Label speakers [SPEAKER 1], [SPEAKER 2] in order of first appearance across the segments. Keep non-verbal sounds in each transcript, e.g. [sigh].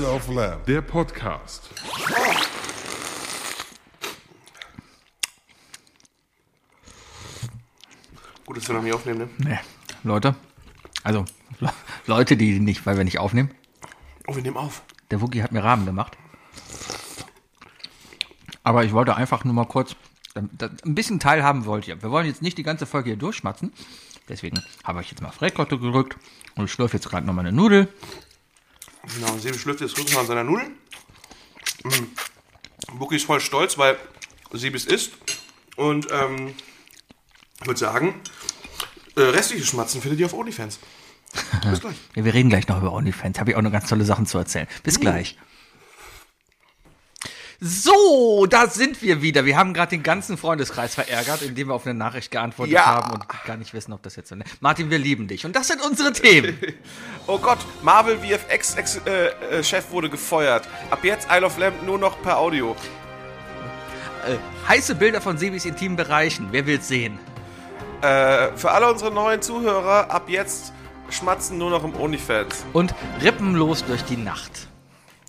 [SPEAKER 1] Life Lab.
[SPEAKER 2] Der Podcast.
[SPEAKER 3] Gut, dass wir noch nicht aufnehmen, ne?
[SPEAKER 4] Nee. Leute, also [laughs] Le Leute, die nicht, weil wir nicht aufnehmen.
[SPEAKER 3] Oh, wir nehmen auf.
[SPEAKER 4] Der Wookie hat mir Rahmen gemacht. Aber ich wollte einfach nur mal kurz ähm, da- ein bisschen teilhaben wollte ich. Wir wollen jetzt nicht die ganze Folge hier durchschmatzen. Deswegen habe ich jetzt mal auf Rekorde gedrückt und ich schlürfe jetzt gerade noch meine Nudel.
[SPEAKER 3] Genau, Sebi schlürft jetzt kurz mal an seiner Nudeln. Mm. Buki ist voll stolz, weil Sebi es isst. Und ähm, ich würde sagen, äh, restliche Schmatzen findet ihr auf [laughs] OnlyFans. Bis gleich.
[SPEAKER 4] Ja, wir reden gleich noch über OnlyFans. Habe ich auch noch ganz tolle Sachen zu erzählen.
[SPEAKER 3] Uh.
[SPEAKER 4] Bis gleich. So, da sind wir wieder. Wir haben gerade den ganzen Freundeskreis verärgert, indem wir auf eine Nachricht geantwortet
[SPEAKER 3] Ja.
[SPEAKER 4] haben und gar nicht wissen, ob das jetzt so. ne- Martin, wir lieben dich. Und das sind
[SPEAKER 3] [laughs]
[SPEAKER 4] unsere Themen.
[SPEAKER 3] Oh Gott, Marvel VFX-Chef äh, wurde gefeuert. Ab jetzt Isle of Lamp nur noch per Audio.
[SPEAKER 4] Äh, heiße Bilder von Sebis intimen Bereichen. Wer will's sehen?
[SPEAKER 3] Für alle unsere neuen Zuhörer, ab jetzt schmatzen nur noch im OnlyFans.
[SPEAKER 4] Und rippenlos durch die Nacht.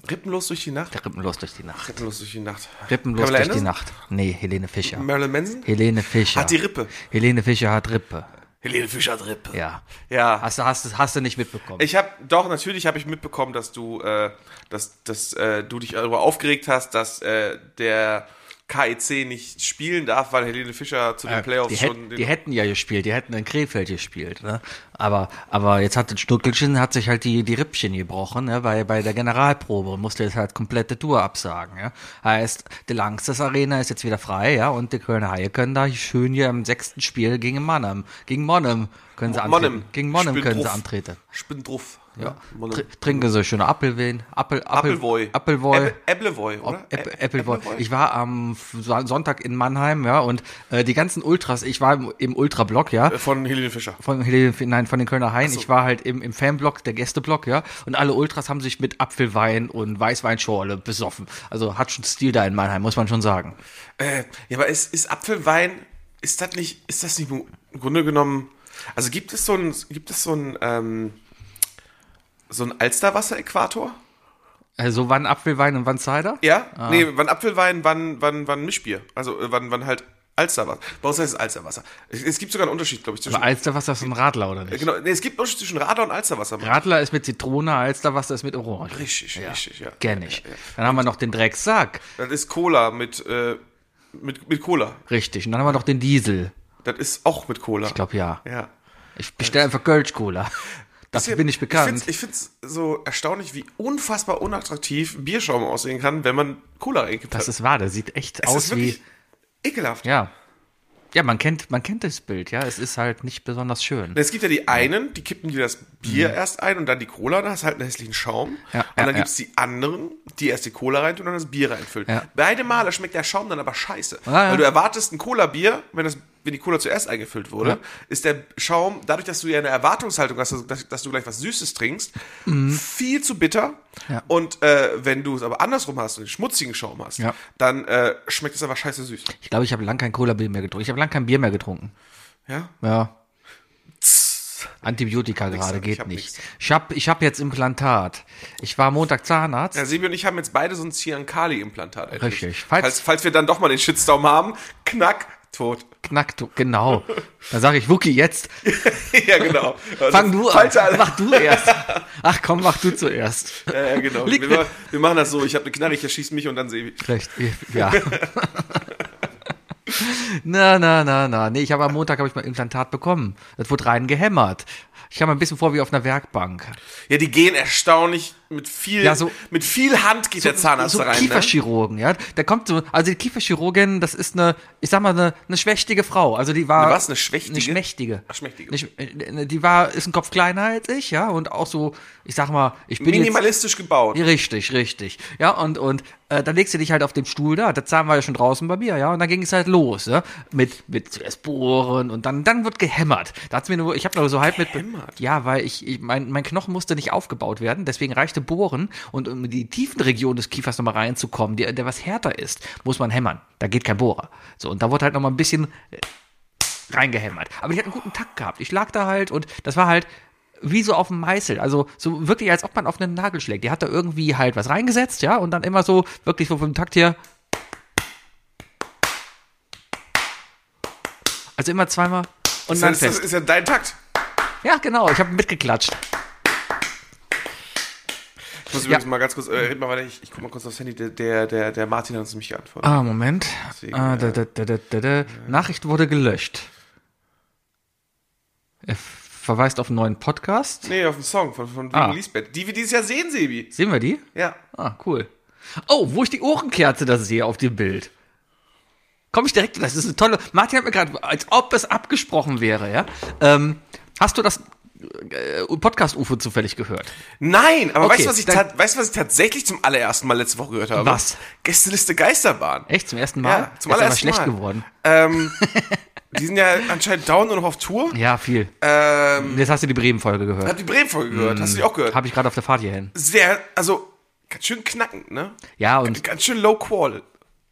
[SPEAKER 3] Rippenlos durch die Nacht?
[SPEAKER 4] Rippenlos durch die Nacht.
[SPEAKER 3] Rippenlos durch die Nacht.
[SPEAKER 4] Rippenlos
[SPEAKER 3] Pamela
[SPEAKER 4] durch die
[SPEAKER 3] Anderson?
[SPEAKER 4] Nacht. Nee, Helene Fischer.
[SPEAKER 3] Marilyn Manson?
[SPEAKER 4] Helene Fischer.
[SPEAKER 3] Hat die Rippe.
[SPEAKER 4] Helene Fischer hat Rippe.
[SPEAKER 3] Helene Fischer hat Rippe.
[SPEAKER 4] Ja.
[SPEAKER 3] Ja.
[SPEAKER 4] Hast du, hast du, hast du nicht mitbekommen.
[SPEAKER 3] Ich habe doch natürlich habe ich mitbekommen, dass du äh, dass, dass äh, du dich darüber aufgeregt hast, dass äh, der KIC nicht spielen darf, weil Helene Fischer zu den Playoffs
[SPEAKER 4] die,
[SPEAKER 3] schon
[SPEAKER 4] hätten,
[SPEAKER 3] den,
[SPEAKER 4] die hätten ja gespielt, die hätten in Krefeld gespielt. Ne? Aber, aber jetzt hat das Schnuckelchen, hat sich halt die, die Rippchen gebrochen ne? bei, bei der Generalprobe und musste jetzt halt komplette Tour absagen. Ja? Heißt, die Langstes Arena ist jetzt wieder frei ja? und die Kölner Haie können da schön hier im sechsten Spiel gegen Mannheim, gegen Monnem können sie
[SPEAKER 3] Monnem.
[SPEAKER 4] antreten. Gegen Monnem
[SPEAKER 3] Spielt
[SPEAKER 4] können sie
[SPEAKER 3] drauf.
[SPEAKER 4] antreten.
[SPEAKER 3] ich bin drauf.
[SPEAKER 4] Ja.
[SPEAKER 3] Molle.
[SPEAKER 4] Tr- Trinken sie schöne Apfelwein, Apfel, Apfel,
[SPEAKER 3] Appleboy.
[SPEAKER 4] Appleboy.
[SPEAKER 3] Apple- Appleboy, oder?
[SPEAKER 4] Apple,
[SPEAKER 3] Ä-
[SPEAKER 4] Apple Boy. Ich war am F- Son- Sonntag in Mannheim, ja, und äh, die ganzen Ultras, ich war im, im Ultra-Block, ja,
[SPEAKER 3] äh, Von Helene Fischer.
[SPEAKER 4] von, Helene- nein, von den Kölner Haien. Ich war halt im, im Fanblock, der Gästeblock, ja, und alle Ultras haben sich mit Apfelwein und Weißweinschorle besoffen. Also hat schon Stil da in Mannheim, muss man schon sagen.
[SPEAKER 3] Äh, ja, aber ist, ist Apfelwein, ist das nicht, ist das nicht im Grunde genommen, also gibt es so ein, gibt es so ein, ähm, so ein Alsterwasser-Äquator?
[SPEAKER 4] Also wann Apfelwein und wann Cider?
[SPEAKER 3] Ja? Nee, wann Apfelwein, wann, wann, wann Mischbier? Also äh, wann, wann halt Alsterwasser. Bei uns heißt es Alsterwasser. Es, es gibt sogar einen Unterschied, glaube ich, zwischen.
[SPEAKER 4] Aber Alsterwasser ist ein Radler, oder
[SPEAKER 3] äh,
[SPEAKER 4] nicht?
[SPEAKER 3] genau, nee, es gibt einen Unterschied zwischen Radler und Alsterwasser.
[SPEAKER 4] Radler ist mit Zitrone, Alsterwasser ist mit Orange.
[SPEAKER 3] Richtig, richtig, ja.
[SPEAKER 4] Kenn ich. Dann haben wir noch den Drecksack.
[SPEAKER 3] Das ist Cola mit, äh, mit, mit Cola.
[SPEAKER 4] Richtig. Und dann haben wir noch den Diesel.
[SPEAKER 3] Das ist auch mit Cola.
[SPEAKER 4] Ich glaube ja.
[SPEAKER 3] Ja.
[SPEAKER 4] Ich bestelle einfach Kölsch-Cola. Dafür bin ich bekannt.
[SPEAKER 3] Ich finde es so erstaunlich, wie unfassbar unattraktiv Bierschaum aussehen kann, wenn man Cola reingekippt
[SPEAKER 4] das
[SPEAKER 3] hat.
[SPEAKER 4] ist wahr, der sieht echt
[SPEAKER 3] Es
[SPEAKER 4] aus wie.
[SPEAKER 3] wirklich ekelhaft.
[SPEAKER 4] Ja. Ja, man kennt, man kennt das Bild, ja. Es ist halt nicht besonders schön.
[SPEAKER 3] Es gibt ja die einen, die kippen dir das Bier erst ein und dann die Cola, dann hast du halt einen hässlichen Schaum.
[SPEAKER 4] Mhm. Ja,
[SPEAKER 3] und
[SPEAKER 4] ja,
[SPEAKER 3] dann
[SPEAKER 4] ja.
[SPEAKER 3] gibt's die anderen, die erst die Cola reintun und dann das Bier reinfüllen.
[SPEAKER 4] Ja.
[SPEAKER 3] Beide Male schmeckt der Schaum dann aber scheiße.
[SPEAKER 4] Ja, ja.
[SPEAKER 3] Weil du erwartest ein Cola-Bier, wenn, das- wenn die Cola zuerst eingefüllt wurde, ist der Schaum, dadurch, dass du ja eine Erwartungshaltung hast, dass, dass du gleich was Süßes trinkst,
[SPEAKER 4] Mhm.
[SPEAKER 3] viel zu bitter. Und äh, wenn du es aber andersrum hast und den schmutzigen Schaum hast,
[SPEAKER 4] Ja.
[SPEAKER 3] dann äh, schmeckt es einfach scheiße süß.
[SPEAKER 4] Ich glaube, ich habe lang kein Cola-Bier mehr getrunken. Ich habe lang kein Bier mehr getrunken.
[SPEAKER 3] Ja?
[SPEAKER 4] Ja. Antibiotika gerade
[SPEAKER 3] da, ich
[SPEAKER 4] geht
[SPEAKER 3] hab
[SPEAKER 4] nicht.
[SPEAKER 3] nix
[SPEAKER 4] Ich habe ich hab jetzt Implantat. Ich war Montag Zahnarzt.
[SPEAKER 3] Ja, Sebi und ich haben jetzt beide so ein Ciancali-Implantat. eigentlich.
[SPEAKER 4] Richtig.
[SPEAKER 3] Falls,
[SPEAKER 4] Falls-
[SPEAKER 3] falls, wir dann doch mal den Shitstorm haben, knack, tot. [laughs]
[SPEAKER 4] Knackt, genau. Da sage ich, Wookie, jetzt
[SPEAKER 3] ja, genau. Also,
[SPEAKER 4] fang du an.
[SPEAKER 3] falls alle-
[SPEAKER 4] [laughs] Mach
[SPEAKER 3] [laughs]
[SPEAKER 4] du erst. Ach komm, mach du zuerst.
[SPEAKER 3] Ja, ja, genau.
[SPEAKER 4] Liegt
[SPEAKER 3] Wir, ma- wir machen das so, ich habe eine Knarre, ich erschieß mich und dann Sebi.
[SPEAKER 4] Recht, ja. na, na, na, na. Nee, ich habe am Montag habe ich mein Implantat bekommen. Das wurde rein gehämmert. Ich habe ein bisschen vor wie auf einer Werkbank.
[SPEAKER 3] Ja, die gehen erstaunlich mit viel,
[SPEAKER 4] Ja, so-
[SPEAKER 3] mit viel Hand geht der Zahnarzt
[SPEAKER 4] so
[SPEAKER 3] da rein. Ne?
[SPEAKER 4] Kieferchirurgen, ja. Da kommt so, also die Kieferchirurgin, das ist eine, ich sag mal, eine, eine schwächtige Frau. Also die war.
[SPEAKER 3] Eine was? Eine schwächtige?
[SPEAKER 4] Eine schmächtige.
[SPEAKER 3] Ach, schmächtige.
[SPEAKER 4] Eine Sch- äh, die war, ist ein Kopf kleiner als ich, ja. Und auch so, ich sag mal, ich bin. jetzt-
[SPEAKER 3] Minimalistisch gebaut.
[SPEAKER 4] Ja, Richtig, richtig. Ja, und, und äh, dann legst du dich halt auf dem Stuhl da. Der Zahn war ja schon draußen bei mir, ja. Und dann ging es halt los, ja. Mit, mit zuerst bohren und dann, dann wird gehämmert. Da hat's mir nur, ich habe nur so halb mit. Ja, weil ich, ich mein, mein Knochen musste nicht aufgebaut werden, deswegen reichte Bohren und um in die tiefen Region des Kiefers nochmal reinzukommen, der, der was härter ist, muss man hämmern. Da geht kein Bohrer. So, und da wurde halt nochmal ein bisschen reingehämmert. Aber ich hatte einen guten Takt gehabt. Ich lag da halt und das war halt wie so auf dem Meißel. Also so wirklich, als ob man auf einen Nagel schlägt. Die hat da irgendwie halt was reingesetzt, ja, und dann immer so wirklich so vom Takt her. Also immer zweimal und dann
[SPEAKER 3] Das ist,
[SPEAKER 4] fest.
[SPEAKER 3] ist ja dein Takt.
[SPEAKER 4] Ja, genau, ich habe mitgeklatscht.
[SPEAKER 3] Ich muss übrigens
[SPEAKER 4] Ja.
[SPEAKER 3] mal ganz kurz, äh, red mal weiter, ich, ich guck mal kurz aufs Handy, der, der, der, der Martin hat uns nämlich geantwortet.
[SPEAKER 4] Ah, Moment.
[SPEAKER 3] Deswegen,
[SPEAKER 4] ah,
[SPEAKER 3] äh,
[SPEAKER 4] da, da, da, da, da, da. Nachricht wurde gelöscht. Er verweist auf einen neuen Podcast.
[SPEAKER 3] Nee, auf den Song von, von
[SPEAKER 4] Ah.
[SPEAKER 3] ah. Lisbeth, die wir dieses Jahr sehen, Sebi.
[SPEAKER 4] Sehen wir die?
[SPEAKER 3] Ja.
[SPEAKER 4] Ah, cool. Oh, wo ich die Ohrenkerze da sehe auf dem Bild. Komme ich direkt, das ist eine tolle. Martin hat mir gerade, als ob es abgesprochen wäre, ja. Ähm, hast du das äh, Podcast-UFO zufällig gehört?
[SPEAKER 3] Nein, aber
[SPEAKER 4] Okay,
[SPEAKER 3] weißt du, was ich
[SPEAKER 4] dann-
[SPEAKER 3] tat- weißt du, was ich tatsächlich zum allerersten Mal letzte Woche gehört habe?
[SPEAKER 4] Was?
[SPEAKER 3] Gästeliste Geisterbahn.
[SPEAKER 4] Echt, zum ersten Mal?
[SPEAKER 3] Ja, zum
[SPEAKER 4] Ist aber
[SPEAKER 3] allerersten
[SPEAKER 4] schlecht
[SPEAKER 3] Mal.
[SPEAKER 4] geworden.
[SPEAKER 3] Ähm, die sind ja anscheinend down und noch auf Tour.
[SPEAKER 4] Ja, Hm. viel.
[SPEAKER 3] Ähm,
[SPEAKER 4] Jetzt hast du die Bremen-Folge
[SPEAKER 3] ich
[SPEAKER 4] gehört.
[SPEAKER 3] hab die Bremen-Folge gehört, hast du die auch gehört?
[SPEAKER 4] Habe ich gerade auf der Fahrt hierhin.
[SPEAKER 3] Sehr, also, ganz schön knackend, ne?
[SPEAKER 4] Ja, und
[SPEAKER 3] Ganz schön low qual.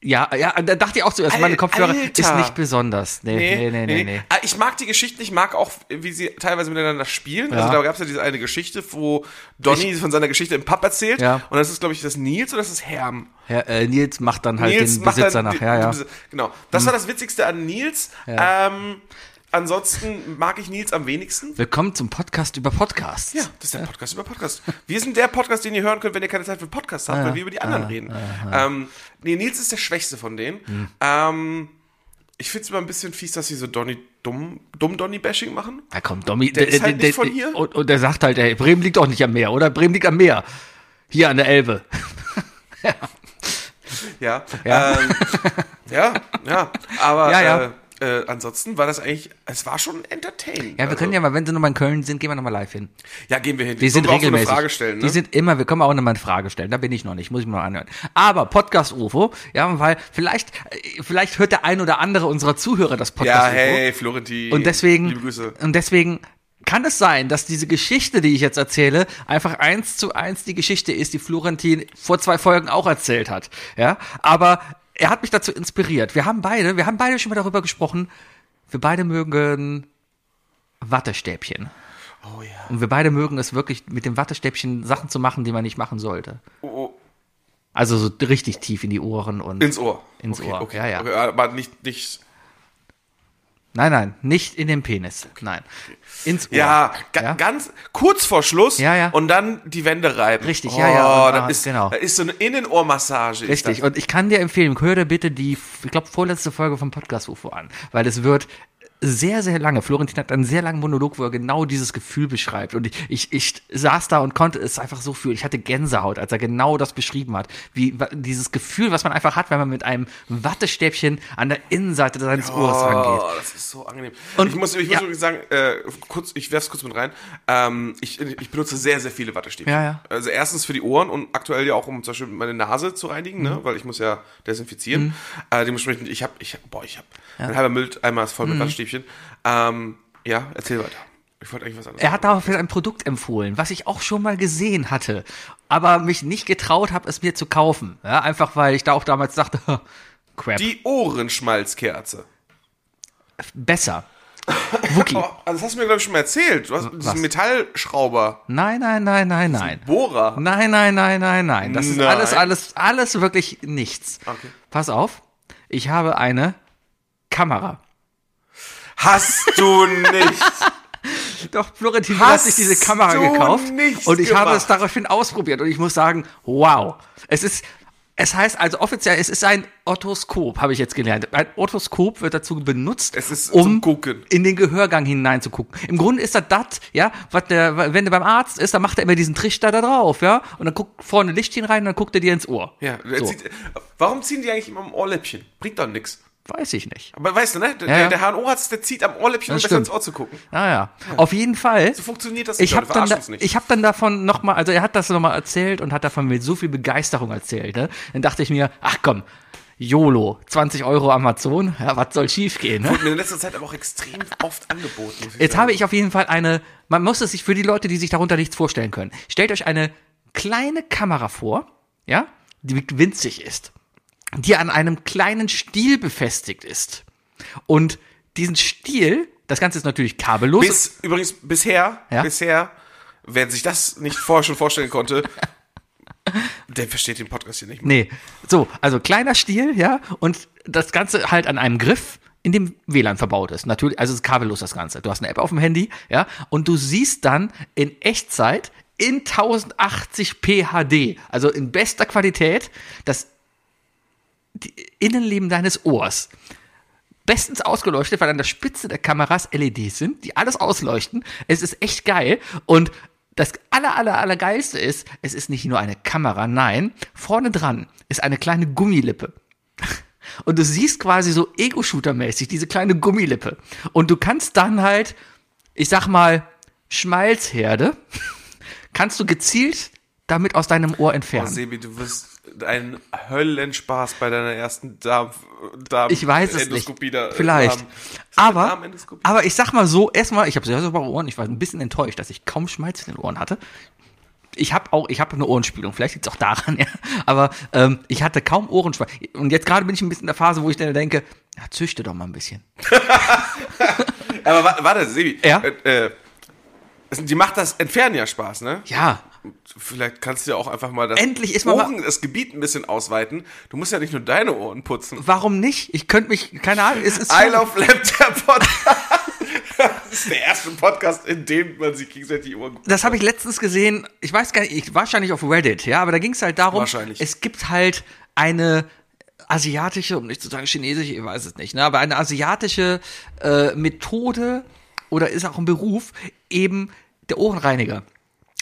[SPEAKER 4] Ja, ja, da dachte ich auch zuerst, meine
[SPEAKER 3] Al-
[SPEAKER 4] Kopfhörer
[SPEAKER 3] Alter.
[SPEAKER 4] ist nicht besonders. Nee, nee, nee, nee, nee.
[SPEAKER 3] Ah, Ich mag die Geschichten, ich mag auch, wie sie teilweise miteinander spielen.
[SPEAKER 4] Ja.
[SPEAKER 3] Also da gab es ja diese eine Geschichte, wo Donny von seiner Geschichte im Pub erzählt.
[SPEAKER 4] Ja.
[SPEAKER 3] Und das ist, glaube ich, das Nils oder das ist Herm.
[SPEAKER 4] Herr, äh, Nils macht dann halt
[SPEAKER 3] Nils
[SPEAKER 4] den
[SPEAKER 3] macht
[SPEAKER 4] Besitzer
[SPEAKER 3] dann
[SPEAKER 4] nach.
[SPEAKER 3] die-
[SPEAKER 4] Ja, ja. Hm.
[SPEAKER 3] die Besi- Genau. Das war das Witzigste an Nils. Ähm, ansonsten mag ich Nils am wenigsten.
[SPEAKER 4] Willkommen zum Podcast über Podcasts.
[SPEAKER 3] Ja, das ist der Podcast über Podcast. Wir sind der Podcast, den ihr hören könnt, wenn ihr keine Zeit für Podcasts habt, weil wir über die anderen reden. ähm, nee, Nils ist der Schwächste von denen.
[SPEAKER 4] Hm.
[SPEAKER 3] Ähm, ich find's immer ein bisschen fies, dass sie so Donny dumm, dumm Donny-Bashing machen.
[SPEAKER 4] Na komm, Domi,
[SPEAKER 3] Der ist halt nicht von hier.
[SPEAKER 4] Und, und der sagt halt, ey, Bremen liegt auch nicht am Meer, oder? Bremen liegt am Meer. Hier an der Elbe.
[SPEAKER 3] Ja.
[SPEAKER 4] Ja. [laughs]
[SPEAKER 3] Ähm, ja, ja. Aber
[SPEAKER 4] Ja, ja.
[SPEAKER 3] Äh, äh, ansonsten war das eigentlich, es war schon entertaining.
[SPEAKER 4] Ja, wir
[SPEAKER 3] Also,
[SPEAKER 4] können ja mal, wenn sie nochmal in Köln sind, gehen wir nochmal live hin.
[SPEAKER 3] Ja, gehen wir hin.
[SPEAKER 4] Die sind
[SPEAKER 3] Sollen wir auch
[SPEAKER 4] regelmäßig.
[SPEAKER 3] So eine Frage stellen, ne?
[SPEAKER 4] Die sind immer, wir können auch nochmal eine Frage stellen. Da bin ich noch nicht, muss ich mir noch anhören. Aber Podcast UFO, ja, weil vielleicht, äh, vielleicht hört der ein oder andere unserer Zuhörer das Podcast
[SPEAKER 3] ja,
[SPEAKER 4] UFO.
[SPEAKER 3] hey, Florentin.
[SPEAKER 4] Und deswegen,
[SPEAKER 3] Liebe Grüße.
[SPEAKER 4] und deswegen kann es sein, dass diese Geschichte, die ich jetzt erzähle, einfach eins zu eins die Geschichte ist, die Florentin vor zwei Folgen auch erzählt hat. Ja, aber er hat mich dazu inspiriert. Wir haben beide, wir haben beide schon mal darüber gesprochen. Wir beide mögen Wattestäbchen.
[SPEAKER 3] Oh ja.
[SPEAKER 4] Und wir beide mögen es wirklich, mit dem Wattestäbchen Sachen zu machen, die man nicht machen sollte.
[SPEAKER 3] Oh, oh.
[SPEAKER 4] Also so richtig tief in die Ohren und.
[SPEAKER 3] Ins Ohr.
[SPEAKER 4] Ins
[SPEAKER 3] okay,
[SPEAKER 4] Ohr,
[SPEAKER 3] Okay,
[SPEAKER 4] ja, ja.
[SPEAKER 3] Okay, aber nicht, nicht
[SPEAKER 4] nein, nein, nicht in den Penis. Nein. Ins Ohr.
[SPEAKER 3] Ja, ga ganz kurz vor Schluss
[SPEAKER 4] Ja, ja.
[SPEAKER 3] und dann die Wände reiben.
[SPEAKER 4] Richtig, ja, ja,
[SPEAKER 3] Oh,
[SPEAKER 4] und-
[SPEAKER 3] da
[SPEAKER 4] ah,
[SPEAKER 3] ist,
[SPEAKER 4] genau.
[SPEAKER 3] genau. da ist so eine Innenohrmassage. ist
[SPEAKER 4] Richtig,
[SPEAKER 3] das.
[SPEAKER 4] und ich kann dir empfehlen, hör dir bitte die, ich glaube, vorletzte Folge vom Podcast UFO an, weil es wird sehr, sehr lange. Florentin hat einen sehr langen Monolog, wo er genau dieses Gefühl beschreibt. Und ich, ich, ich saß da und konnte es einfach so fühlen. Ich hatte Gänsehaut, als er genau das beschrieben hat. Wie wa- dieses Gefühl, was man einfach hat, wenn man mit einem Wattestäbchen an der Innenseite seines Ohres rangeht.
[SPEAKER 3] Oh, das ist so angenehm.
[SPEAKER 4] Und-
[SPEAKER 3] Und ich muss, ich muss
[SPEAKER 4] ja.
[SPEAKER 3] übrigens sagen, äh, kurz, ich werf's kurz mit rein. Ähm, ich, ich benutze sehr, sehr viele Wattestäbchen.
[SPEAKER 4] Ja, ja.
[SPEAKER 3] Also erstens für die Ohren und aktuell ja auch, um zum Beispiel meine Nase zu reinigen, ne?
[SPEAKER 4] Mhm.
[SPEAKER 3] weil ich muss ja desinfizieren. Äh, dementsprechend, ich habe, ich, hab- boah, ich habe, mein halber Mülleimer ist voll
[SPEAKER 4] Mhm.
[SPEAKER 3] mit Wattestäbchen. Ähm, ja, erzähl weiter. Ich wollte eigentlich was anderes
[SPEAKER 4] Er hat daraufhin ein Produkt empfohlen, was ich auch schon mal gesehen hatte, aber mich nicht getraut habe, es mir zu kaufen. Ja, einfach weil ich da auch damals dachte, [laughs] crap,
[SPEAKER 3] Die Ohrenschmalzkerze.
[SPEAKER 4] besser. Wookie.
[SPEAKER 3] Oh, also das hast du mir, glaube ich, schon mal erzählt. Du hast
[SPEAKER 4] Was?
[SPEAKER 3] diesen Metallschrauber,
[SPEAKER 4] Nein, nein, nein, nein, nein.
[SPEAKER 3] Bohrer.
[SPEAKER 4] Nein, nein, nein, nein, nein. Das ist
[SPEAKER 3] Nein.
[SPEAKER 4] alles, alles, alles wirklich nichts.
[SPEAKER 3] Okay.
[SPEAKER 4] Pass auf, ich habe eine Kamera.
[SPEAKER 3] Hast
[SPEAKER 4] [laughs]
[SPEAKER 3] du nicht.
[SPEAKER 4] Doch, Florentin, du hast
[SPEAKER 3] Hast
[SPEAKER 4] sich diese Kamera
[SPEAKER 3] du
[SPEAKER 4] gekauft
[SPEAKER 3] nichts
[SPEAKER 4] und ich habe
[SPEAKER 3] gemacht?
[SPEAKER 4] es daraufhin ausprobiert und ich muss sagen, wow. Es ist, es heißt also offiziell, es ist ein Otoskop, habe ich jetzt gelernt. Ein Otoskop wird dazu benutzt,
[SPEAKER 3] Es ist
[SPEAKER 4] um
[SPEAKER 3] zum Gucken.
[SPEAKER 4] in den Gehörgang hineinzugucken. Im Grunde ist das das, ja, was der, wenn der beim Arzt ist, dann macht er immer diesen Trichter da drauf, ja, und dann guckt vorne Lichtchen rein und dann guckt er dir ins Ohr.
[SPEAKER 3] Ja, er
[SPEAKER 4] so.
[SPEAKER 3] zieht, äh, warum ziehen die eigentlich immer am Ohrläppchen? Bringt doch nix.
[SPEAKER 4] Weiß ich nicht.
[SPEAKER 3] Aber weißt du, ne? Der,
[SPEAKER 4] ja.
[SPEAKER 3] der HNO-Arzt, der zieht am Ohrläppchen, um
[SPEAKER 4] Das
[SPEAKER 3] besser
[SPEAKER 4] stimmt.
[SPEAKER 3] ins Ohr zu gucken.
[SPEAKER 4] Naja, auf jeden Fall.
[SPEAKER 3] So funktioniert das
[SPEAKER 4] Ich habe
[SPEAKER 3] Leute,
[SPEAKER 4] dann, da,
[SPEAKER 3] verarscht uns nicht.
[SPEAKER 4] ich hab dann davon nochmal, also er hat das nochmal erzählt und hat davon mit so viel Begeisterung erzählt. Ne? Dann dachte ich mir, ach komm, YOLO, 20 Euro Amazon, ja, was soll schief gehen? Ne?
[SPEAKER 3] Mir in letzter Zeit aber auch extrem oft angeboten. muss ich
[SPEAKER 4] Jetzt
[SPEAKER 3] sagen.
[SPEAKER 4] habe ich auf jeden Fall eine, man muss es sich für die Leute, die sich darunter nichts vorstellen können, stellt euch eine kleine Kamera vor, ja, die winzig ist, die an einem kleinen Stiel befestigt ist. Und diesen Stiel Das Ganze ist natürlich kabellos.
[SPEAKER 3] Bis, übrigens, bisher,
[SPEAKER 4] Ja?
[SPEAKER 3] bisher, wer sich das nicht vorher schon vorstellen
[SPEAKER 4] [laughs]
[SPEAKER 3] konnte, der versteht den Podcast hier nicht.
[SPEAKER 4] Nee. So, also kleiner Stiel, ja, und das Ganze halt an einem Griff, in dem WLAN verbaut ist. Natürlich, also es ist kabellos das Ganze. Du hast eine App auf dem Handy, ja, und du siehst dann in Echtzeit in 1080p HD, also in bester Qualität, das die Innenleben deines Ohrs. Bestens ausgeleuchtet, weil an der Spitze der Kameras LEDs sind, die alles ausleuchten. Es ist echt geil. Und das aller, aller, aller geilste ist, es ist nicht nur eine Kamera, nein, vorne dran ist eine kleine Gummilippe. [laughs] Und du siehst quasi so Ego-Shooter-mäßig diese kleine Gummilippe. Und du kannst dann halt, ich sag mal, Schmalzherde, [laughs] kannst du gezielt damit aus deinem Ohr entfernen.
[SPEAKER 3] Oh, Sebi, du wirst einen Höllenspaß bei deiner ersten Darm, Darm
[SPEAKER 4] Ich weiß es nicht.
[SPEAKER 3] Endoskopie da- äh,
[SPEAKER 4] Vielleicht.
[SPEAKER 3] Darm- Ist das eine
[SPEAKER 4] aber,
[SPEAKER 3] Darmendoskopie?
[SPEAKER 4] aber ich sag mal so, erstmal, ich habe sehr saubere Ohren, ich war ein bisschen enttäuscht, dass ich kaum Schmalz in den Ohren hatte. Ich habe auch, ich habe eine Ohrenspülung, vielleicht liegt's auch daran, [laughs] ja. Aber ähm, ich hatte kaum Ohrenschmalz. Und jetzt gerade bin ich ein bisschen in der Phase, wo ich dann denke, na, züchte doch mal ein bisschen.
[SPEAKER 3] aber wa- warte, Sebi.
[SPEAKER 4] Ja?
[SPEAKER 3] Äh, äh, es- die macht das Entfernen ja Spaß, ne?
[SPEAKER 4] Ja,
[SPEAKER 3] Vielleicht kannst du ja auch einfach mal das,
[SPEAKER 4] Endlich ist man mal-
[SPEAKER 3] Ohren, das Gebiet ein bisschen ausweiten. Du musst ja nicht nur deine Ohren putzen.
[SPEAKER 4] warum nicht? Ich könnte mich, keine Ahnung, es ist
[SPEAKER 3] I Love Lab, der
[SPEAKER 4] [laughs]
[SPEAKER 3] Podcast. das ist der erste Podcast, in dem man sich gegenseitig die Ohren
[SPEAKER 4] das habe ich letztens gesehen, ich weiß gar nicht, ich, wahrscheinlich auf Reddit, ja, aber da ging es halt darum,
[SPEAKER 3] Wahrscheinlich.
[SPEAKER 4] es gibt halt eine asiatische, um nicht zu sagen chinesische, ich weiß es nicht, ne, aber eine asiatische äh, Methode oder ist auch ein Beruf, eben der Ohrenreiniger.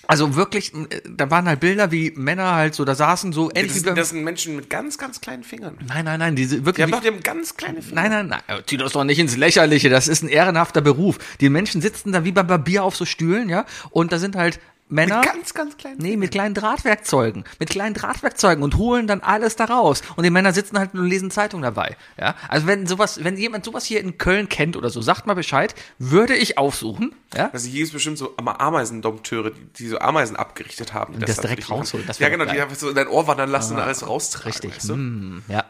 [SPEAKER 4] Also wirklich, äh, da waren halt Bilder, wie Männer halt so da saßen, so
[SPEAKER 3] Das,
[SPEAKER 4] entweder.
[SPEAKER 3] das sind Menschen mit ganz, ganz kleinen Fingern.
[SPEAKER 4] nein, nein, nein, diese
[SPEAKER 3] Die
[SPEAKER 4] wirklich.
[SPEAKER 3] haben doch die haben ganz kleine Finger.
[SPEAKER 4] Nein, nein, nein, aber zieh das doch nicht ins Lächerliche, das ist ein ehrenhafter Beruf. Die Menschen sitzen da wie beim Barbier auf so Stühlen, ja, und da sind halt Männer.
[SPEAKER 3] Mit ganz, ganz kleinen
[SPEAKER 4] Nee, mit kleinen Drahtwerkzeugen. Mit kleinen Drahtwerkzeugen und holen dann alles da raus. Und die Männer sitzen halt und lesen Zeitung dabei. Ja? Also wenn sowas, wenn jemand sowas hier in Köln kennt oder so, sagt mal Bescheid, würde ich aufsuchen. Ja?
[SPEAKER 3] Also hier gibt es bestimmt so Ama- Ameisendompteure, die, die so Ameisen abgerichtet haben. Und
[SPEAKER 4] das direkt rausholen, das
[SPEAKER 3] ja,
[SPEAKER 4] wär
[SPEAKER 3] genau,
[SPEAKER 4] doch
[SPEAKER 3] die
[SPEAKER 4] geil. Ah,
[SPEAKER 3] einfach so in dein Ohr wandern lassen und alles raustragen.
[SPEAKER 4] Richtig.
[SPEAKER 3] Weißt du?
[SPEAKER 4] Mm, ja.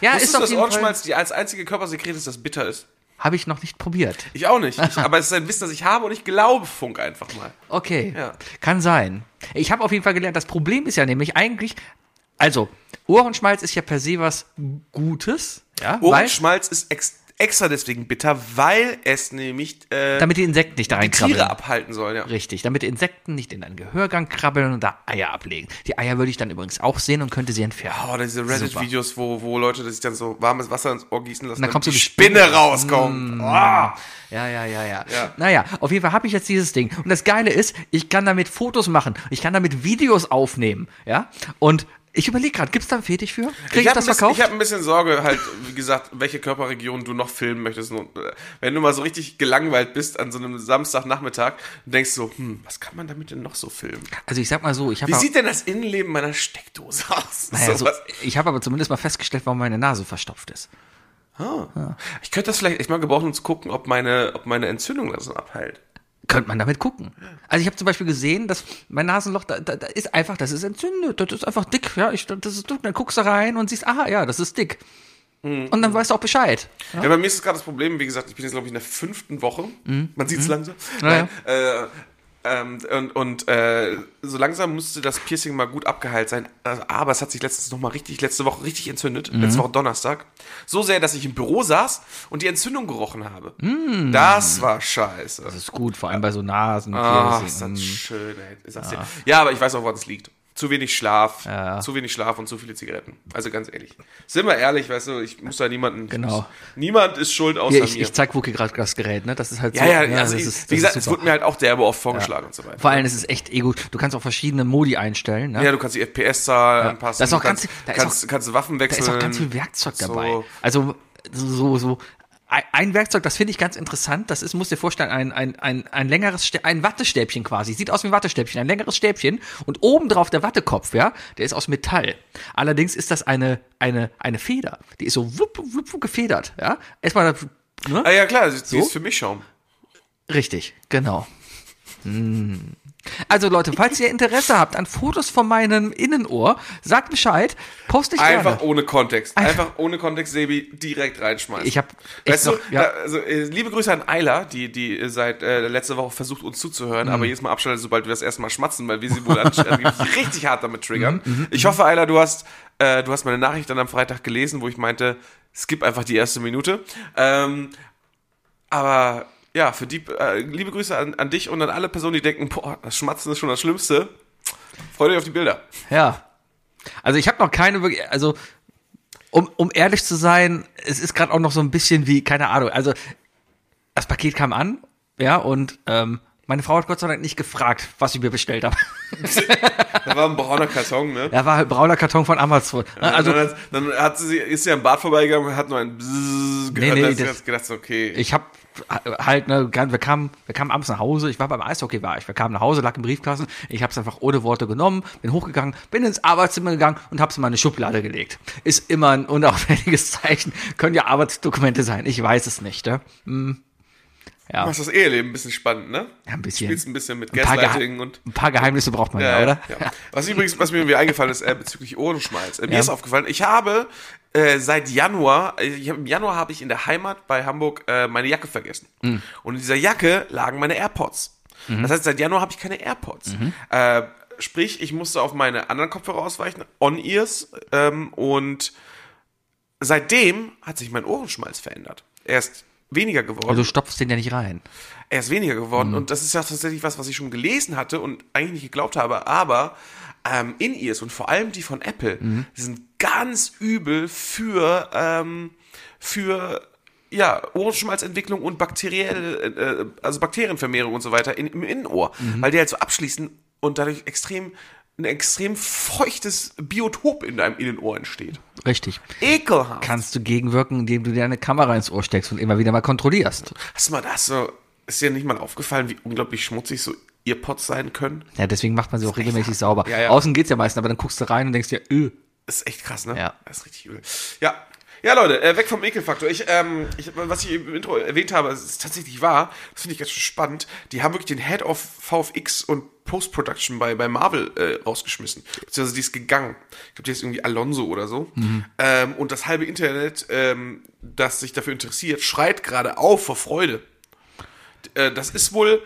[SPEAKER 4] Ja,
[SPEAKER 3] Wusstest
[SPEAKER 4] ist
[SPEAKER 3] du,
[SPEAKER 4] auf
[SPEAKER 3] dass
[SPEAKER 4] jeden Fall.
[SPEAKER 3] Ohrenschmalz die als einzige Körpersekret ist, das bitter ist?
[SPEAKER 4] Habe ich noch nicht probiert.
[SPEAKER 3] Ich auch nicht. Ich, aber es ist ein Wissen, das ich habe und ich glaube Funk einfach mal.
[SPEAKER 4] Okay,
[SPEAKER 3] Ja.
[SPEAKER 4] kann sein. Ich habe auf jeden Fall gelernt, das Problem ist ja nämlich eigentlich, also Ohrenschmalz ist ja per se was Gutes, ja, weil,
[SPEAKER 3] Ohrenschmalz ist ex extra deswegen bitter, weil es nämlich äh,
[SPEAKER 4] damit die Insekten nicht da reinkrabbeln.
[SPEAKER 3] Tiere abhalten soll. Ja.
[SPEAKER 4] Richtig, damit Insekten nicht in deinen Gehörgang krabbeln und da Eier ablegen. Die Eier würde ich dann übrigens auch sehen und könnte sie entfernen.
[SPEAKER 3] Oh, diese Reddit-Videos, wo, wo Leute sich dann so warmes Wasser ins Ohr gießen lassen,
[SPEAKER 4] dann kommt so
[SPEAKER 3] die
[SPEAKER 4] die Hm.
[SPEAKER 3] Spinne rauskommt. Oh.
[SPEAKER 4] Ja, ja, ja, ja.
[SPEAKER 3] Ja.
[SPEAKER 4] Naja, auf jeden Fall habe ich jetzt dieses Ding. Und das Geile ist, ich kann damit Fotos machen, ich kann damit Videos aufnehmen, ja. Und ich überlege gerade, gibt's da einen Fetisch für? Kriege ich,
[SPEAKER 3] hab
[SPEAKER 4] das
[SPEAKER 3] ein bisschen,
[SPEAKER 4] verkauft?
[SPEAKER 3] ich habe ein bisschen Sorge, halt, wie gesagt, welche Körperregionen du noch filmen möchtest. Und, äh, wenn du mal so richtig gelangweilt bist an so einem Samstagnachmittag und denkst so, hm, was kann man damit denn noch so filmen?
[SPEAKER 4] also ich sag mal so, ich habe
[SPEAKER 3] Wie sieht denn das Innenleben meiner Steckdose [laughs] aus?
[SPEAKER 4] Naja, so,
[SPEAKER 3] Sowas.
[SPEAKER 4] ich habe aber zumindest mal festgestellt, warum meine Nase verstopft ist.
[SPEAKER 3] Ich könnte das vielleicht echt mal gebrauchen, um zu gucken, ob meine, ob meine Entzündung da so abheilt.
[SPEAKER 4] Könnte man damit gucken. Also ich habe zum Beispiel gesehen, dass mein Nasenloch, da, da, da ist einfach, das ist entzündet, das ist einfach dick, ja, ich, das ist dick. Dann guckst du rein und siehst, aha, ja, das ist dick.
[SPEAKER 3] Hm.
[SPEAKER 4] Und dann weißt du auch Bescheid.
[SPEAKER 3] Ja? bei mir ist es gerade das Problem, wie gesagt, ich bin jetzt, glaube ich, in der fünften Woche. Man sieht es langsam.
[SPEAKER 4] Mhm. Ja,
[SPEAKER 3] Nein, äh, ähm, und und äh, so langsam müsste das Piercing mal gut abgeheilt sein. Also, Aber es hat sich letztens noch mal richtig, letzte Woche richtig entzündet.
[SPEAKER 4] Mhm.
[SPEAKER 3] Letzte Woche Donnerstag. So sehr, dass ich im Büro saß und die Entzündung gerochen habe.
[SPEAKER 4] Mhm.
[SPEAKER 3] Das war scheiße.
[SPEAKER 4] Das ist gut, vor allem bei so Nasen.
[SPEAKER 3] Ach, ist das
[SPEAKER 4] mhm.
[SPEAKER 3] schön, ey. Ist das ja. ja, aber ich weiß auch, woran es liegt. Zu wenig Schlaf, zu wenig Schlaf und zu viele Zigaretten. Also ganz ehrlich. Sind wir ehrlich, weißt du, ich muss da niemanden.
[SPEAKER 4] Genau.
[SPEAKER 3] Niemand ist schuld außer
[SPEAKER 4] ja, ich,
[SPEAKER 3] mir.
[SPEAKER 4] ich zeig Wookie gerade das Gerät, ne? Das ist halt
[SPEAKER 3] ja,
[SPEAKER 4] so.
[SPEAKER 3] ja, also
[SPEAKER 4] das
[SPEAKER 3] ich,
[SPEAKER 4] ist- das
[SPEAKER 3] wie
[SPEAKER 4] ist
[SPEAKER 3] gesagt, es
[SPEAKER 4] super.
[SPEAKER 3] wurde mir halt auch derbe oft vorgeschlagen und so weiter.
[SPEAKER 4] vor allem ist es echt ego. Du kannst auch verschiedene Modi einstellen, ne?
[SPEAKER 3] Ja, du kannst die FPS-Zahl anpassen.
[SPEAKER 4] Das ist auch
[SPEAKER 3] du kannst,
[SPEAKER 4] ganz- da ist
[SPEAKER 3] kannst, kannst Waffen
[SPEAKER 4] Da
[SPEAKER 3] wechseln.
[SPEAKER 4] ist auch ganz viel Werkzeug dabei.
[SPEAKER 3] So.
[SPEAKER 4] Also so, so ein- ein Werkzeug, das finde ich ganz interessant, das ist, musst dir vorstellen, ein, ein, ein, ein längeres, Stä- ein Wattestäbchen quasi, sieht aus wie ein Wattestäbchen, ein längeres Stäbchen und obendrauf der Wattekopf, ja, der ist aus Metall. Allerdings ist das eine, eine, eine Feder, die ist so wupp, wupp, wupp gefedert, ja. Erstmal,
[SPEAKER 3] Ah
[SPEAKER 4] ne?
[SPEAKER 3] ja, klar, sie sie ist für mich Schaum.
[SPEAKER 4] Richtig, genau. Also Leute, falls ihr Interesse habt an Fotos von meinem Innenohr, sagt Bescheid, poste ich
[SPEAKER 3] Einfach
[SPEAKER 4] gerne.
[SPEAKER 3] ohne Kontext. Einfach ohne Kontext, Sebi, direkt reinschmeißen.
[SPEAKER 4] Ich hab echt
[SPEAKER 3] Weißt du,
[SPEAKER 4] noch- ja.
[SPEAKER 3] da, also, äh, liebe Grüße an Ayla, die, die äh, seit äh, letzter Woche versucht, uns zuzuhören, aber jedes Mal abschaltet, sobald wir das erste Mal schmatzen, weil wir sie wohl an- angeblich richtig hart damit triggern. ich hoffe, Ayla, du hast, äh, du hast meine Nachricht dann am Freitag gelesen, wo ich meinte, skip einfach die erste Minute. Ähm, aber ja, für die, äh, liebe Grüße an, an dich und an alle Personen, die denken, boah, das Schmatzen ist schon das Schlimmste. Freut euch auf die Bilder.
[SPEAKER 4] Ja. Also ich habe noch keine wirklich, also um, um ehrlich zu sein, es ist gerade auch noch so ein bisschen wie, keine Ahnung, also das Paket kam an, ja, und ähm, meine Frau hat Gott sei Dank nicht gefragt, was ich mir bestellt habe.
[SPEAKER 3] Da war ein brauner Karton, ne?
[SPEAKER 4] [laughs] Da war halt brauner Karton von Amazon. Also
[SPEAKER 3] Also, dann, hat- dann hat sie, ist sie am Bad vorbeigegangen und hat nur ein Bzzz gehört.
[SPEAKER 4] Nee,
[SPEAKER 3] Nee,
[SPEAKER 4] nee,
[SPEAKER 3] nee, da
[SPEAKER 4] das-
[SPEAKER 3] hat sie gedacht, so, okay.
[SPEAKER 4] ich habe halt, ne, ganz- wir kamen, wir kamen abends nach Hause, ich war beim Eishockey, war ich, wir kamen nach Hause, lag im Briefkasten, ich habe es einfach ohne Worte genommen, bin hochgegangen, bin ins Arbeitszimmer gegangen und habe es in meine Schublade gelegt. Ist immer ein unauffälliges [laughs] Zeichen, können ja Arbeitsdokumente sein, ich weiß es nicht, ne?
[SPEAKER 3] Du machst das Eheleben ein bisschen spannend, ne?
[SPEAKER 4] Ja, ein bisschen.
[SPEAKER 3] Spielst ein bisschen mit
[SPEAKER 4] Ein paar,
[SPEAKER 3] Gaslighting
[SPEAKER 4] Gehe-
[SPEAKER 3] und.
[SPEAKER 4] ein paar Geheimnisse braucht man ja, oder?
[SPEAKER 3] Ja. Was übrigens, was mir irgendwie eingefallen ist, äh, bezüglich Ohrenschmalz. Äh, mir ist aufgefallen, ich habe äh, seit Januar, äh, ich hab, im Januar habe ich in der Heimat bei Hamburg äh, meine Jacke vergessen.
[SPEAKER 4] Mhm.
[SPEAKER 3] Und in dieser Jacke lagen meine AirPods. Das heißt, seit Januar habe ich keine AirPods.
[SPEAKER 4] Mhm.
[SPEAKER 3] Äh, sprich, ich musste auf meine anderen Kopfhörer ausweichen, On-Ears, ähm, und seitdem hat sich mein Ohrenschmalz verändert. Er ist weniger geworden.
[SPEAKER 4] Also du stopfst den ja nicht rein.
[SPEAKER 3] Er ist weniger geworden und das ist ja tatsächlich was, was ich schon gelesen hatte und eigentlich nicht geglaubt habe, aber ähm, In-Ears und vor allem die von Apple sind ganz übel für, ähm, für ja, Ohrenschmalzentwicklung und bakterielle, äh, also Bakterienvermehrung und so weiter in, im Innenohr, weil die halt so abschließen und dadurch extrem ein extrem feuchtes Biotop in deinem Innenohr entsteht.
[SPEAKER 4] Richtig.
[SPEAKER 3] Ekelhaft.
[SPEAKER 4] Kannst du gegenwirken, indem du dir eine Kamera ins Ohr steckst und immer wieder mal kontrollierst.
[SPEAKER 3] Hast du mal das so, ist dir nicht mal aufgefallen, wie unglaublich schmutzig so Earpods sein können?
[SPEAKER 4] Ja, deswegen macht man sie auch regelmäßig sauber.
[SPEAKER 3] Ja, ja.
[SPEAKER 4] Außen geht's ja meistens, aber dann guckst du rein und denkst dir, öh.
[SPEAKER 3] Das ist echt krass, ne?
[SPEAKER 4] Ja.
[SPEAKER 3] Das ist richtig übel. Ja. Ja, Leute, äh, weg vom Ekelfaktor. Ich, ähm, ich, was ich im Intro erwähnt habe, es ist tatsächlich wahr. Das finde ich ganz schön spannend. Die haben wirklich den Head of VFX und Post-Production bei, bei Marvel äh, rausgeschmissen. Beziehungsweise die ist gegangen. Ich glaube, die ist irgendwie Alonso oder so. Ähm, und das halbe Internet, ähm, das sich dafür interessiert, schreit gerade auf vor Freude. äh, das ist wohl.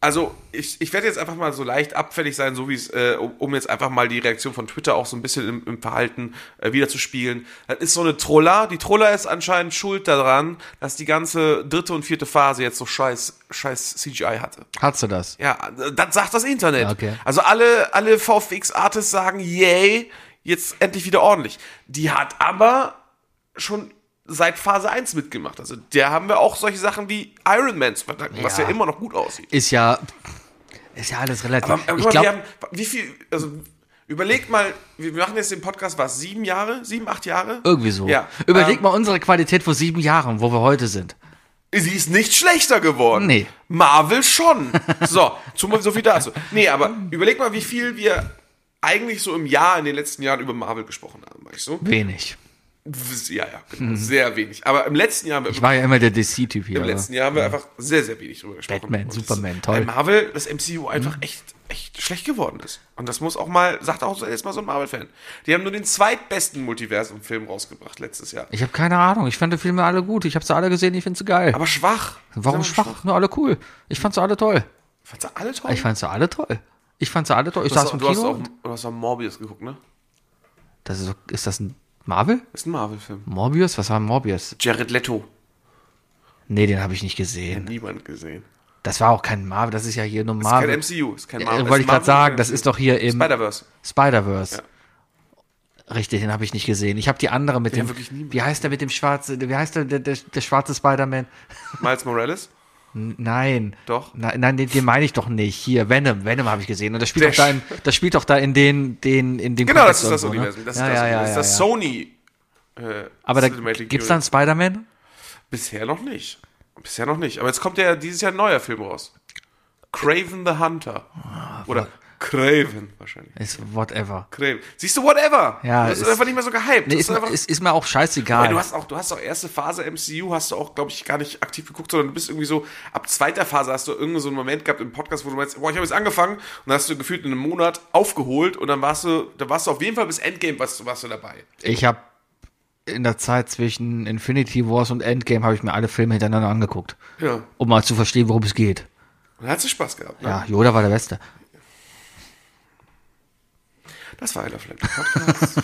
[SPEAKER 3] Also, ich, ich werde jetzt einfach mal so leicht abfällig sein, so wie es, äh, um, um jetzt einfach mal die Reaktion von Twitter auch so ein bisschen im, im Verhalten äh, wiederzuspiegeln. Das ist so eine Troller. Die Troller ist anscheinend schuld daran, dass die ganze dritte und vierte Phase jetzt so scheiß, scheiß CGI hatte.
[SPEAKER 4] Hast du das?
[SPEAKER 3] Ja, das sagt das Internet.
[SPEAKER 4] Ah, Okay.
[SPEAKER 3] Also alle, alle VFX-Artists sagen, yay, jetzt endlich wieder ordentlich. Die hat aber schon seit Phase 1 mitgemacht. Also der haben wir auch solche Sachen wie Iron Man zu verdanken, was
[SPEAKER 4] Ja.
[SPEAKER 3] ja immer noch gut aussieht.
[SPEAKER 4] Ist ja, ist ja alles relativ.
[SPEAKER 3] Aber, aber
[SPEAKER 4] ich
[SPEAKER 3] guck mal, wir
[SPEAKER 4] glaube,
[SPEAKER 3] haben, wie viel, also überleg mal, wir machen jetzt den Podcast, was, sieben Jahre? Sieben, acht Jahre?
[SPEAKER 4] irgendwie so.
[SPEAKER 3] Ja.
[SPEAKER 4] Überleg
[SPEAKER 3] Ähm,
[SPEAKER 4] mal unsere Qualität vor sieben Jahren, wo wir heute sind.
[SPEAKER 3] Sie ist nicht schlechter geworden.
[SPEAKER 4] Nee.
[SPEAKER 3] Marvel
[SPEAKER 4] [laughs]
[SPEAKER 3] schon. So, zum, so viel dazu. Nee, aber überleg mal, wie viel wir eigentlich so im Jahr in den letzten Jahren über Marvel gesprochen haben, weißt du?
[SPEAKER 4] Wenig.
[SPEAKER 3] Ja, ja, genau. sehr wenig. Aber im letzten Jahr haben wir
[SPEAKER 4] Hm. Ich war ja immer der DC-Typ hier.
[SPEAKER 3] im
[SPEAKER 4] aber-
[SPEAKER 3] letzten Jahr haben wir einfach sehr, sehr wenig drüber gesprochen.
[SPEAKER 4] Batman,
[SPEAKER 3] Und das
[SPEAKER 4] Superman,
[SPEAKER 3] ist
[SPEAKER 4] toll.
[SPEAKER 3] Bei Marvel, das MCU einfach echt, echt schlecht geworden ist. Und das muss auch mal, sagt auch so- jetzt mal so ein Marvel-Fan. Die haben nur den zweitbesten Multiversum-Film rausgebracht letztes Jahr.
[SPEAKER 4] Ich habe keine Ahnung. Ich fand die Filme alle gut. Ich habe sie alle gesehen. Ich finde sie geil.
[SPEAKER 3] Aber schwach.
[SPEAKER 4] Warum
[SPEAKER 3] Sagen wir
[SPEAKER 4] schwach? Nur alle cool. Ich fand sie alle toll.
[SPEAKER 3] Fandst du alle toll?
[SPEAKER 4] Ich fand sie alle toll. Ich fand sie alle toll. Ich
[SPEAKER 3] du hast,
[SPEAKER 4] saß im
[SPEAKER 3] du, hast
[SPEAKER 4] Kino.
[SPEAKER 3] auch, du hast auch Morbius geguckt, ne?
[SPEAKER 4] das ist, doch- ist das ein Marvel?
[SPEAKER 3] Das ist ein Marvel-Film.
[SPEAKER 4] Morbius? Was war Morbius?
[SPEAKER 3] Jared Leto.
[SPEAKER 4] Nee, den habe ich nicht gesehen.
[SPEAKER 3] Niemand gesehen.
[SPEAKER 4] Das war auch kein Marvel. Das ist ja hier nur
[SPEAKER 3] Kein
[SPEAKER 4] Genau. Marvel.
[SPEAKER 3] MCU. Ist kein
[SPEAKER 4] Äh,
[SPEAKER 3] Marvel.
[SPEAKER 4] wollte ich gerade sagen, das ist doch hier im
[SPEAKER 3] Spider-Verse.
[SPEAKER 4] Spider-Verse. Richtig, den habe ich nicht gesehen. Ich habe die andere mit dem.
[SPEAKER 3] wirklich niemand.
[SPEAKER 4] Wie heißt der mit dem schwarzen? Wie heißt der, der, der, der schwarze Spider-Man?
[SPEAKER 3] Miles
[SPEAKER 4] [laughs]
[SPEAKER 3] Morales.
[SPEAKER 4] N- Nein.
[SPEAKER 3] Doch.
[SPEAKER 4] Nein, nein den, den meine ich doch nicht. Hier, Venom. Venom habe ich gesehen. Und das spielt
[SPEAKER 3] Der
[SPEAKER 4] doch da in, das spielt doch da in den, den, in den
[SPEAKER 3] Genau, das
[SPEAKER 4] Kontext
[SPEAKER 3] ist das
[SPEAKER 4] irgendwo, ne?
[SPEAKER 3] Universum. Das ist
[SPEAKER 4] ja,
[SPEAKER 3] das,
[SPEAKER 4] ja, ja,
[SPEAKER 3] das, ist
[SPEAKER 4] ja,
[SPEAKER 3] das
[SPEAKER 4] ja.
[SPEAKER 3] Sony. Äh,
[SPEAKER 4] Aber da,
[SPEAKER 3] Cinematic
[SPEAKER 4] gibt's da einen
[SPEAKER 3] Universe.
[SPEAKER 4] Spider-Man?
[SPEAKER 3] Bisher noch nicht. Bisher
[SPEAKER 4] Ah,
[SPEAKER 3] noch nicht. Aber jetzt kommt ja dieses Jahr ein neuer Film raus. Craven the Hunter. Oder Craven wahrscheinlich.
[SPEAKER 4] Ist whatever.
[SPEAKER 3] Craven. Siehst du, whatever.
[SPEAKER 4] Ja,
[SPEAKER 3] du bist
[SPEAKER 4] ist-
[SPEAKER 3] einfach nicht mehr so gehypt.
[SPEAKER 4] Nee,
[SPEAKER 3] Das
[SPEAKER 4] ist, mir-
[SPEAKER 3] einfach,
[SPEAKER 4] ist, ist mir auch scheißegal.
[SPEAKER 3] Weil du hast auch, du hast auch erste Phase MCU, hast du auch, glaube ich, gar nicht aktiv geguckt, sondern du bist irgendwie so, ab zweiter Phase hast du irgendeinen so einen Moment gehabt im Podcast, wo du meinst, boah, ich habe jetzt angefangen und dann hast du gefühlt in einem Monat aufgeholt und dann warst du, da warst du auf jeden Fall bis Endgame warst, du- warst du dabei.
[SPEAKER 4] ich habe in der Zeit zwischen Infinity Wars und Endgame habe ich mir alle Filme hintereinander angeguckt,
[SPEAKER 3] Ja. Und
[SPEAKER 4] um mal zu verstehen, worum es geht.
[SPEAKER 3] dann hast du Spaß gehabt, ne?
[SPEAKER 4] Ja, Yoda war der Beste.
[SPEAKER 3] Das war einer vielleicht. Podcast.
[SPEAKER 4] [laughs]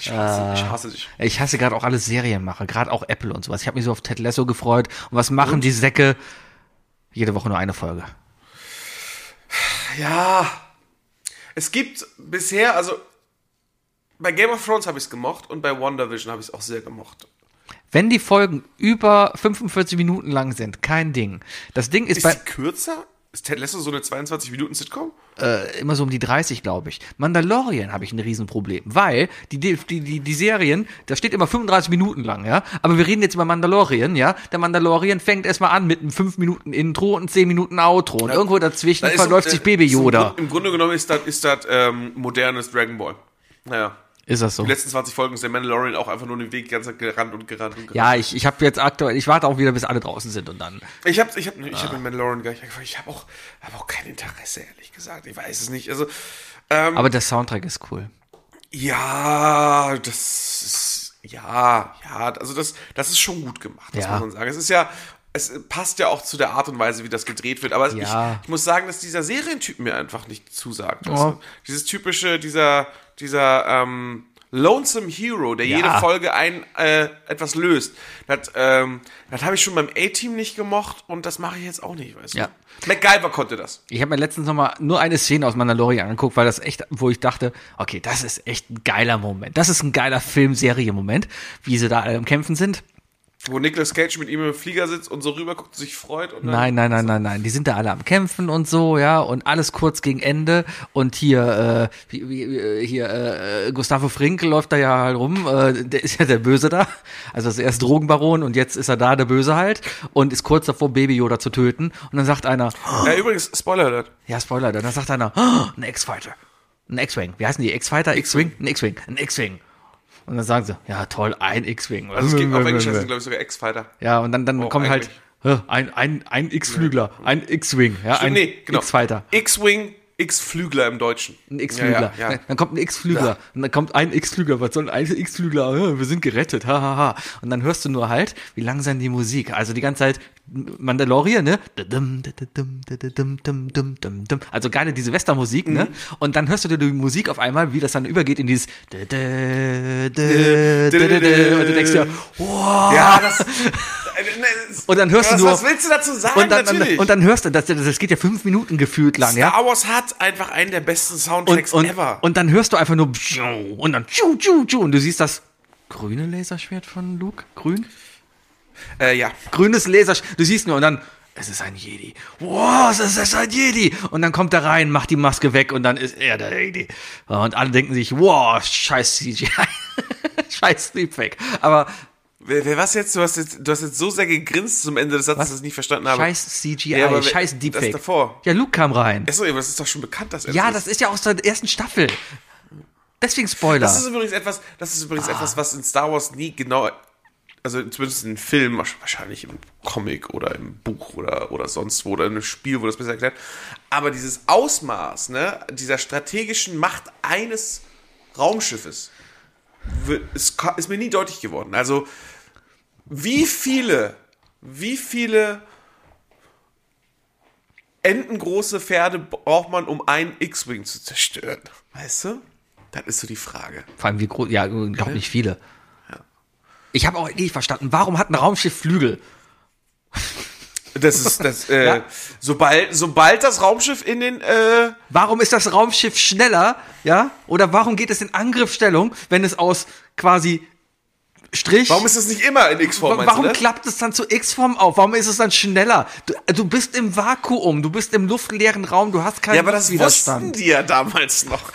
[SPEAKER 3] ich, hasse,
[SPEAKER 4] Ah.
[SPEAKER 3] ich hasse dich.
[SPEAKER 4] Ich hasse gerade auch alle Serienmacher, gerade auch Apple und sowas. Ich habe mich so auf Ted Lasso gefreut. Und was machen die Säcke? Jede Woche nur eine Folge.
[SPEAKER 3] Ja. Es gibt bisher, also bei Game of Thrones habe ich es gemocht und bei WandaVision habe ich es auch sehr gemocht.
[SPEAKER 4] Wenn die Folgen über 45 Minuten lang sind, kein Ding. Das Ding ist,
[SPEAKER 3] Ist
[SPEAKER 4] bei
[SPEAKER 3] sie kürzer? Ist Ted Lasso so eine 22-Minuten-Sitcom?
[SPEAKER 4] äh, immer so um die 30, glaube ich. Mandalorian habe ich ein Riesenproblem, weil die, die, die, die Serien, da steht immer 35 Minuten lang, ja. Aber wir reden jetzt über Mandalorian, ja. Der Mandalorian fängt erstmal an mit einem 5 Minuten Intro und 10 Minuten Outro. Und irgendwo dazwischen
[SPEAKER 3] Da ist-
[SPEAKER 4] verläuft sich
[SPEAKER 3] äh,
[SPEAKER 4] Baby
[SPEAKER 3] ist im
[SPEAKER 4] Yoda.
[SPEAKER 3] Grund- Im Grunde genommen ist das, ist das ähm, modernes Dragon Ball. Naja.
[SPEAKER 4] Ist das so?
[SPEAKER 3] Die letzten 20 Folgen ist der Mandalorian auch einfach nur den Weg die ganze Zeit gerannt und gerannt und gerannt.
[SPEAKER 4] Ja, ich, ich habe jetzt aktuell, ich warte auch wieder, bis alle draußen sind und dann.
[SPEAKER 3] Ich habe ich hab, ich
[SPEAKER 4] Ah.
[SPEAKER 3] hab den Mandalorian gar nicht angefangen. Ich habe auch, hab auch kein Interesse, ehrlich gesagt. Ich weiß es nicht. Also, ähm,
[SPEAKER 4] Aber der Soundtrack ist cool.
[SPEAKER 3] ja, das ist, ja, ja, also das, das ist schon gut gemacht, das
[SPEAKER 4] Ja.
[SPEAKER 3] muss man sagen. Es ist ja, es passt ja auch zu der Art und Weise, wie das gedreht wird. Aber
[SPEAKER 4] Ja.
[SPEAKER 3] ich, ich muss sagen, dass dieser Serientyp mir einfach nicht zusagt.
[SPEAKER 4] Ja.
[SPEAKER 3] weißt du? Dieses typische, dieser, dieser ähm, Lonesome Hero, der jede Folge ein äh, etwas löst. Das, ähm, das habe ich schon beim A-Team nicht gemocht und das mache ich jetzt auch nicht, weißt
[SPEAKER 4] Ja.
[SPEAKER 3] du? MacGyver konnte das.
[SPEAKER 4] Ich habe mir letztens nochmal nur eine Szene aus Mandalorian angeguckt, weil das echt, wo ich dachte, okay, das ist echt ein geiler Moment. Das ist ein geiler Film-Serie-Moment, wie sie da alle im Kämpfen sind.
[SPEAKER 3] Wo Nicolas Cage mit ihm im Flieger sitzt und so rüberguckt und sich freut. Und dann-
[SPEAKER 4] Nein, nein, nein, nein, nein. Die sind da alle am Kämpfen und so, ja, und alles kurz gegen Ende. Und hier, äh, wie- wie- hier, äh, Gustavo Frink läuft da ja halt rum. Äh, der ist ja der Böse da. Also ist erst Drogenbaron und jetzt ist er da, der Böse halt. Und ist kurz davor, Baby Yoda zu töten. Und dann sagt einer,
[SPEAKER 3] Ja, Äh, übrigens, Spoiler Alert.
[SPEAKER 4] ja, Spoiler, dann sagt einer, oh, ein X-Fighter. Ein X-Wing. Wie heißen die? X-Fighter? X-Wing? Ein X-Wing. Ein X-Wing. Und dann sagen sie, ja, toll, ein X-Wing.
[SPEAKER 3] Also es gibt auf Englisch heißen, glaube ich, sogar X-Fighter.
[SPEAKER 4] Ja, und dann, dann
[SPEAKER 3] Oh,
[SPEAKER 4] kommt halt
[SPEAKER 3] eigentlich.
[SPEAKER 4] hä, ein, ein, ein X-Flügler, ein X-Wing, ja, ein X-Fighter,
[SPEAKER 3] X-Wing, X-Flügler im Deutschen.
[SPEAKER 4] ein
[SPEAKER 3] genau.
[SPEAKER 4] X-Flügler.
[SPEAKER 3] Ja, ja, ja.
[SPEAKER 4] Dann kommt ein X-Flügler und dann kommt ein X-Flügler. Was soll ein X-Flügler? Hä, Wir sind gerettet, hahaha. Ha, ha. Und dann hörst du nur halt, wie langsam die Musik, also die ganze Zeit Mandalorian, ne? Dadum, dadadum, dadadum, dum, dum, dum, dum. Also geile diese Westermusik, ne?
[SPEAKER 3] Mhm.
[SPEAKER 4] Und dann hörst du dir die Musik auf einmal, wie das dann übergeht in dieses da, da, da, da, da, da. und du denkst dir, oh, wow.
[SPEAKER 3] ja das.
[SPEAKER 4] Ah.
[SPEAKER 3] äh, ne,
[SPEAKER 4] Und dann hörst du
[SPEAKER 3] was,
[SPEAKER 4] nur-
[SPEAKER 3] Was willst du dazu sagen?
[SPEAKER 4] Und dann,
[SPEAKER 3] Natürlich.
[SPEAKER 4] und dann hörst du, das, das geht ja fünf Minuten gefühlt lang, ja?
[SPEAKER 3] Star Wars hat einfach einen der besten Soundtracks
[SPEAKER 4] und, und,
[SPEAKER 3] ever.
[SPEAKER 4] und dann hörst du einfach nur pschiu, und dann tschu, tschu, tschu, und du siehst das grüne Laserschwert von Luke, grün,
[SPEAKER 3] äh, ja.
[SPEAKER 4] grünes Laserschwert, du siehst nur und dann es ist ein Jedi. Wow, es ist ein Jedi. Und dann kommt er rein, macht die Maske weg und dann ist er der Jedi. Und alle denken sich, wow, scheiß CGI. [laughs] scheiß Deepfake. Aber
[SPEAKER 3] Wer, wer was jetzt? Du hast jetzt, du hast jetzt so sehr gegrinst zum Ende des Satzes, dass ich es nicht verstanden habe.
[SPEAKER 4] scheiß CGI,
[SPEAKER 3] Ja, aber wer-
[SPEAKER 4] scheiß
[SPEAKER 3] Das
[SPEAKER 4] Deepfake.
[SPEAKER 3] davor.
[SPEAKER 4] ja, Luke kam rein.
[SPEAKER 3] Achso, aber das ist doch schon bekannt, dass er
[SPEAKER 4] Ja,
[SPEAKER 3] das ist.
[SPEAKER 4] das ist ja aus der ersten Staffel. Deswegen Spoiler.
[SPEAKER 3] Das ist übrigens etwas, das ist übrigens etwas, was in Star Wars nie genau, also zumindest in Filmen, wahrscheinlich im Comic oder im Buch oder, oder sonst wo oder in einem Spiel, wo das besser erklärt. Aber dieses Ausmaß, ne, dieser strategischen Macht eines Raumschiffes, wi- ist, ka- ist mir nie deutlich geworden. Also, wie viele, wie viele entengroße Pferde braucht man, um einen X-Wing zu zerstören? Weißt du? Das ist so die Frage.
[SPEAKER 4] Vor allem wie groß, ja, ich glaube nicht viele. Ich habe auch eh nicht verstanden, warum hat ein Raumschiff Flügel?
[SPEAKER 3] Das ist das, äh,
[SPEAKER 4] Ja.
[SPEAKER 3] sobald, sobald das Raumschiff in den, äh,
[SPEAKER 4] Warum ist das Raumschiff schneller, ja? Oder warum geht es in Angriffsstellung, wenn es aus quasi Strich...
[SPEAKER 3] warum ist das nicht immer in X-Form,
[SPEAKER 4] Wa-
[SPEAKER 3] meinst
[SPEAKER 4] warum
[SPEAKER 3] du, ne?
[SPEAKER 4] klappt es dann zu X-Form auf? Warum ist es dann schneller? Du, äh, du bist im Vakuum, du bist im luftleeren Raum, du hast keinen
[SPEAKER 3] Ja, aber das
[SPEAKER 4] Luftwiderstand.
[SPEAKER 3] wussten die ja damals noch.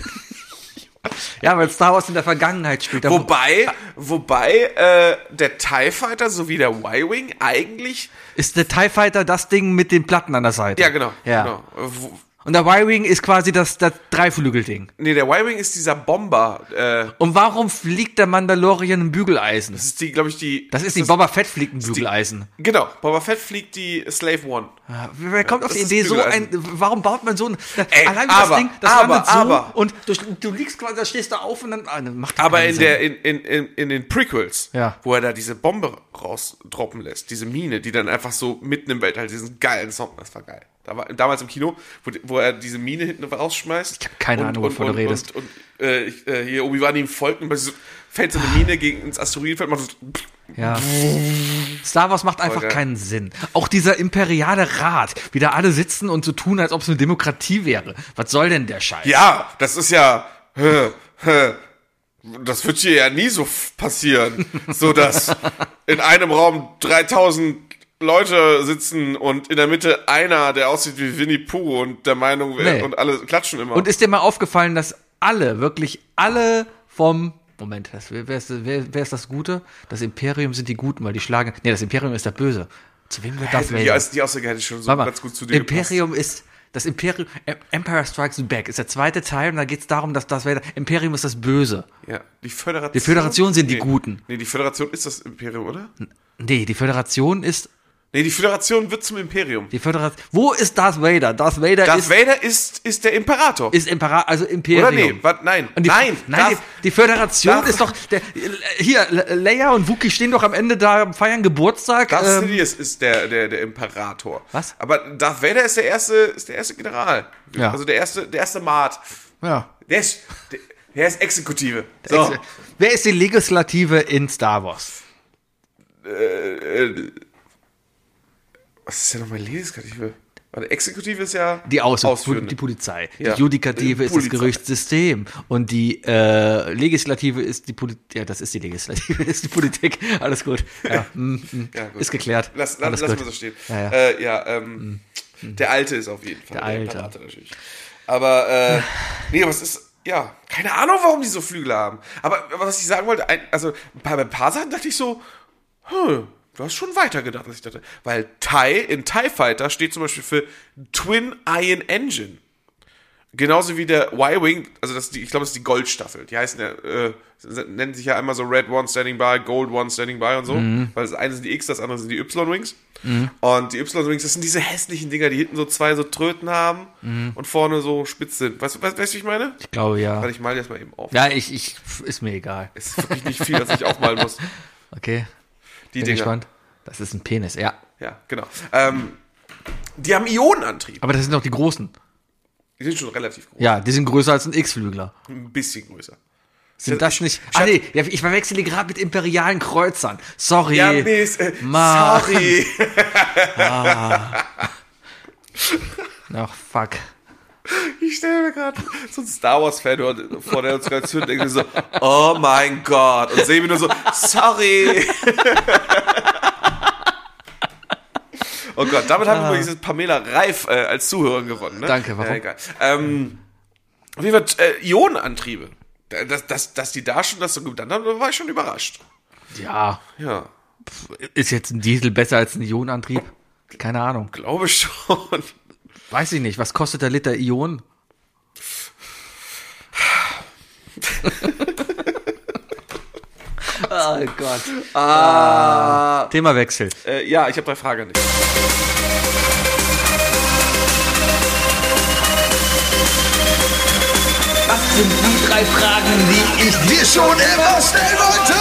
[SPEAKER 4] Ja, weil Star Wars in der Vergangenheit spielt. Da-
[SPEAKER 3] wobei, wobei, äh, der TIE Fighter sowie der Y-Wing eigentlich,
[SPEAKER 4] ist der TIE Fighter das Ding mit den Platten an der Seite?
[SPEAKER 3] ja genau,
[SPEAKER 4] Ja.
[SPEAKER 3] genau. Äh, wo-
[SPEAKER 4] Und der Y-Wing ist quasi das, das Dreiflügelding.
[SPEAKER 3] Nee, der Y-Wing ist dieser Bomber. Äh,
[SPEAKER 4] Und warum fliegt der Mandalorian ein Bügeleisen?
[SPEAKER 3] das ist die, glaube ich, die.
[SPEAKER 4] Das ist die Boba Fett fliegt ein Bügeleisen.
[SPEAKER 3] Genau, Boba Fett fliegt die Slave One.
[SPEAKER 4] Ah, Wer kommt auf
[SPEAKER 3] das
[SPEAKER 4] die
[SPEAKER 3] ist
[SPEAKER 4] Idee, so ein,
[SPEAKER 3] Bügeleisen.
[SPEAKER 4] warum baut man so ein,
[SPEAKER 3] Ey,
[SPEAKER 4] [laughs] allein
[SPEAKER 3] aber,
[SPEAKER 4] das Ding, das
[SPEAKER 3] aber,
[SPEAKER 4] war mit Zoom
[SPEAKER 3] aber.
[SPEAKER 4] und du, du liegst quasi, da stehst du auf und dann, ah, dann macht das
[SPEAKER 3] Aber
[SPEAKER 4] keinen
[SPEAKER 3] in,
[SPEAKER 4] Sinn.
[SPEAKER 3] der, in, in, in, in den Prequels,
[SPEAKER 4] Ja.
[SPEAKER 3] wo er da diese Bombe rausdroppen lässt, diese Mine, die dann einfach so mitten im Weltall, diesen geilen Song, das war geil. Da war, damals im Kino, wo, die- wo er diese Mine hinten rausschmeißt. Ich
[SPEAKER 4] hab keine Ahnung, wovon
[SPEAKER 3] und,
[SPEAKER 4] du redest.
[SPEAKER 3] Und, und äh, ich, äh, hier Obi-Wan ihm folgt und plötzlich so, fällt so eine Mine gegen ins Asteroidenfeld, macht so,
[SPEAKER 4] Ja. [laughs] Star Wars macht einfach
[SPEAKER 3] geil.
[SPEAKER 4] keinen Sinn. Auch dieser imperiale Rat, wie da alle sitzen und so tun, als ob es eine Demokratie wäre. Was soll denn der Scheiß?
[SPEAKER 3] ja, das ist ja, hä, hä, das wird hier ja nie so f- passieren, so dass in einem Raum 3000 Leute sitzen und in der Mitte einer, der aussieht wie Winnie Pooh und der Meinung äh,
[SPEAKER 4] Nee.
[SPEAKER 3] und alle klatschen immer.
[SPEAKER 4] Und ist dir mal aufgefallen, dass alle, wirklich alle vom Moment, das, wer, wer, ist, wer, wer ist das Gute? Das Imperium sind die Guten, weil die schlagen. Nee, das Imperium ist der Böse. Zu wem wird das
[SPEAKER 3] die, aus- die Aussage hätte schon so
[SPEAKER 4] Warte mal,
[SPEAKER 3] ganz gut zu dir
[SPEAKER 4] Imperium ist das Imperium Em- Empire Strikes Back ist der zweite Teil und da geht es darum, dass das Vader, Imperium ist das Böse.
[SPEAKER 3] gepasst. Ja, die Föderation.
[SPEAKER 4] Die Föderation sind die Guten.
[SPEAKER 3] Nee, die Föderation ist das Imperium, oder?
[SPEAKER 4] Nee, die Föderation ist
[SPEAKER 3] Nee, die Föderation wird zum Imperium.
[SPEAKER 4] die Föderation. Wo ist Darth Vader? Darth Vader
[SPEAKER 3] Darth
[SPEAKER 4] ist
[SPEAKER 3] Vader ist, ist der Imperator.
[SPEAKER 4] ist Impera also Imperium.
[SPEAKER 3] oder nee, wat, nein,
[SPEAKER 4] Und die,
[SPEAKER 3] nein,
[SPEAKER 4] nein
[SPEAKER 3] Darth-
[SPEAKER 4] die, die Föderation
[SPEAKER 3] Darth-
[SPEAKER 4] ist doch der, hier Le- Leia und Wookie stehen doch am Ende da feiern Geburtstag.
[SPEAKER 3] Darth
[SPEAKER 4] ähm,
[SPEAKER 3] Sidious ist der, der, der Imperator.
[SPEAKER 4] Was?
[SPEAKER 3] Aber Darth Vader ist der erste, ist der erste General.
[SPEAKER 4] Ja.
[SPEAKER 3] Also der erste, der erste Mart.
[SPEAKER 4] ja.
[SPEAKER 3] Der ist, der, der ist Exekutive.
[SPEAKER 4] So.
[SPEAKER 3] So.
[SPEAKER 4] Wer ist die Legislative in Star Wars?
[SPEAKER 3] Äh, Was ist denn nochmal Legislative? Warte, Exekutive ist ja
[SPEAKER 4] Die Außen
[SPEAKER 3] Ausführende.
[SPEAKER 4] die Polizei.
[SPEAKER 3] Ja.
[SPEAKER 4] Die Judikative
[SPEAKER 3] Die
[SPEAKER 4] ist das
[SPEAKER 3] Polizei.
[SPEAKER 4] Gerichtssystem und die äh, Legislative ist die Politik. Ja, das ist die Legislative, [laughs] ist die Politik. Alles gut. Ja, mm, mm,
[SPEAKER 3] Ja, gut.
[SPEAKER 4] Ist geklärt.
[SPEAKER 3] Lass, lass,
[SPEAKER 4] Alles
[SPEAKER 3] lassen wir
[SPEAKER 4] gut.
[SPEAKER 3] so stehen.
[SPEAKER 4] Ja, Mhm. ja.
[SPEAKER 3] Äh, ja ähm, Der Alte ist auf jeden Fall.
[SPEAKER 4] Der Alte.
[SPEAKER 3] Imperator natürlich. Aber, äh,
[SPEAKER 4] [sighs]
[SPEAKER 3] nee, aber es ist, ja, keine Ahnung, warum die so Flügel haben. Aber, aber was ich sagen wollte, ein, also bei bei ein paar Sachen dachte ich so, hm, du hast schon weiter gedacht, als ich dachte. Weil TIE in TIE Fighter steht zum Beispiel für Twin Iron Engine. Genauso wie der Y-Wing, also das, ist die, ich glaube, das ist die Goldstaffel. Die heißen ja, äh, nennen sich ja einmal so Red One Standing By, Gold One Standing By und so.
[SPEAKER 4] Mhm.
[SPEAKER 3] Weil das eine sind die X, das andere sind die Y-Wings. Und die Y-Wings, das sind diese hässlichen Dinger, die hinten so zwei so Tröten haben
[SPEAKER 4] Mhm.
[SPEAKER 3] und vorne so spitz sind. Weißt du, weißt, weißt, du, wie ich meine?
[SPEAKER 4] Ich glaube ja.
[SPEAKER 3] Warte, ich male das mal eben auf.
[SPEAKER 4] Ja, ich, ich ist mir egal.
[SPEAKER 3] Es ist wirklich nicht viel, was ich aufmalen
[SPEAKER 4] [laughs]
[SPEAKER 3] muss.
[SPEAKER 4] Okay.
[SPEAKER 3] Die
[SPEAKER 4] Bin
[SPEAKER 3] Dinger.
[SPEAKER 4] gespannt. Das ist ein Penis, ja.
[SPEAKER 3] Ja, genau. Ähm, die haben Ionenantrieb.
[SPEAKER 4] Aber das sind doch die großen.
[SPEAKER 3] Die sind schon relativ groß.
[SPEAKER 4] Ja, die sind größer als ein X-Flügler.
[SPEAKER 3] Ein bisschen größer.
[SPEAKER 4] Sind das nicht. Ah, nee, ja, ich verwechsel die gerade mit imperialen Kreuzern. Sorry.
[SPEAKER 3] Ja, Mist. Äh,
[SPEAKER 4] Mann.
[SPEAKER 3] sorry.
[SPEAKER 4] Ach, fuck.
[SPEAKER 3] Ich stelle mir gerade so einen Star Wars-Fan vor, der uns gerade zuhört und denkt so, oh mein Gott. Und sehe mir nur so, sorry. Oh Gott, damit haben wir übrigens jetzt Pamela Reif äh, als Zuhörerin gewonnen. Ne?
[SPEAKER 4] Ah. Danke, warum?
[SPEAKER 3] Ja, egal. Ähm, wie wird äh, Ionenantriebe? Da- Dass, dass, dass die da schon das so genannt haben, da war ich schon überrascht.
[SPEAKER 4] Ja.
[SPEAKER 3] Ja,
[SPEAKER 4] Ist jetzt ein Diesel besser als ein Ionenantrieb? Keine Ahnung.
[SPEAKER 3] glaube ich schon.
[SPEAKER 4] Weiß ich nicht. Was kostet der Liter Ion? oh Gott. Ah. Themawechsel.
[SPEAKER 3] Äh, ja, ich habe drei Fragen an dich.
[SPEAKER 1] Was sind die drei Fragen, die ich dir schon immer stellen wollte?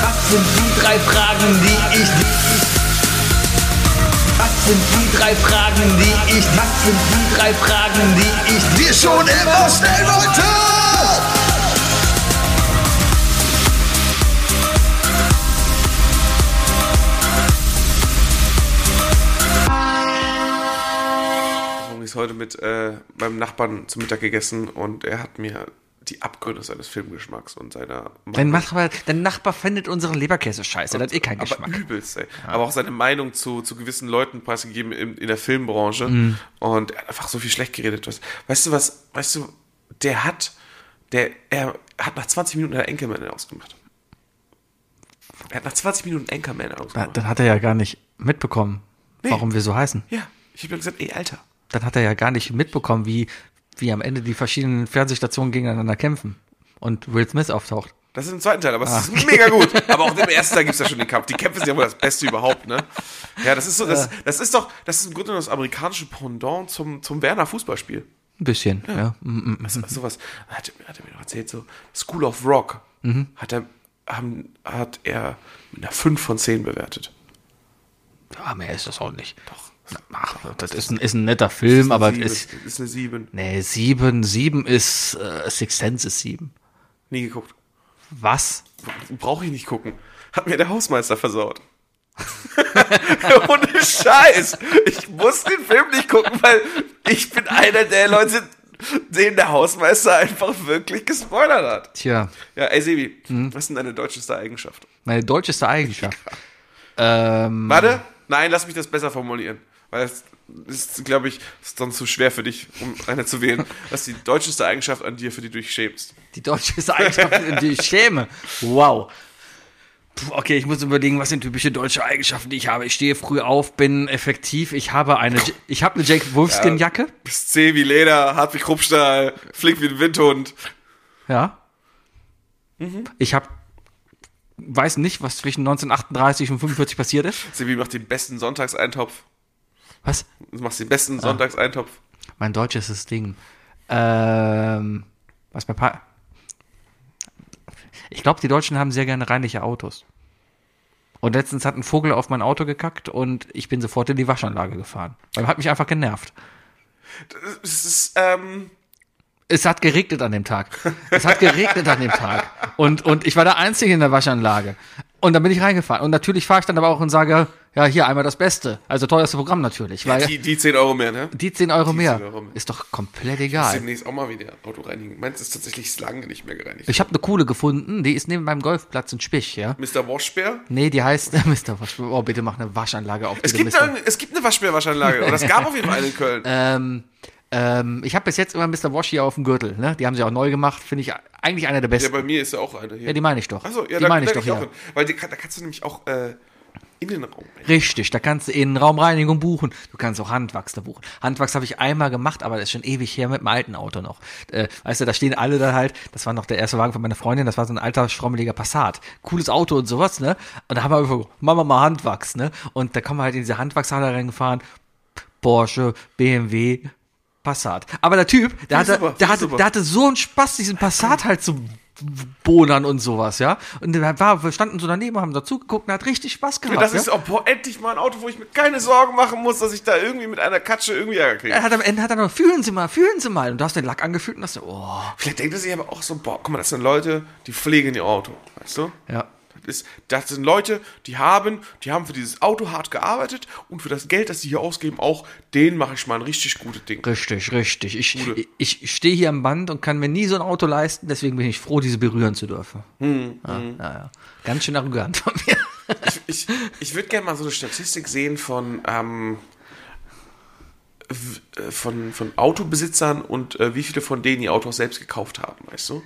[SPEAKER 1] Was sind die drei Fragen, die ich dir... Was sind die drei Fragen, die ich... Was sind die drei Fragen, die ich dir schon immer stellen wollte?
[SPEAKER 3] Warum ich heute mit äh, meinem Nachbarn zum Mittag gegessen und er hat mir die Abgründe seines Filmgeschmacks und seiner
[SPEAKER 4] Dein Nachbar, dein Nachbar findet unseren Leberkäse scheiße. Das hat eh keinen
[SPEAKER 3] aber
[SPEAKER 4] Geschmack.
[SPEAKER 3] übelst, ey. aber auch seine Meinung zu, zu gewissen Leuten preisgegeben in, in der Filmbranche
[SPEAKER 4] Mhm.
[SPEAKER 3] und er hat einfach so viel schlecht geredet. Weißt, weißt du was? Weißt du, der hat, der er hat nach 20 Minuten einen Anchorman ausgemacht. Er hat nach 20 Minuten einen Anchorman
[SPEAKER 4] Na,
[SPEAKER 3] ausgemacht.
[SPEAKER 4] Dann hat er ja gar nicht mitbekommen. warum wir so heißen.
[SPEAKER 3] Ja, ich habe ja gesagt, ey, Alter.
[SPEAKER 4] Dann hat er ja gar nicht mitbekommen, wie, wie am Ende die verschiedenen Fernsehstationen gegeneinander kämpfen und Will Smith auftaucht.
[SPEAKER 3] Das ist im zweiten Teil, aber es ist mega gut. Aber auch im ersten Teil gibt's ja schon den Kampf. Die Kämpfe sind ja wohl das Beste überhaupt, ne? Ja, das ist so, das, das ist doch, das ist im Grunde das amerikanische Pendant zum, zum Werner Fußballspiel.
[SPEAKER 4] Ein bisschen, ja. Mm, mm.
[SPEAKER 3] Das war sowas, hat, er mir- hat er mir noch erzählt, so School of Rock hat, er, haben, hat er mit einer 5 von 10 bewertet.
[SPEAKER 4] Ja, mehr ist das auch nicht. Doch. Ach, das ist ein, ist ein netter Film, aber
[SPEAKER 3] Sieben,
[SPEAKER 4] ist,
[SPEAKER 3] ist eine 7.
[SPEAKER 4] nee, sieben, sieben ist, äh, Six Sense ist sieben.
[SPEAKER 3] Nie geguckt.
[SPEAKER 4] Was?
[SPEAKER 3] Brauche ich nicht gucken. Hat mir der Hausmeister versaut. [laughs] Ohne Scheiß. Ich muss den Film nicht gucken, weil ich bin einer der Leute, denen der Hausmeister einfach wirklich gespoilert hat.
[SPEAKER 4] Tja,
[SPEAKER 3] Ja, ey Sebi, was ist denn deine deutscheste Eigenschaft?
[SPEAKER 4] meine deutscheste Eigenschaft. ähm,
[SPEAKER 3] Warte, nein, lass mich das besser formulieren. Weil das ist, glaube ich, sonst zu schwer für dich, um eine zu wählen. Was ist die deutscheste Eigenschaft an dir, für die du dich schämst?
[SPEAKER 4] die deutscheste Eigenschaft, in die ich schäme. Wow. Puh, Okay, ich muss überlegen, was sind typische deutsche Eigenschaften, die ich habe. Ich stehe früh auf, bin effektiv. Ich habe eine, ich habe eine Jake Wolfskin Jacke.
[SPEAKER 3] Bist zäh wie Leder, hart wie Kruppstahl, flink wie ein Windhund.
[SPEAKER 4] Ja. Mhm. Ich habe weiß nicht, was zwischen 1938 und 45 passiert ist.
[SPEAKER 3] Sebi macht den besten Sonntagseintopf.
[SPEAKER 4] Was?
[SPEAKER 3] Du machst den
[SPEAKER 4] Ah.
[SPEAKER 3] besten Sonntagseintopf.
[SPEAKER 4] Mein Deutsch ist das Ding. Ähm, was mein Pa. Ich glaube, die Deutschen haben sehr gerne reinliche Autos. Und letztens hat ein Vogel auf mein Auto gekackt und ich bin sofort in die Waschanlage gefahren. Weil hat mich einfach genervt.
[SPEAKER 3] Es ist, ähm,
[SPEAKER 4] Es hat geregnet an dem Tag. Es hat geregnet an dem Tag. Und, und ich war der Einzige in der Waschanlage. Und dann bin ich reingefahren. Und natürlich fahre ich dann aber auch und sage, ja, hier einmal das Beste. Also teuerste Programm natürlich. Weil
[SPEAKER 3] die, die 10 Euro mehr, ne?
[SPEAKER 4] die 10 Euro
[SPEAKER 3] die
[SPEAKER 4] mehr
[SPEAKER 3] 10 Euro mehr.
[SPEAKER 4] ist doch komplett
[SPEAKER 3] Muss
[SPEAKER 4] egal.
[SPEAKER 3] demnächst auch mal wieder Auto reinigen. Meins ist tatsächlich lange nicht mehr gereinigt.
[SPEAKER 4] Ich habe eine coole gefunden, die ist neben meinem Golfplatz in Spich, ja.
[SPEAKER 3] Mr. Waschbär?
[SPEAKER 4] Nee, die heißt [laughs] Mr. Wasch. Oh, bitte mach eine Waschanlage auf.
[SPEAKER 3] Es
[SPEAKER 4] diese
[SPEAKER 3] gibt,
[SPEAKER 4] Mr.
[SPEAKER 3] da, es gibt eine Waschbärwaschanlage. Oder es gab auf jeden Fall eine in Köln.
[SPEAKER 4] Ähm, ähm, ich habe bis jetzt immer Mr. Wash hier auf dem Gürtel, ne? Die haben sie auch neu gemacht, finde ich eigentlich einer der
[SPEAKER 3] ja,
[SPEAKER 4] besten.
[SPEAKER 3] bei mir ist ja auch eine hier.
[SPEAKER 4] Ja, die meine ich doch.
[SPEAKER 3] Achso, ja,
[SPEAKER 4] die
[SPEAKER 3] da,
[SPEAKER 4] meine ich
[SPEAKER 3] da
[SPEAKER 4] doch,
[SPEAKER 3] geh
[SPEAKER 4] ja.
[SPEAKER 3] auch hin. Weil die, kann- da kannst du nämlich auch äh, Innenraum reinigen.
[SPEAKER 4] Richtig, da kannst du Innenraumreinigung buchen. Du kannst auch Handwachs da buchen. Handwachs habe ich einmal gemacht, aber das ist schon ewig her mit dem alten Auto noch. Äh, weißt du, da stehen alle dann halt, das war noch der erste Wagen von meiner Freundin, das war so ein alter, schrommeliger Passat. Cooles Auto und sowas, ne? Und da haben wir einfach, machen wir mal Handwachs, ne? Und da kommen wir halt in diese Handwachshalle reingefahren. Porsche, BMW, Passat. Aber der Typ, der
[SPEAKER 3] Finde ich
[SPEAKER 4] hatte,
[SPEAKER 3] super,
[SPEAKER 4] der,
[SPEAKER 3] finde ich
[SPEAKER 4] hatte,
[SPEAKER 3] super.
[SPEAKER 4] der hatte so einen Spaß, diesen Passat halt zu bonern und sowas, ja? Und der war, wir standen so daneben, haben da zugeguckt und hat richtig Spaß gehabt.
[SPEAKER 3] Das
[SPEAKER 4] ja?
[SPEAKER 3] ist auch boah, endlich mal ein Auto, wo ich mir keine Sorgen machen muss, dass ich da irgendwie mit einer Katsche irgendwie Ärger kriege.
[SPEAKER 4] Er hat am Ende hat er noch, fühlen Sie mal, fühlen Sie mal. Und du hast den Lack angefühlt und hast so, oh.
[SPEAKER 3] Vielleicht denkt er sich aber auch so, boah, guck mal, das sind Leute, die pflegen ihr Auto, weißt du?
[SPEAKER 4] Ja.
[SPEAKER 3] Das, ist, das sind Leute, die haben, die haben für dieses Auto hart gearbeitet und für das Geld, das sie hier ausgeben, auch, denen mache ich mal ein richtig gutes Ding.
[SPEAKER 4] Richtig, richtig. Ich, ich, ich stehe hier am Band und kann mir nie so ein Auto leisten, deswegen bin ich froh, diese berühren zu dürfen.
[SPEAKER 3] Hm,
[SPEAKER 4] ja, ja, ja. Ganz schön arrogant von mir.
[SPEAKER 3] Ich, ich würde gerne mal so eine Statistik sehen von, ähm, w- äh, von, von Autobesitzern und äh, wie viele von denen ihr Auto auch selbst gekauft haben, weißt du?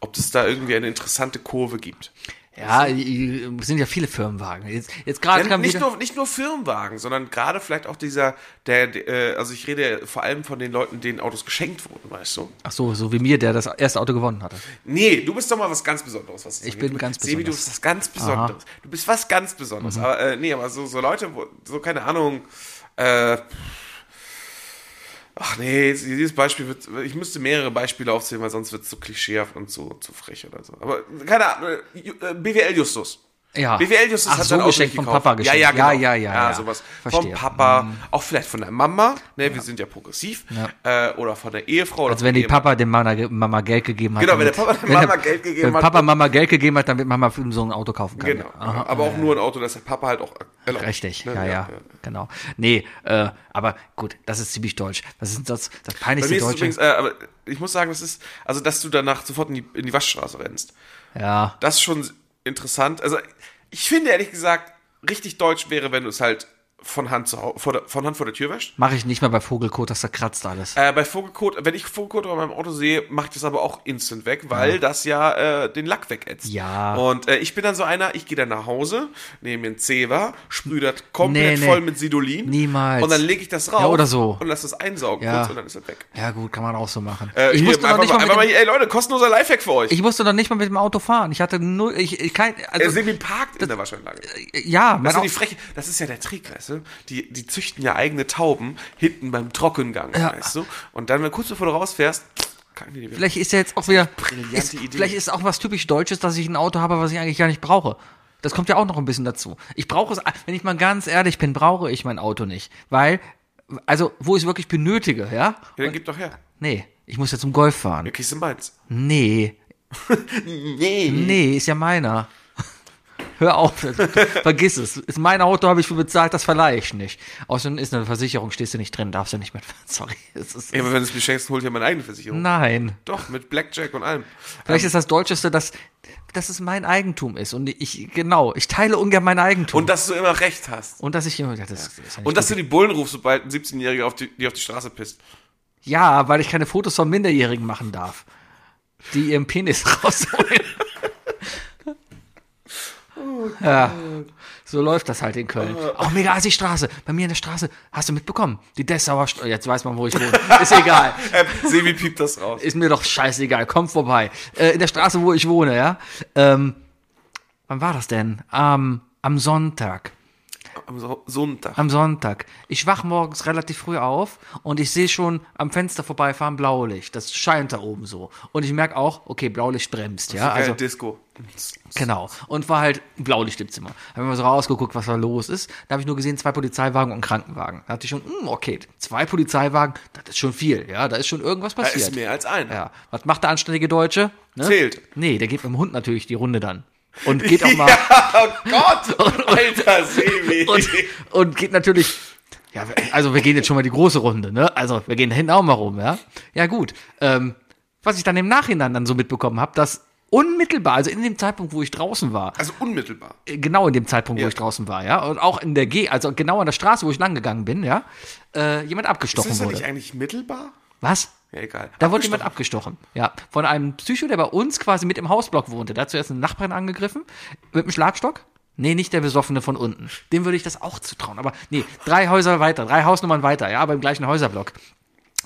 [SPEAKER 3] Ob es da irgendwie eine interessante Kurve gibt.
[SPEAKER 4] Ja, i- i- sind ja viele Firmenwagen. Jetzt, jetzt gerade
[SPEAKER 3] Ja,
[SPEAKER 4] kam
[SPEAKER 3] nicht,
[SPEAKER 4] wieder,
[SPEAKER 3] nur, nicht nur Firmenwagen, sondern gerade vielleicht auch dieser, der, der, äh, also ich rede ja vor allem von den Leuten, denen Autos geschenkt wurden, weißt du?
[SPEAKER 4] ach so, so wie mir, der das erste Auto gewonnen hatte.
[SPEAKER 3] Nee, du bist doch mal was ganz Besonderes. Was das
[SPEAKER 4] Ich
[SPEAKER 3] angeht.
[SPEAKER 4] bin
[SPEAKER 3] Du-
[SPEAKER 4] ganz Mhm.
[SPEAKER 3] Sebi, du
[SPEAKER 4] besonders.
[SPEAKER 3] bist was ganz Besonderes. Du bist was ganz Besonderes. Aber äh, nee, aber so, so Leute, wo, so keine Ahnung, äh, ach nee, jetzt- dieses Beispiel wird, ich müsste mehrere Beispiele aufzählen, weil sonst wird es so klischeehaft und so zu frech oder so. Aber keine Ahnung, äh, Ju- äh, BWL Justus.
[SPEAKER 4] Ja.
[SPEAKER 3] BWL Justus
[SPEAKER 4] Ach,
[SPEAKER 3] hat
[SPEAKER 4] so
[SPEAKER 3] sein Auto
[SPEAKER 4] geschenkt,
[SPEAKER 3] nicht
[SPEAKER 4] vom
[SPEAKER 3] gekauft.
[SPEAKER 4] Papa
[SPEAKER 3] Ja,
[SPEAKER 4] geschenkt.
[SPEAKER 3] ja, genau.
[SPEAKER 4] Ja, ja, ja, ja.
[SPEAKER 3] sowas. Vom
[SPEAKER 4] Verstehe. Mhm.
[SPEAKER 3] Papa, auch vielleicht von der Mama, ne, wir sind ja progressiv, äh, oder von der Ehefrau. Oder
[SPEAKER 4] Also
[SPEAKER 3] von
[SPEAKER 4] wenn die
[SPEAKER 3] Ehemann.
[SPEAKER 4] Papa dem Mama, Mama Geld gegeben hat.
[SPEAKER 3] Genau, wenn der
[SPEAKER 4] damit-
[SPEAKER 3] Papa der
[SPEAKER 4] wenn
[SPEAKER 3] Mama Geld gegeben
[SPEAKER 4] wenn
[SPEAKER 3] hat,
[SPEAKER 4] Papa
[SPEAKER 3] dann-
[SPEAKER 4] Mama Geld gegeben hat, damit Mama so ein Auto kaufen kann.
[SPEAKER 3] Genau.
[SPEAKER 4] Ja.
[SPEAKER 3] aber auch nur ein Auto, das der Papa halt auch erlaubt.
[SPEAKER 4] Richtig,
[SPEAKER 3] Ne?
[SPEAKER 4] ja, ja, genau. Nee, äh, aber gut, das ist ziemlich deutsch. Das ist das, das
[SPEAKER 3] Bei
[SPEAKER 4] peinlichste
[SPEAKER 3] mir ist es
[SPEAKER 4] Deutsche.
[SPEAKER 3] übrigens, äh, aber ich muss sagen, das ist, also dass du danach sofort in die, in die Waschstraße rennst.
[SPEAKER 4] ja,
[SPEAKER 3] Das ist schon interessant. Also ich finde ehrlich gesagt, richtig deutsch wäre, wenn du es halt von Hand, zu, hau- vor der, von Hand vor der Tür wäscht.
[SPEAKER 4] Mache ich nicht mehr bei Vogelkot, das zerkratzt alles.
[SPEAKER 3] Äh, bei Vogelkot, wenn ich Vogelkot auf meinem Auto sehe, mache ich das aber auch instant weg, weil das ja äh, den Lack wegätzt.
[SPEAKER 4] Ja.
[SPEAKER 3] Und äh, ich bin dann so einer, ich gehe dann nach Hause, nehme mir einen Zewa, sprühe das komplett
[SPEAKER 4] Nee, nee.
[SPEAKER 3] voll mit Sidolin.
[SPEAKER 4] Niemals.
[SPEAKER 3] Und dann lege ich das rauf.
[SPEAKER 4] Ja, oder so.
[SPEAKER 3] Und lass das einsaugen
[SPEAKER 4] Ja.
[SPEAKER 3] kurz und dann ist das weg.
[SPEAKER 4] Ja gut, kann man auch so machen.
[SPEAKER 3] Äh,
[SPEAKER 4] ich,
[SPEAKER 3] hier,
[SPEAKER 4] musste noch
[SPEAKER 3] einfach
[SPEAKER 4] nicht mal
[SPEAKER 3] mal,
[SPEAKER 4] mit
[SPEAKER 3] einfach mal
[SPEAKER 4] dem,
[SPEAKER 3] hier, ey Leute, kostenloser Lifehack für euch.
[SPEAKER 4] ich musste noch nicht mal mit dem Auto fahren. Ich hatte null, ich, ich kein,
[SPEAKER 3] er
[SPEAKER 4] also,
[SPEAKER 3] Semi parkt in der Waschanlage.
[SPEAKER 4] ja, genau. mein
[SPEAKER 3] Das, sind
[SPEAKER 4] Au-
[SPEAKER 3] die Freche, das ist ja der Trick, weißt du? Die, die züchten ja eigene Tauben hinten beim Trockengang,
[SPEAKER 4] Ja.
[SPEAKER 3] weißt du? Und dann, wenn kurz bevor du rausfährst, kacken die die wieder.
[SPEAKER 4] vielleicht ist ja jetzt auch wieder,
[SPEAKER 3] brillante
[SPEAKER 4] ist,
[SPEAKER 3] Idee.
[SPEAKER 4] vielleicht ist auch was typisch Deutsches, dass ich ein Auto habe, was ich eigentlich gar nicht brauche. Das kommt ja auch noch ein bisschen dazu. Ich brauche es, wenn ich mal ganz ehrlich bin, brauche ich mein Auto nicht, weil, also wo ich es wirklich benötige, ja?
[SPEAKER 3] Ja, dann gib doch her.
[SPEAKER 4] Nee, ich muss ja zum Golf fahren.
[SPEAKER 3] Dann kriegst du meins.
[SPEAKER 4] Nee,
[SPEAKER 3] Nee.
[SPEAKER 4] Nee, ist ja meiner. [laughs] Hör auf, vergiss es. Ist mein Auto, habe ich für bezahlt, das verleihe ich nicht. Außerdem ist eine Versicherung, stehst du nicht drin, darfst du nicht mitfahren. [laughs] Sorry. Es ist,
[SPEAKER 3] Ja, aber wenn du es mir schenkst, hol ich ja meine eigene Versicherung.
[SPEAKER 4] nein.
[SPEAKER 3] Doch, mit Blackjack und allem.
[SPEAKER 4] Vielleicht ist das Deutscheste, dass, dass es mein Eigentum ist. Und ich, genau, ich teile ungern mein Eigentum.
[SPEAKER 3] Und dass du immer recht hast.
[SPEAKER 4] Und dass ich immer, ja, das ist ja nicht
[SPEAKER 3] Und dass du die Bullen rufst, sobald ein 17-Jähriger auf die, die auf die Straße pisst.
[SPEAKER 4] Ja, weil ich keine Fotos von Minderjährigen machen darf, die ihren Penis [laughs] rausholen. ja, so läuft das halt in Köln. Auch mega assig Straße. Bei mir in der Straße, hast du mitbekommen? Die Dessauer Straße. Jetzt weiß man, wo ich wohne. Ist egal.
[SPEAKER 3] Äh, Sebi piept das raus.
[SPEAKER 4] Ist mir doch scheißegal. Komm vorbei. Äh, in der Straße, wo ich wohne, ja. Ähm, wann war das denn? Am- am Sonntag.
[SPEAKER 3] Am So- Sonntag.
[SPEAKER 4] Am Sonntag. Ich wach morgens relativ früh auf und ich sehe schon am Fenster vorbeifahren Blaulicht. Das scheint da oben so. Und ich merke auch, okay, Blaulicht bremst, ja.
[SPEAKER 3] Also,
[SPEAKER 4] Also
[SPEAKER 3] Disco.
[SPEAKER 4] genau. Und war halt Blaulicht im Zimmer. Hab immer so rausgeguckt, was da los ist. Da habe ich nur gesehen zwei Polizeiwagen und Krankenwagen. Da hatte ich schon, hm, okay, zwei Polizeiwagen, das ist schon viel, ja. Da ist schon irgendwas
[SPEAKER 3] Da
[SPEAKER 4] passiert.
[SPEAKER 3] ist mehr als einer.
[SPEAKER 4] ja. Was macht der anständige Deutsche? Ne?
[SPEAKER 3] Zählt.
[SPEAKER 4] Nee, der geht mit dem Hund natürlich die Runde dann.
[SPEAKER 3] [laughs]
[SPEAKER 4] Und geht auch mal.
[SPEAKER 3] Ja, oh
[SPEAKER 4] [laughs]
[SPEAKER 3] Gott! Alter Sebi!
[SPEAKER 4] und, und geht natürlich. Ja, also wir gehen jetzt schon mal die große Runde, ne? Also wir gehen da hinten auch mal rum, ja? Ja, gut. Ähm, was ich dann im Nachhinein dann so mitbekommen habe, dass unmittelbar, also in dem Zeitpunkt, wo ich draußen war,
[SPEAKER 3] also unmittelbar.
[SPEAKER 4] äh, genau in dem Zeitpunkt,
[SPEAKER 3] Ja.
[SPEAKER 4] wo ich draußen war, ja, und auch in der G, also genau an der Straße, wo ich lang gegangen bin, ja, äh, jemand
[SPEAKER 3] Ist
[SPEAKER 4] abgestochen
[SPEAKER 3] das
[SPEAKER 4] wurde.
[SPEAKER 3] nicht eigentlich mittelbar?
[SPEAKER 4] was?
[SPEAKER 3] Ja, egal.
[SPEAKER 4] Da wurde
[SPEAKER 3] Abgestochen.
[SPEAKER 4] jemand abgestochen. Ja. Von einem Psycho, der bei uns quasi mit im Hausblock wohnte. Der hat zuerst einen Nachbarn angegriffen. Mit einem Schlagstock? Nee, nicht der Besoffene von unten. Dem würde ich das auch zutrauen. Aber nee, drei Häuser weiter, drei Hausnummern weiter, ja, beim gleichen Häuserblock.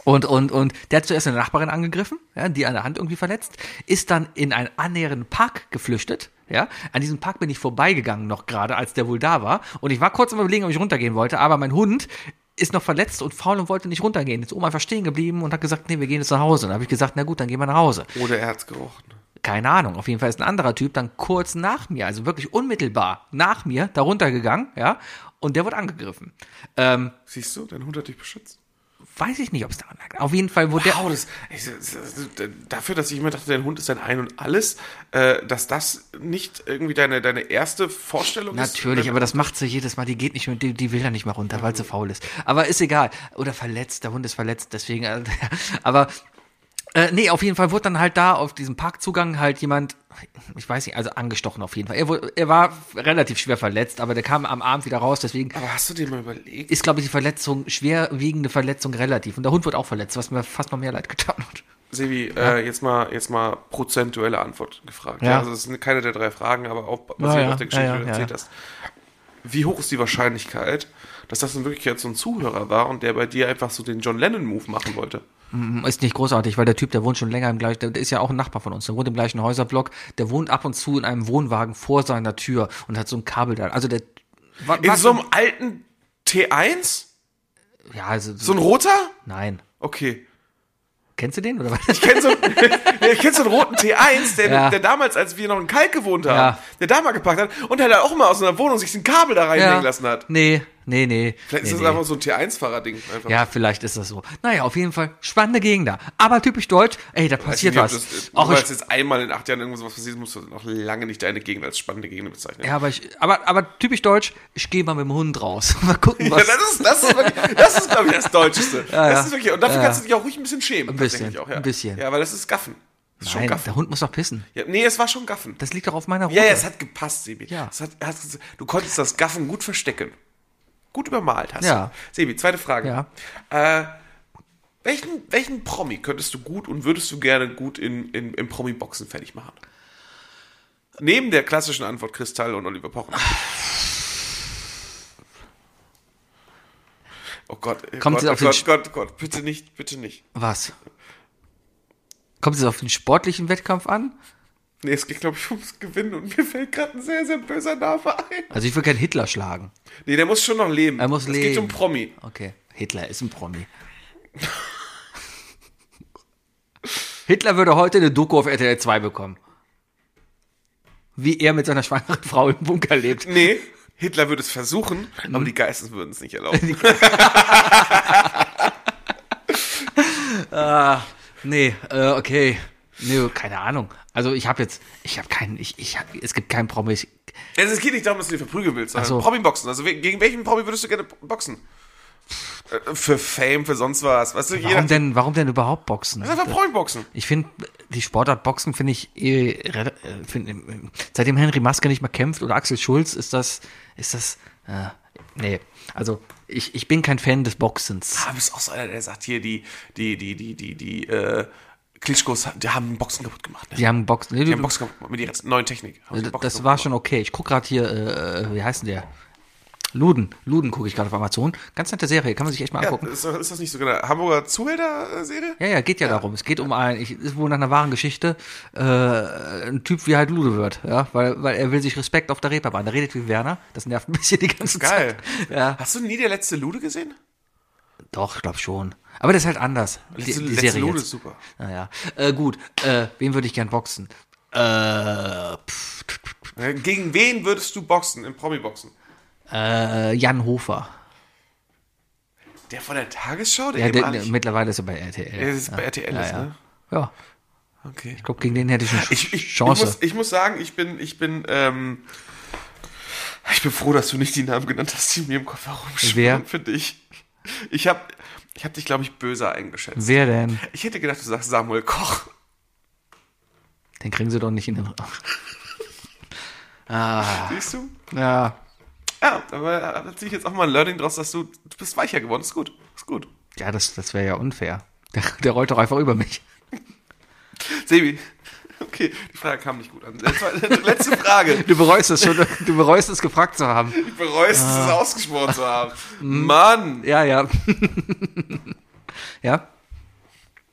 [SPEAKER 4] Und, und, und der hat zuerst eine Nachbarin angegriffen, ja, die an der Hand irgendwie verletzt, ist dann in einen annähernden Park geflüchtet. Ja, an diesem Park bin ich vorbeigegangen noch gerade, als der wohl da war. Und ich war kurz am überlegen, ob ich runtergehen wollte, aber mein Hund ist noch verletzt und faul und wollte nicht runtergehen. Ist oben einfach stehen geblieben und hat gesagt, nee, wir gehen jetzt nach Hause. Und dann habe ich gesagt, na gut, dann gehen wir nach Hause.
[SPEAKER 3] Oder er hat's gerochen.
[SPEAKER 4] Keine Ahnung. Auf jeden Fall ist ein anderer Typ dann kurz nach mir, also wirklich unmittelbar nach mir, da runtergegangen, ja, und der wurde angegriffen. Ähm,
[SPEAKER 3] Siehst du, dein Hund hat dich beschützt.
[SPEAKER 4] weiß ich nicht, ob es daran lag. Auf jeden Fall wurde der.
[SPEAKER 3] Wow, das, ich, das, das, dafür, dass ich immer dachte, dein Hund ist dein Ein und Alles, äh, dass das nicht irgendwie deine, deine erste Vorstellung ist.
[SPEAKER 4] Natürlich, aber das macht sie jedes Mal. Die geht nicht mehr, die, die will da nicht mal runter, weil sie faul ist. Aber ist egal. Oder verletzt, der Hund ist verletzt, deswegen. [laughs] äh, Aber äh, nee, auf jeden Fall wurde dann halt da auf diesem Parkzugang halt jemand, ich weiß nicht, also angestochen auf jeden Fall. Er, wurde, er war relativ schwer verletzt, aber der kam am Abend wieder raus, deswegen
[SPEAKER 3] Aber hast du dir mal überlegt?
[SPEAKER 4] ist, glaube ich, die Verletzung, schwerwiegende Verletzung relativ. Und der Hund wurde auch verletzt, was mir fast noch mehr leid getan hat.
[SPEAKER 3] Sebi, äh, jetzt mal jetzt mal prozentuelle Antwort gefragt. Ja.
[SPEAKER 4] Ja.
[SPEAKER 3] also es sind keine der drei Fragen, aber auch basierend
[SPEAKER 4] ja,
[SPEAKER 3] auf der Geschichte,
[SPEAKER 4] ja,
[SPEAKER 3] die du
[SPEAKER 4] ja,
[SPEAKER 3] erzählt
[SPEAKER 4] ja.
[SPEAKER 3] hast. Wie hoch ist die Wahrscheinlichkeit, dass das in Wirklichkeit so ein Zuhörer war und der bei dir einfach so den John Lennon-Move machen wollte?
[SPEAKER 4] Ist nicht großartig, weil der Typ, der wohnt schon länger im gleichen, der ist ja auch ein Nachbar von uns, der wohnt im gleichen Häuserblock, der wohnt ab und zu in einem Wohnwagen vor seiner Tür und hat so ein Kabel da. Also der wa-
[SPEAKER 3] In
[SPEAKER 4] wa-
[SPEAKER 3] so einem alten T1?
[SPEAKER 4] Ja, also
[SPEAKER 3] So ein roter?
[SPEAKER 4] nein.
[SPEAKER 3] Okay.
[SPEAKER 4] Kennst du den oder was?
[SPEAKER 3] Ich [laughs] kenne so, ich kenn so einen roten T1, der,
[SPEAKER 4] Ja.
[SPEAKER 3] der damals, als wir noch in Kalk gewohnt haben,
[SPEAKER 4] Ja.
[SPEAKER 3] der da mal gepackt hat und der da auch mal aus einer Wohnung sich ein Kabel da reinlegen lassen hat.
[SPEAKER 4] Nee, nee, nee.
[SPEAKER 3] Vielleicht ist
[SPEAKER 4] nee,
[SPEAKER 3] das
[SPEAKER 4] nee.
[SPEAKER 3] einfach so ein T1-Fahrer-Ding. einfach.
[SPEAKER 4] ja, vielleicht ist das so. Naja, auf jeden Fall spannende Gegend da. Aber typisch deutsch, ey, da
[SPEAKER 3] Ich weiß
[SPEAKER 4] passiert
[SPEAKER 3] nicht, ob
[SPEAKER 4] was.
[SPEAKER 3] Das,
[SPEAKER 4] Auch
[SPEAKER 3] auch
[SPEAKER 4] in
[SPEAKER 3] weil es jetzt einmal in acht Jahren irgendwas was passiert, musst du noch lange nicht deine Gegend als spannende Gegend bezeichnen.
[SPEAKER 4] ja, aber, ich, aber, aber typisch deutsch, ich gehe mal mit dem Hund raus. [laughs] mal gucken,
[SPEAKER 3] Ja, [laughs]
[SPEAKER 4] was.
[SPEAKER 3] das ist, das ist, wirklich, das ist glaube ich, das Deutscheste. das
[SPEAKER 4] [laughs] ja.
[SPEAKER 3] ist wirklich, und dafür kannst du dich auch ruhig ein bisschen schämen.
[SPEAKER 4] Ein bisschen,
[SPEAKER 3] tatsächlich auch, ja.
[SPEAKER 4] ein bisschen.
[SPEAKER 3] Ja, weil das ist Gaffen. Das ist schon
[SPEAKER 4] Nein,
[SPEAKER 3] Gaffen.
[SPEAKER 4] der Hund muss doch pissen.
[SPEAKER 3] Ja, nee, es war schon Gaffen.
[SPEAKER 4] Das liegt doch auf meiner Route.
[SPEAKER 3] Ja, ja, es hat gepasst, Sebi.
[SPEAKER 4] Ja.
[SPEAKER 3] Es hat, es hat, du konntest das Gaffen gut verstecken. Gut übermalt hast
[SPEAKER 4] Ja.
[SPEAKER 3] du. Sebi, zweite Frage.
[SPEAKER 4] Ja.
[SPEAKER 3] Äh, welchen, welchen Promi könntest du gut und würdest du gerne gut in, in, im Promi-Boxen fertig machen? Neben der klassischen Antwort Kristall und Oliver Pochen. Oh Gott, oh
[SPEAKER 4] Kommt
[SPEAKER 3] Gott,
[SPEAKER 4] es
[SPEAKER 3] oh
[SPEAKER 4] auf den
[SPEAKER 3] Gott,
[SPEAKER 4] Sch-
[SPEAKER 3] Gott, Gott, bitte nicht, bitte nicht.
[SPEAKER 4] Was? Kommt es auf den sportlichen Wettkampf an?
[SPEAKER 3] Nee, es geht, glaube ich, ums Gewinnen und mir fällt gerade ein sehr, sehr böser Name ein.
[SPEAKER 4] Also ich will keinen Hitler schlagen.
[SPEAKER 3] Nee, der muss schon noch leben.
[SPEAKER 4] Er muss
[SPEAKER 3] es Es geht
[SPEAKER 4] leben.
[SPEAKER 3] um Promi.
[SPEAKER 4] Okay, Hitler ist ein Promi. [laughs] Hitler würde heute eine Doku auf RTL 2 bekommen. Wie er mit seiner schwangeren [laughs] Frau im Bunker lebt.
[SPEAKER 3] Nee, Hitler würde es versuchen,
[SPEAKER 4] Hm.
[SPEAKER 3] aber die Geistes würden es nicht
[SPEAKER 4] [laughs]
[SPEAKER 3] erlauben.
[SPEAKER 4] Ah, Nee, äh, okay. Nee, keine Ahnung. Also ich habe jetzt, ich habe keinen, ich, ich hab, es gibt keinen Promi. Ich,
[SPEAKER 3] Also, es geht nicht darum, dass du dir verprügeln willst, sondern
[SPEAKER 4] Ach so.
[SPEAKER 3] Promi-Boxen. Also we- gegen welchen Promi würdest du gerne boxen? Äh, Für Fame, für sonst was. Weißt du, jeder.
[SPEAKER 4] warum denn, warum denn überhaupt Boxen?
[SPEAKER 3] Das ist einfach Promi-Boxen.
[SPEAKER 4] Ich finde, die Sportart Boxen finde ich eh, rela- äh, find, äh, seitdem Henry Maske nicht mehr kämpft oder Axel Schulz, ist das, ist das, äh, nee. Also, ich, ich bin kein Fan des Boxens.
[SPEAKER 3] Aber ist Ah, auch so einer, der sagt hier, die, die, die, die, die, die, äh, Klitschkos, die haben Boxen kaputt gemacht. Ne?
[SPEAKER 4] Die haben Boxen, nee,
[SPEAKER 3] Die
[SPEAKER 4] du,
[SPEAKER 3] haben Boxen kaputt gemacht mit ihrer neuen Technik. Haben sie
[SPEAKER 4] du,
[SPEAKER 3] Boxen
[SPEAKER 4] Also das
[SPEAKER 3] kaputt
[SPEAKER 4] war
[SPEAKER 3] gemacht.
[SPEAKER 4] schon okay. Ich gucke gerade hier, äh, äh, wie heißt denn der? Luden, Luden gucke ich gerade auf Amazon. Ganz nette Serie, kann man sich echt mal angucken.
[SPEAKER 3] Ja, ist, ist das nicht sogar eine Hamburger Zuhälter-Serie?
[SPEAKER 4] Ja, ja, geht ja, darum. Es geht um ein, ich, ist wohl nach einer wahren Geschichte, äh, ein Typ, wie halt Lude wird, ja, weil, weil er will sich Respekt auf der Reeperbahn. Der redet wie Werner, das nervt ein bisschen die ganze
[SPEAKER 3] Geil.
[SPEAKER 4] Zeit. Ja,
[SPEAKER 3] Hast du nie der letzte Lude gesehen?
[SPEAKER 4] doch, ich glaube schon. Aber das ist halt anders. Die,
[SPEAKER 3] Letzte,
[SPEAKER 4] die
[SPEAKER 3] letzte
[SPEAKER 4] Serie
[SPEAKER 3] Lude
[SPEAKER 4] jetzt.
[SPEAKER 3] ist super.
[SPEAKER 4] Naja, äh, gut, äh, wen würde ich gern boxen? Äh, pff, pff, pff,
[SPEAKER 3] Äh, Gegen wen würdest du boxen im Promi-Boxen?
[SPEAKER 4] äh, Jan Hofer.
[SPEAKER 3] Der von der Tagesschau? Der,
[SPEAKER 4] Ja, der,
[SPEAKER 3] ehemalige?
[SPEAKER 4] mittlerweile ist er bei RTL.
[SPEAKER 3] der ist bei RTL,
[SPEAKER 4] ja,
[SPEAKER 3] ist,
[SPEAKER 4] ja.
[SPEAKER 3] ne?
[SPEAKER 4] ja,
[SPEAKER 3] Okay.
[SPEAKER 4] ich glaube, gegen den hätte ich eine
[SPEAKER 3] Ich, ich,
[SPEAKER 4] Chance.
[SPEAKER 3] Ich, muss, ich muss sagen, ich bin, ich bin, ähm, ich bin froh, dass du nicht die Namen genannt hast, die mir im Kopf herumschwirren
[SPEAKER 4] Wer?
[SPEAKER 3] für dich. Ich habe ich hab dich, glaube ich, böser eingeschätzt.
[SPEAKER 4] Wer denn?
[SPEAKER 3] Ich hätte gedacht, du sagst Samuel Koch.
[SPEAKER 4] Den kriegen sie doch nicht in den Ah.
[SPEAKER 3] Siehst du?
[SPEAKER 4] Ja,
[SPEAKER 3] Ja, aber da hat sich jetzt auch mal ein Learning draus, dass du, du bist weicher geworden. Ist gut. Ist gut.
[SPEAKER 4] Ja, das, das wäre ja unfair. Der, der rollt doch einfach über mich.
[SPEAKER 3] Sebi. Okay, die Frage kam nicht gut an. Letzte,
[SPEAKER 4] [laughs]
[SPEAKER 3] letzte Frage.
[SPEAKER 4] Du bereust es schon, du bereust es gefragt zu haben.
[SPEAKER 3] Ich bereue es,
[SPEAKER 4] Ah.
[SPEAKER 3] es ausgesprochen zu haben. Mann.
[SPEAKER 4] Ja, ja. ja.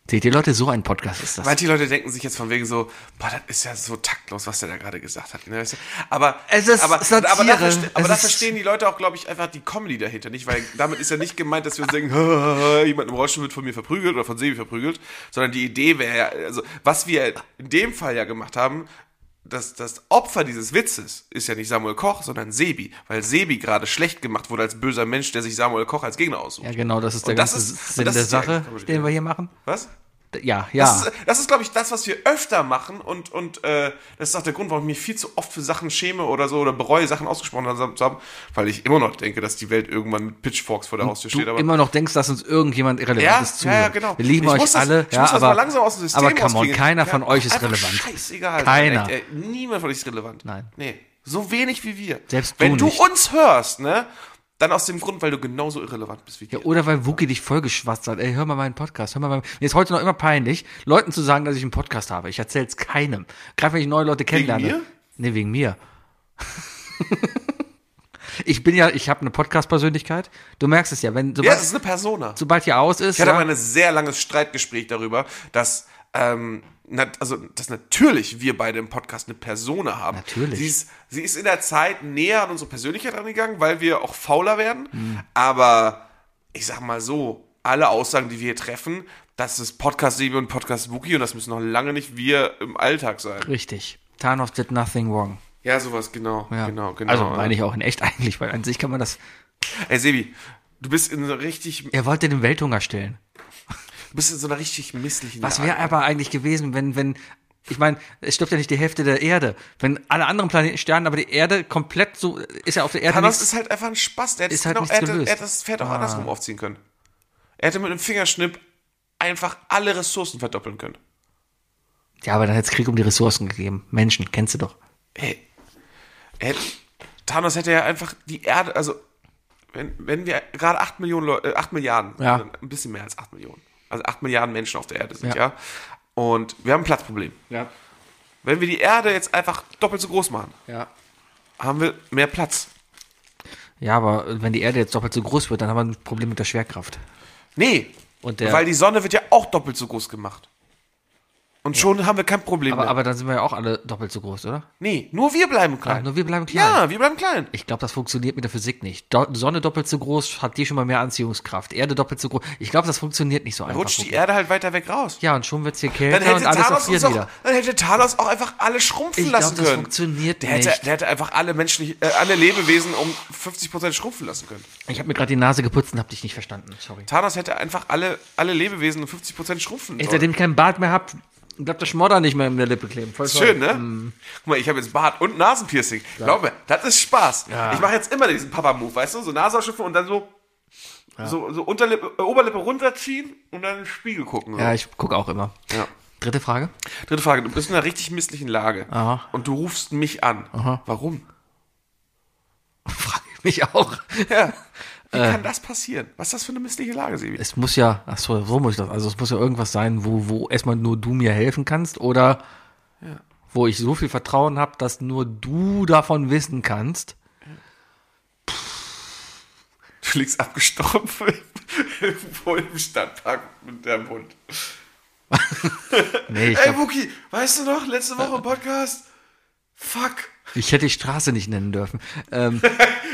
[SPEAKER 4] Seht ihr Leute, so ein Podcast ist das.
[SPEAKER 3] Manche Leute denken sich jetzt von wegen so, boah, das ist ja so taktlos, was der da gerade gesagt hat. ne? Weißt du? Aber,
[SPEAKER 4] Es ist
[SPEAKER 3] aber,
[SPEAKER 4] Satire.
[SPEAKER 3] aber, da, verste
[SPEAKER 4] Es
[SPEAKER 3] aber da
[SPEAKER 4] ist-
[SPEAKER 3] verstehen die Leute auch, glaube ich, einfach die Comedy dahinter nicht, weil damit ist ja nicht gemeint, dass wir [laughs] sagen, "Hahaha, jemand im Rollstuhl wird von mir verprügelt oder von Sebi verprügelt, sondern die Idee wäre ja, also was wir in dem Fall ja gemacht haben, das, das Opfer dieses Witzes ist ja nicht Samuel Koch, sondern Sebi, weil Sebi gerade schlecht gemacht wurde als böser Mensch, der sich Samuel Koch als Gegner aussucht.
[SPEAKER 4] Ja, genau, das ist der
[SPEAKER 3] Und das
[SPEAKER 4] ganze
[SPEAKER 3] ist-
[SPEAKER 4] Sinn
[SPEAKER 3] das
[SPEAKER 4] der
[SPEAKER 3] ist die
[SPEAKER 4] Sache,
[SPEAKER 3] eigentliche
[SPEAKER 4] den wir hier machen.
[SPEAKER 3] Was?
[SPEAKER 4] D- Ja,
[SPEAKER 3] Das
[SPEAKER 4] ja.
[SPEAKER 3] ist, das ist glaube ich, das, was wir öfter machen und, und äh, das ist auch der Grund, warum ich mich viel zu oft für Sachen schäme oder so oder bereue, Sachen ausgesprochen zu haben, weil ich immer noch denke, dass die Welt irgendwann mit Pitchforks vor der Haustür
[SPEAKER 4] Du
[SPEAKER 3] steht. Aber
[SPEAKER 4] immer noch denkst, dass uns irgendjemand
[SPEAKER 3] ja,
[SPEAKER 4] irrelevant ist.
[SPEAKER 3] ja, ja, genau.
[SPEAKER 4] Wir lieben
[SPEAKER 3] ich
[SPEAKER 4] euch
[SPEAKER 3] muss das,
[SPEAKER 4] alle.
[SPEAKER 3] Ich
[SPEAKER 4] ja,
[SPEAKER 3] muss das
[SPEAKER 4] aber,
[SPEAKER 3] mal langsam aus dem System
[SPEAKER 4] aber come on,
[SPEAKER 3] rauskriegen.
[SPEAKER 4] keiner
[SPEAKER 3] Ja,
[SPEAKER 4] von euch ist
[SPEAKER 3] einfach
[SPEAKER 4] relevant.
[SPEAKER 3] Scheißegal.
[SPEAKER 4] Keiner.
[SPEAKER 3] Echt, ey, niemand von euch ist relevant.
[SPEAKER 4] Nein.
[SPEAKER 3] Nee, so wenig wie wir.
[SPEAKER 4] Selbst du
[SPEAKER 3] Wenn du
[SPEAKER 4] nicht.
[SPEAKER 3] uns hörst, ne, dann aus dem Grund, weil du genauso irrelevant bist wie wir.
[SPEAKER 4] Oder weil Wookie dich vollgeschwatzt hat. Ey, hör mal meinen Podcast. Hör mal meinen. Mir ist heute noch immer peinlich, Leuten zu sagen, dass ich einen Podcast habe. Ich erzähl's keinem. Gerade wenn ich neue Leute kennenlerne.
[SPEAKER 3] mir?
[SPEAKER 4] Nee, wegen mir. ich bin ja, ich habe eine Podcast-Persönlichkeit. Du merkst es ja, wenn
[SPEAKER 3] ja,
[SPEAKER 4] sobald,
[SPEAKER 3] das ist eine Persona.
[SPEAKER 4] sobald hier aus ist.
[SPEAKER 3] Ich hatte
[SPEAKER 4] ja,
[SPEAKER 3] mal ein sehr langes Streitgespräch darüber, dass, ähm, nat also, dass natürlich wir beide im Podcast eine Persona haben.
[SPEAKER 4] Natürlich.
[SPEAKER 3] Sie ist, sie ist in der Zeit näher an unsere Persönlichkeit rangegangen, weil wir auch fauler werden.
[SPEAKER 4] Mhm.
[SPEAKER 3] Aber ich sag mal so, alle Aussagen, die wir hier treffen, das ist Podcast Sebi und Podcast Wookie und das müssen noch lange nicht wir im Alltag sein.
[SPEAKER 4] richtig. Thanos did nothing wrong.
[SPEAKER 3] Ja, sowas, genau.
[SPEAKER 4] Ja.
[SPEAKER 3] Genau, genau.
[SPEAKER 4] Also meine ich auch in echt eigentlich, weil an sich kann man das.
[SPEAKER 3] Ey, Sebi, du bist in so einer richtig, du
[SPEAKER 4] Er wollte den Welthunger stillen.
[SPEAKER 3] bist in so einer richtig misslichen
[SPEAKER 4] Was
[SPEAKER 3] Lage.
[SPEAKER 4] wäre aber eigentlich gewesen, wenn, wenn, ich meine, es stirbt ja nicht die Hälfte der Erde. Wenn alle anderen Planeten sterben, aber die Erde komplett so, ist ja auf der Erde
[SPEAKER 3] Thanos
[SPEAKER 4] nichts-
[SPEAKER 3] ist halt einfach ein Spaß. Der hätte,
[SPEAKER 4] Ist
[SPEAKER 3] es
[SPEAKER 4] halt
[SPEAKER 3] genau,
[SPEAKER 4] nichts
[SPEAKER 3] er hätte,
[SPEAKER 4] gelöst. Ah.
[SPEAKER 3] er hätte das Pferd auch andersrum aufziehen können. Er hätte mit einem Fingerschnipp einfach alle Ressourcen verdoppeln können.
[SPEAKER 4] Ja, aber dann hätte es Krieg um die Ressourcen gegeben. Menschen, kennst du doch.
[SPEAKER 3] Hey. Er hätte, Thanos hätte ja einfach die Erde, also wenn, wenn wir gerade 8 Millionen Leute, äh, 8 Milliarden,
[SPEAKER 4] Ja.
[SPEAKER 3] ein bisschen mehr als 8 Millionen, also 8 Milliarden Menschen auf der Erde sind, ja. Und wir haben ein Platzproblem.
[SPEAKER 4] Ja.
[SPEAKER 3] Wenn wir die Erde jetzt einfach doppelt so groß machen,
[SPEAKER 4] Ja.
[SPEAKER 3] haben wir mehr Platz.
[SPEAKER 4] Ja, aber wenn die Erde jetzt doppelt so groß wird, dann haben wir ein Problem mit der Schwerkraft.
[SPEAKER 3] Nee,
[SPEAKER 4] Und der-
[SPEAKER 3] weil die Sonne wird ja auch doppelt so groß gemacht. Und schon haben wir kein Problem
[SPEAKER 4] Aber,
[SPEAKER 3] mehr.
[SPEAKER 4] aber dann sind wir ja auch alle doppelt so groß, oder?
[SPEAKER 3] nee, nur wir bleiben klein.
[SPEAKER 4] Ach, nur wir bleiben klein.
[SPEAKER 3] Ja, wir bleiben klein.
[SPEAKER 4] Ich glaube, das funktioniert mit der Physik nicht. Do Sonne doppelt so groß hat die schon mal mehr Anziehungskraft. Erde doppelt so groß. Ich glaube, das funktioniert nicht so einfach.
[SPEAKER 3] Rutscht die Erde halt weiter weg raus.
[SPEAKER 4] ja, und schon wird's hier
[SPEAKER 3] Dann
[SPEAKER 4] kälter
[SPEAKER 3] hätte,
[SPEAKER 4] und alles
[SPEAKER 3] Thanos uns
[SPEAKER 4] erfriert
[SPEAKER 3] auch,
[SPEAKER 4] wieder.
[SPEAKER 3] dann hätte Thanos auch einfach alle schrumpfen
[SPEAKER 4] Ich
[SPEAKER 3] lassen
[SPEAKER 4] glaube, das
[SPEAKER 3] können.
[SPEAKER 4] funktioniert
[SPEAKER 3] Der hätte,
[SPEAKER 4] nicht.
[SPEAKER 3] der hätte einfach alle menschlich, äh, alle Lebewesen um 50% schrumpfen lassen können.
[SPEAKER 4] Ich habe mir gerade die Nase geputzt und habe dich nicht verstanden. Sorry.
[SPEAKER 3] Thanos hätte einfach alle, alle Lebewesen um 50% schrumpfen
[SPEAKER 4] Ey,
[SPEAKER 3] sollen.
[SPEAKER 4] seitdem ich keinen Bart mehr hab, bleibt der Schmodder nicht mehr in der Lippe kleben. Voll toll.
[SPEAKER 3] Schön,
[SPEAKER 4] Mm.
[SPEAKER 3] ne? Guck mal, ich habe jetzt Bart und Nasenpiercing. Glaub mir, das ist Spaß.
[SPEAKER 4] Ja.
[SPEAKER 3] Ich mache jetzt immer diesen Papa-Move, weißt du? So Nase ausschöpfen und dann so, so, so Unterlippe, äh, Oberlippe runterziehen und dann in den Spiegel gucken. So.
[SPEAKER 4] Ja, ich gucke auch immer.
[SPEAKER 3] Ja.
[SPEAKER 4] Dritte [laughs] Frage.
[SPEAKER 3] Dritte Frage, du bist in einer richtig misslichen Lage
[SPEAKER 4] Aha.
[SPEAKER 3] und du rufst mich an. Warum? [laughs]
[SPEAKER 4] Frage ich mich auch.
[SPEAKER 3] Ja. Wie
[SPEAKER 4] Äh.
[SPEAKER 3] kann das passieren? Was ist das für eine missliche Lage, Sebi?
[SPEAKER 4] Es muss ja, ach so, so muss ich das. Also es muss ja irgendwas sein, wo, wo erstmal nur du mir helfen kannst oder wo ich so viel Vertrauen habe, dass nur du davon wissen kannst.
[SPEAKER 3] Du liegst [laughs] abgestochen irgendwo im Stadtpark mit deinem Hund.
[SPEAKER 4] Nee, ich,
[SPEAKER 3] Ey,
[SPEAKER 4] glaub,
[SPEAKER 3] Wookie, weißt du noch, letzte Woche im Podcast? Fuck.
[SPEAKER 4] ich hätte die Straße nicht nennen dürfen. Ähm,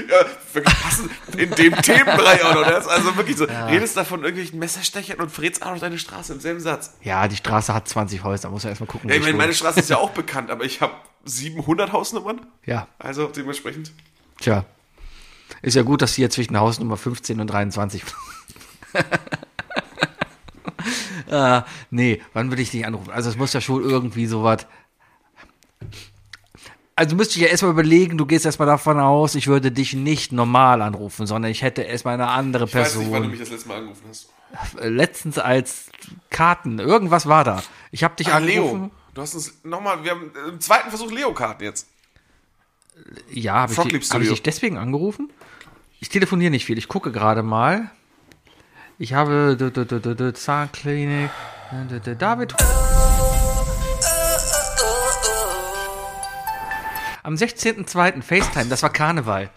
[SPEAKER 3] Ja, wirklich passend in
[SPEAKER 4] [laughs]
[SPEAKER 3] dem Themenbereich auch noch. Das ist also wirklich so. Redest da von irgendwelchen Messerstechern und frätst auch noch deine Straße im selben Satz.
[SPEAKER 4] ja, die Straße hat 20 Häuser, muss ja erstmal gucken.
[SPEAKER 3] Ja,
[SPEAKER 4] wo
[SPEAKER 3] ich meine,
[SPEAKER 4] wohne.
[SPEAKER 3] meine Straße ist
[SPEAKER 4] [laughs]
[SPEAKER 3] ja auch bekannt, aber ich habe 700 Hausnummern.
[SPEAKER 4] ja,
[SPEAKER 3] Also dementsprechend.
[SPEAKER 4] tja. Ist ja gut, dass hier zwischen Hausnummer 15 und [laughs] 23. äh, nee, wann will ich dich anrufen? Also es muss ja schon irgendwie sowas. Also müsste ich ja erstmal überlegen, du gehst erstmal davon aus, ich würde dich nicht normal anrufen, sondern ich hätte erstmal eine andere
[SPEAKER 3] Ich weiß
[SPEAKER 4] Person.
[SPEAKER 3] nicht, wann du mich das letzte Mal angerufen hast.
[SPEAKER 4] Äh, letztens als Karten, irgendwas war da. Ich habe dich
[SPEAKER 3] Ah,
[SPEAKER 4] angerufen.
[SPEAKER 3] Leo. Du hast uns nochmal, wir haben äh, im zweiten Versuch Leo-Karten
[SPEAKER 4] [laughs]
[SPEAKER 3] jetzt. [laughs]
[SPEAKER 4] Ja, habe ich,
[SPEAKER 3] Frog
[SPEAKER 4] dich-
[SPEAKER 3] Leap
[SPEAKER 4] hab ich
[SPEAKER 3] Studio.
[SPEAKER 4] dich deswegen angerufen? Ich telefoniere nicht viel, ich gucke gerade mal. Ich habe d- d- d- d- d- Zahnklinik, d- d- d- David. Am 16.02. FaceTime, das war Karneval.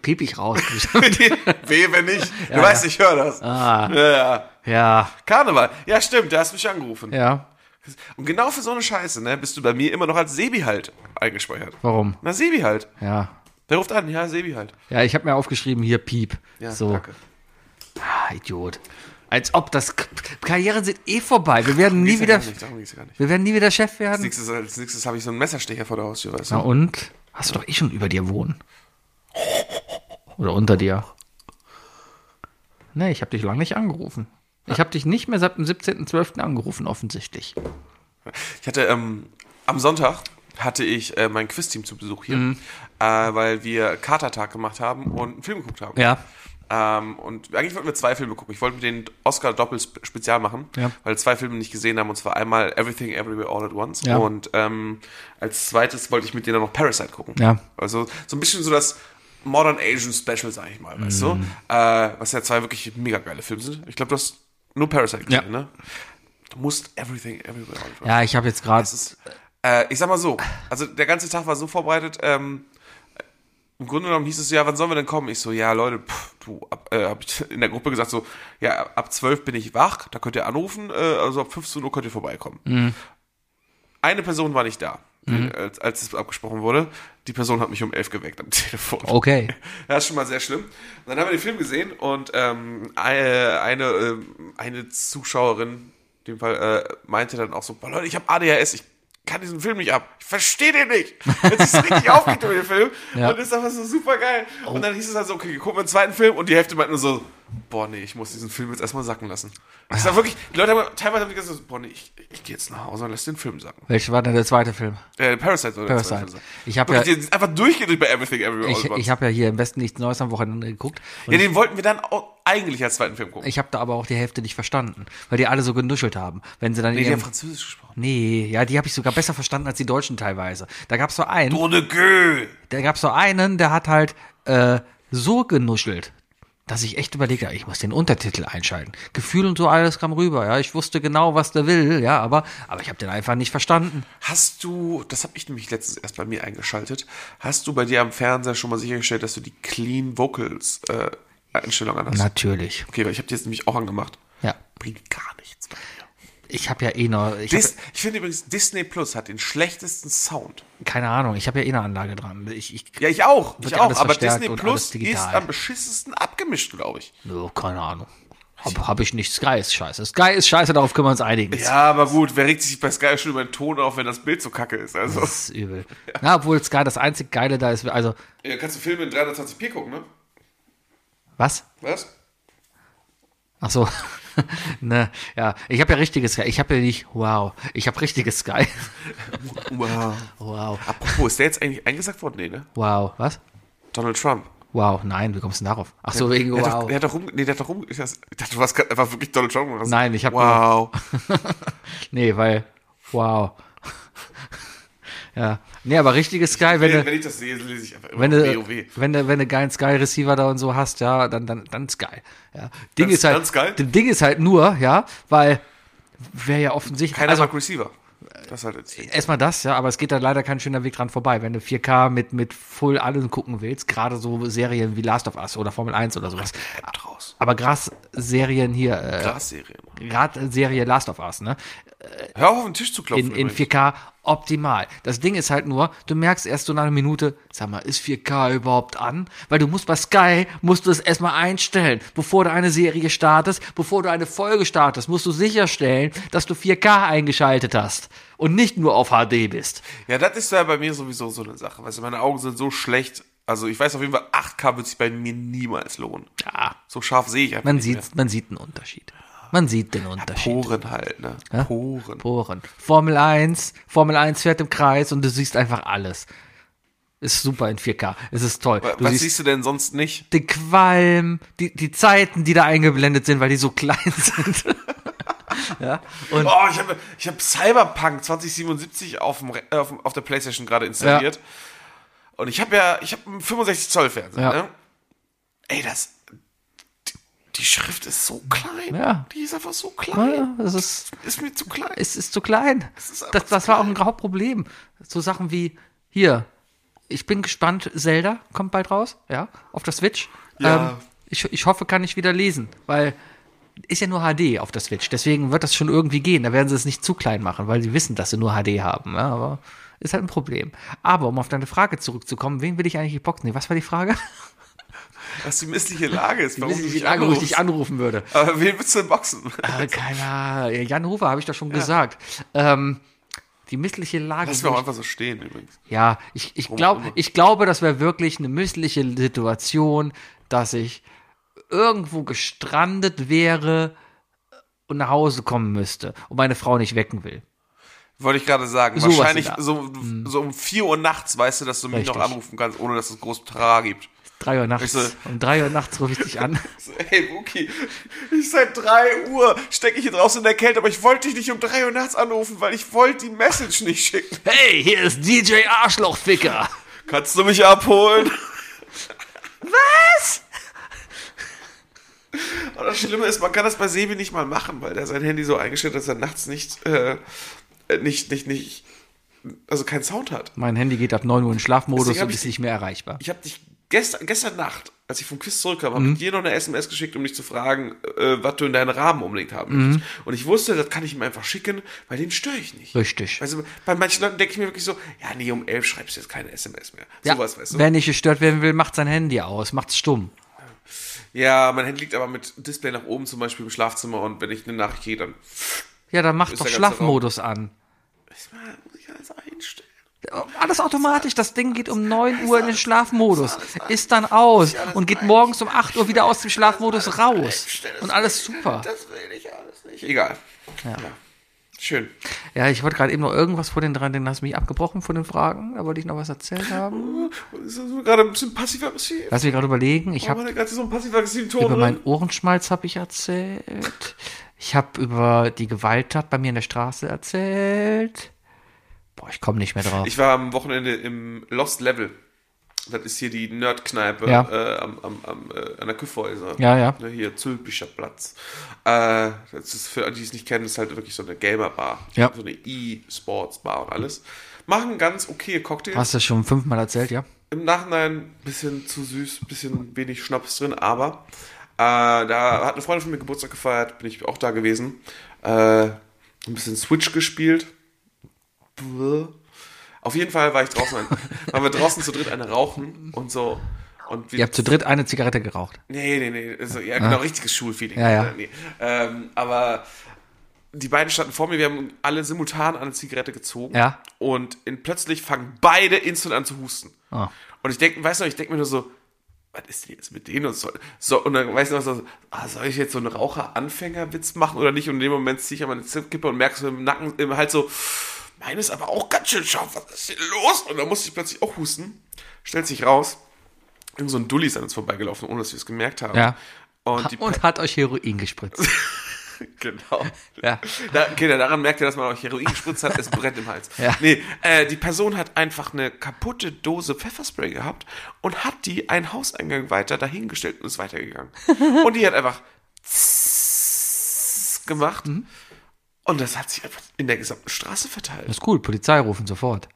[SPEAKER 4] Piep
[SPEAKER 3] [laughs]
[SPEAKER 4] ich raus.
[SPEAKER 3] Wehe, wenn nicht. Du weißt, ich höre das.
[SPEAKER 4] Ah.
[SPEAKER 3] Ja, ja.
[SPEAKER 4] ja,
[SPEAKER 3] Karneval. Ja, stimmt, da hast du mich angerufen.
[SPEAKER 4] ja.
[SPEAKER 3] Und genau für so eine Scheiße, ne, bist du bei mir immer noch als Sebi halt eingespeichert.
[SPEAKER 4] Warum?
[SPEAKER 3] Na, Sebi halt.
[SPEAKER 4] Ja.
[SPEAKER 3] Der ruft an, ja, Sebi halt.
[SPEAKER 4] Ja, ich habe mir aufgeschrieben, hier Piep.
[SPEAKER 3] Ja,
[SPEAKER 4] so.
[SPEAKER 3] Kacke.
[SPEAKER 4] Ah, Idiot. Als ob das K Karrieren sind eh vorbei. Wir werden nie
[SPEAKER 3] Geht's ja
[SPEAKER 4] wieder
[SPEAKER 3] gar nicht, darum geht's ja gar nicht.
[SPEAKER 4] wir werden nie wieder Chef
[SPEAKER 3] Als
[SPEAKER 4] werden.
[SPEAKER 3] nächstes, als nächstes habe ich so einen Messerstecher vor der Haustür, weißt du?
[SPEAKER 4] Na und hast du doch eh schon über dir wohnen. Oder unter dir. Nee, ich habe dich lange nicht angerufen. Ich habe dich nicht mehr seit dem 17.12. angerufen, offensichtlich.
[SPEAKER 3] Ich hatte ähm, am Sonntag hatte ich äh, mein Quiz-Team zu Besuch hier,
[SPEAKER 4] Mhm.
[SPEAKER 3] äh, weil wir Katertag gemacht haben und einen Film geguckt haben.
[SPEAKER 4] Ja.
[SPEAKER 3] Ähm, und eigentlich wollten wir zwei Filme gucken. Ich wollte mit den Oscar doppel spezial machen,
[SPEAKER 4] Ja.
[SPEAKER 3] weil wir zwei Filme nicht gesehen haben. Und zwar einmal Everything Everywhere All at Once.
[SPEAKER 4] Ja.
[SPEAKER 3] Und ähm, als zweites wollte ich mit denen noch Parasite gucken.
[SPEAKER 4] Ja.
[SPEAKER 3] Also so ein bisschen so das Modern Asian Special, sag ich mal, weißt
[SPEAKER 4] Mhm.
[SPEAKER 3] du? Äh, was ja zwei wirklich mega geile Filme sind. Ich glaube, du hast nur Parasite gesehen,
[SPEAKER 4] Ja.
[SPEAKER 3] ne? Du musst Everything Everywhere All at Once.
[SPEAKER 4] Ja, ich habe jetzt gerade.
[SPEAKER 3] Es ist, äh, ich sag mal so, also der ganze Tag war so vorbereitet, ähm, im Grunde genommen hieß es so, ja, wann sollen wir denn kommen? Ich so, ja, Leute, pff, du, ab, äh, hab ich in der Gruppe gesagt so, ja, ab 12 bin ich wach, da könnt ihr anrufen, äh, also ab 15 Uhr könnt ihr vorbeikommen. Eine Person war nicht da, als, als es abgesprochen wurde. Die Person hat mich um 11 geweckt am Telefon.
[SPEAKER 4] Okay.
[SPEAKER 3] Das ist schon mal sehr schlimm. Und dann haben wir den Film gesehen und ähm, eine, eine, ähm, eine Zuschauerin, in dem Fall, äh, meinte dann auch so, boah Leute, ich habe ADHS, ich kann diesen Film nicht ab. Ich verstehe den nicht. Jetzt ist es
[SPEAKER 4] [laughs]
[SPEAKER 3] richtig aufgeregt über den Film
[SPEAKER 4] Ja. Oh.
[SPEAKER 3] und ist einfach so super geil. Und dann hieß es halt so, okay, gucken wir einen zweiten Film und die Hälfte meint nur so, boah, nee, ich muss diesen Film jetzt erstmal sacken lassen. Es war wirklich, die Leute haben teilweise haben die gesagt, so, boah, nee, ich, ich gehe jetzt nach Hause und lass den Film sacken.
[SPEAKER 4] Welcher war denn der zweite Film?
[SPEAKER 3] Äh, Parasite oder
[SPEAKER 4] Parasite. Ich hab ja-
[SPEAKER 3] einfach durchgedreht bei Everything Everywhere
[SPEAKER 4] Ich,
[SPEAKER 3] All at
[SPEAKER 4] ich habe ja hier im Westen nichts Neues am Wochenende geguckt. Und
[SPEAKER 3] Ja, den wollten wir dann auch eigentlich als zweiten Film gucken.
[SPEAKER 4] ich habe da aber auch die Hälfte nicht verstanden, weil die alle so genuschelt haben. Wenn sie dann
[SPEAKER 3] nee,
[SPEAKER 4] nee,
[SPEAKER 3] die haben Französisch gesprochen.
[SPEAKER 4] nee, ja, die habe ich sogar besser verstanden als die Deutschen teilweise. Da gab's so einen,
[SPEAKER 3] Ohne Gö.
[SPEAKER 4] da gab's so einen, der hat halt äh, so genuschelt, dass ich echt überlegt habe, ich muss den Untertitel einschalten. Gefühl und so alles kam rüber, ja. Ich wusste genau, was der will, ja, aber, aber ich habe den einfach nicht verstanden.
[SPEAKER 3] Hast du, das habe ich nämlich letztens erst bei mir eingeschaltet, hast du bei dir am Fernseher schon mal sichergestellt, dass du die Clean Vocals äh, Einstellung an hast?
[SPEAKER 4] Natürlich.
[SPEAKER 3] Okay, weil ich habe die jetzt nämlich auch angemacht.
[SPEAKER 4] Ja.
[SPEAKER 3] Bringt gar nichts. bei mir.
[SPEAKER 4] Ich habe ja eh noch, ich
[SPEAKER 3] Dis,
[SPEAKER 4] hab,
[SPEAKER 3] ich finde übrigens, Disney Plus hat den schlechtesten Sound.
[SPEAKER 4] keine Ahnung, ich habe ja eh eine Anlage dran. Ich, ich,
[SPEAKER 3] Ja, ich auch.
[SPEAKER 4] Wird
[SPEAKER 3] ich
[SPEAKER 4] ja
[SPEAKER 3] auch.
[SPEAKER 4] alles
[SPEAKER 3] Aber
[SPEAKER 4] verstärkt
[SPEAKER 3] Disney
[SPEAKER 4] und
[SPEAKER 3] Plus
[SPEAKER 4] alles
[SPEAKER 3] ist
[SPEAKER 4] digital.
[SPEAKER 3] am beschissensten abgemischt, glaube ich.
[SPEAKER 4] Nö, keine Ahnung. Hab, hab ich nicht. Sky ist scheiße. Sky ist scheiße, darauf können wir uns einigen.
[SPEAKER 3] Ja, aber gut, wer regt sich bei Sky schon über den Ton auf, wenn das Bild so kacke ist? Also,
[SPEAKER 4] Das ist übel. Na, obwohl Sky das einzig Geile da ist, also,
[SPEAKER 3] ja, kannst du Filme in 320p gucken, ne?
[SPEAKER 4] was?
[SPEAKER 3] Was?
[SPEAKER 4] Ach so. [laughs] ne, ja. Ich habe ja richtiges Sky. Ich habe ja nicht, wow. Ich habe richtiges Sky. [laughs]
[SPEAKER 3] Wow.
[SPEAKER 4] wow.
[SPEAKER 3] Apropos, ist der jetzt eigentlich eingesagt worden? Nee, ne?
[SPEAKER 4] Wow. Was?
[SPEAKER 3] Donald Trump.
[SPEAKER 4] Wow. Nein, wie kommst du denn darauf? Ach so, wegen
[SPEAKER 3] Der hat doch,
[SPEAKER 4] wow.
[SPEAKER 3] der hat doch rum, nee, der hat doch rum, ich dachte, ich dachte, du warst grad einfach wirklich Donald Trump. oder was?
[SPEAKER 4] Nein, ich hab
[SPEAKER 3] Wow. [laughs]
[SPEAKER 4] [laughs] Nee, weil, wow. [laughs] ja. Nee, aber richtiges Sky, wenn
[SPEAKER 3] Wenn,
[SPEAKER 4] du,
[SPEAKER 3] wenn ich das sehe, lese ich einfach immer
[SPEAKER 4] wenn
[SPEAKER 3] WoW.
[SPEAKER 4] du, wenn du, wenn du geilen Sky-Receiver da und so hast, ja, dann, dann, dann Sky. Ja. Ding
[SPEAKER 3] Dann-
[SPEAKER 4] ist halt,
[SPEAKER 3] dann Sky?
[SPEAKER 4] Das Ding ist halt nur, ja, weil wäre ja offensichtlich,
[SPEAKER 3] Keiner
[SPEAKER 4] also Äh,
[SPEAKER 3] mag Receiver. Das halt jetzt.
[SPEAKER 4] erstmal das, ja, aber es geht da leider kein schöner Weg dran vorbei, wenn du 4K mit, mit Full allem gucken willst, gerade so Serien wie Last of Us oder Formel 1 oder sowas.
[SPEAKER 3] raus.
[SPEAKER 4] Aber Gras-Serien hier, äh,
[SPEAKER 3] Glasserie. Mann.
[SPEAKER 4] Grad-Serie Last of Us, ne?
[SPEAKER 3] Hör auf, auf den Tisch zu klopfen.
[SPEAKER 4] in, in
[SPEAKER 3] übrigens.
[SPEAKER 4] 4K optimal. Das Ding ist halt nur, du merkst erst so nach einer Minute, sag mal, ist 4K überhaupt an? Weil du musst bei Sky, musst du es erstmal einstellen. Bevor du eine Serie startest, bevor du eine Folge startest, musst du sicherstellen, dass du 4K eingeschaltet hast und nicht nur auf HD bist.
[SPEAKER 3] Ja, das ist ja bei mir sowieso so eine Sache. Weißt du, meine Augen sind so schlecht. Also ich weiß auf jeden Fall, 8K wird sich bei mir niemals lohnen.
[SPEAKER 4] Ja,
[SPEAKER 3] So scharf sehe ich einfach
[SPEAKER 4] man
[SPEAKER 3] nicht
[SPEAKER 4] sieht, man sieht einen Unterschied. Man sieht den Unterschied.
[SPEAKER 3] mehr. Poren halt, ne? Poren.
[SPEAKER 4] Poren. Formel 1, Formel 1 fährt im Kreis und du siehst einfach alles. Ist super in 4K. Es ist toll.
[SPEAKER 3] Wa-
[SPEAKER 4] Du
[SPEAKER 3] Was
[SPEAKER 4] siehst-
[SPEAKER 3] siehst du denn sonst nicht?
[SPEAKER 4] den Qualm, die, die Zeiten, die da eingeblendet sind, weil die so [laughs] klein sind. ja, und
[SPEAKER 3] Oh, ich habe ich hab Cyberpunk 2077 auf, dem, Re- äh, auf, dem, auf der Playstation gerade installiert. Und ich habe ja, ich habe einen 65 Zoll Fernseher,
[SPEAKER 4] Ja.
[SPEAKER 3] ne? Ey, das, die, die Schrift ist so klein.
[SPEAKER 4] Ja.
[SPEAKER 3] Die ist einfach so klein.
[SPEAKER 4] ja, das ist,
[SPEAKER 3] Ist mir zu klein.
[SPEAKER 4] es ist zu klein.
[SPEAKER 3] ist einfach
[SPEAKER 4] Das, das war auch ein Hauptproblem. So Sachen wie, hier, ich bin gespannt, Zelda kommt bald raus, ja, auf der Switch.
[SPEAKER 3] Ja.
[SPEAKER 4] Ähm, ich, ich hoffe, kann ich wieder lesen, weil ist ja nur HD auf der Switch, deswegen wird das schon irgendwie gehen. Da werden sie es nicht zu klein machen, weil sie wissen, dass sie nur HD haben. Ja, aber ist halt ein Problem. Aber um auf deine Frage zurückzukommen, wen will ich eigentlich boxen? Nee, was war die Frage?
[SPEAKER 3] dass die missliche Lage ist. warum
[SPEAKER 4] Weiß
[SPEAKER 3] du
[SPEAKER 4] nicht, wie
[SPEAKER 3] mich
[SPEAKER 4] lange ich
[SPEAKER 3] anrufst.
[SPEAKER 4] dich anrufen würde.
[SPEAKER 3] Aber wen willst du denn
[SPEAKER 4] [laughs]
[SPEAKER 3] boxen?
[SPEAKER 4] Äh, keine Ahnung. Jan Hofer habe ich doch schon gesagt. Ähm, die missliche Lage.
[SPEAKER 3] Lass mir auch einfach so stehen übrigens.
[SPEAKER 4] ja, ich, ich, glaub,
[SPEAKER 3] immer.
[SPEAKER 4] ich glaube, das wäre wirklich eine missliche Situation, dass ich irgendwo gestrandet wäre und nach Hause kommen müsste und meine Frau nicht wecken will.
[SPEAKER 3] Wollte ich gerade sagen.
[SPEAKER 4] Sowas
[SPEAKER 3] Wahrscheinlich
[SPEAKER 4] in der- Hm.
[SPEAKER 3] so, so um 4 Uhr nachts weißt du, dass du mich
[SPEAKER 4] Richtig.
[SPEAKER 3] noch anrufen kannst, ohne dass es groß Trara gibt.
[SPEAKER 4] Drei Uhr nachts.
[SPEAKER 3] Weißt
[SPEAKER 4] Um drei Uhr nachts rufe ich
[SPEAKER 3] [laughs]
[SPEAKER 4] dich an.
[SPEAKER 3] So, hey, Wookie, ich seit 3 Uhr stecke ich hier draußen in der Kälte, aber ich wollte dich nicht um 3 Uhr nachts anrufen, weil ich wollte die Message nicht schicken.
[SPEAKER 4] Hey, hier ist DJ Arschlochficker.
[SPEAKER 3] Kannst du mich abholen?
[SPEAKER 4] Was?
[SPEAKER 3] Und das Schlimme ist, man kann das bei Sebi nicht mal machen, weil der sein Handy so eingestellt hat, dass er nachts nicht, äh, nicht, nicht, nicht, also keinen Sound hat.
[SPEAKER 4] Mein Handy geht ab 9 Uhr in Schlafmodus
[SPEAKER 3] Deswegen hab
[SPEAKER 4] und
[SPEAKER 3] ich
[SPEAKER 4] ist
[SPEAKER 3] die-
[SPEAKER 4] nicht mehr erreichbar.
[SPEAKER 3] ich habe dich gestern, gestern Nacht, als ich vom Quiz zurückkam,
[SPEAKER 4] Mhm.
[SPEAKER 3] habe ich dir noch eine SMS geschickt, um dich zu fragen, äh, was du in deinen Rahmen umlegt
[SPEAKER 4] Mhm.
[SPEAKER 3] haben möchtest. Und ich wusste, das kann ich ihm einfach schicken, weil den störe ich nicht.
[SPEAKER 4] Richtig.
[SPEAKER 3] Also bei manchen Leuten denke ich mir wirklich so, ja, nee, um elf schreibst du jetzt keine SMS mehr.
[SPEAKER 4] Ja,
[SPEAKER 3] Sowas, weißt du?
[SPEAKER 4] Wer nicht gestört werden will, macht sein Handy aus, macht's stumm.
[SPEAKER 3] Ja, mein Handy liegt aber mit Display nach oben zum Beispiel im Schlafzimmer und wenn ich eine Nachricht gehe, dann
[SPEAKER 4] Ja, dann mach
[SPEAKER 3] der
[SPEAKER 4] doch
[SPEAKER 3] ganze
[SPEAKER 4] Schlafmodus an.
[SPEAKER 3] muss ich alles einstellen.
[SPEAKER 4] Alles automatisch. Das Ding geht um 9 Uhr in den Schlafmodus, ist dann aus und geht morgens um 8 Uhr wieder aus dem Schlafmodus raus. Und alles super.
[SPEAKER 3] Das will ich alles nicht. Egal. Ja. Schön.
[SPEAKER 4] Ja, ich wollte gerade eben noch irgendwas vor den dran, den hast du mich abgebrochen von den Fragen. Da wollte ich noch was erzählt haben.
[SPEAKER 3] Ist das so gerade ein bisschen passiv-aggressiv?
[SPEAKER 4] Lass mich gerade überlegen. Ich
[SPEAKER 3] Warum
[SPEAKER 4] habe
[SPEAKER 3] hat er gerade so einen passiv-aggressiven Ton
[SPEAKER 4] über
[SPEAKER 3] drin?
[SPEAKER 4] meinen Ohrenschmalz habe ich erzählt. Ich habe über die Gewalttat bei mir in der Straße erzählt. Boah, ich komme nicht mehr drauf.
[SPEAKER 3] Ich war am Wochenende im Lost Level. Das ist hier die Nerdkneipe
[SPEAKER 4] Ja.
[SPEAKER 3] äh, am, am, am, äh, an der Küffhäuser.
[SPEAKER 4] Ja, ja.
[SPEAKER 3] Ne, hier, Zülpischer Platz. Äh, das ist für alle, die es nicht kennen, ist halt wirklich so eine Gamer-Bar.
[SPEAKER 4] Ja.
[SPEAKER 3] So eine E-Sports-Bar und alles. Machen ganz okay Cocktails.
[SPEAKER 4] Hast du schon fünfmal erzählt, ja?
[SPEAKER 3] Im Nachhinein ein bisschen zu süß, ein bisschen wenig Schnaps drin, aber äh, da hat eine Freundin von mir Geburtstag gefeiert, bin ich auch da gewesen. Äh, ein bisschen Switch gespielt. Bäh. Auf jeden Fall war ich draußen, waren wir draußen zu dritt eine rauchen und so. Und wir,
[SPEAKER 4] Ihr habt zu dritt eine Zigarette geraucht.
[SPEAKER 3] Nee, nee, nee. Also, ja, genau, richtiges Schulfeeling.
[SPEAKER 4] Ah.
[SPEAKER 3] Äh,
[SPEAKER 4] Ja, ja.
[SPEAKER 3] Nee. Ähm, aber die beiden standen vor mir, wir haben alle simultan eine Zigarette gezogen.
[SPEAKER 4] Ja.
[SPEAKER 3] Und in, plötzlich fangen beide instant an zu husten.
[SPEAKER 4] Ah.
[SPEAKER 3] Und ich denke, weißt du, noch, ich denke mir nur so, was ist denn jetzt mit denen? Und, so, so, und dann weißt du noch so, ah, soll ich jetzt so einen Raucher-Anfängerwitz machen oder nicht? Und in dem Moment ziehe ich an meine Zipkippe und merke so im Nacken, im Hals so, meine ist aber auch ganz schön scharf, was ist hier los? Und dann musste ich plötzlich auch husten, stellt sich raus, irgend so ein Dulli ist an uns vorbeigelaufen, ohne dass wir es gemerkt haben.
[SPEAKER 4] Ja.
[SPEAKER 3] Und, die,
[SPEAKER 4] [laughs] Und hat euch Heroin gespritzt.
[SPEAKER 3] [laughs] genau.
[SPEAKER 4] [laughs] Ja.
[SPEAKER 3] Da, Kinder, daran merkt ihr, dass man euch Heroin gespritzt hat, es brennt im Hals.
[SPEAKER 4] [laughs] Ja.
[SPEAKER 3] Nee, äh, die Person hat einfach eine kaputte Dose Pfefferspray gehabt und hat die einen Hauseingang weiter dahingestellt und ist
[SPEAKER 4] [laughs]
[SPEAKER 3] weitergegangen. und die hat einfach [laughs] gemacht
[SPEAKER 4] Mhm.
[SPEAKER 3] und das hat sich einfach in der gesamten Straße verteilt.
[SPEAKER 4] Das ist cool, Polizei rufen sofort.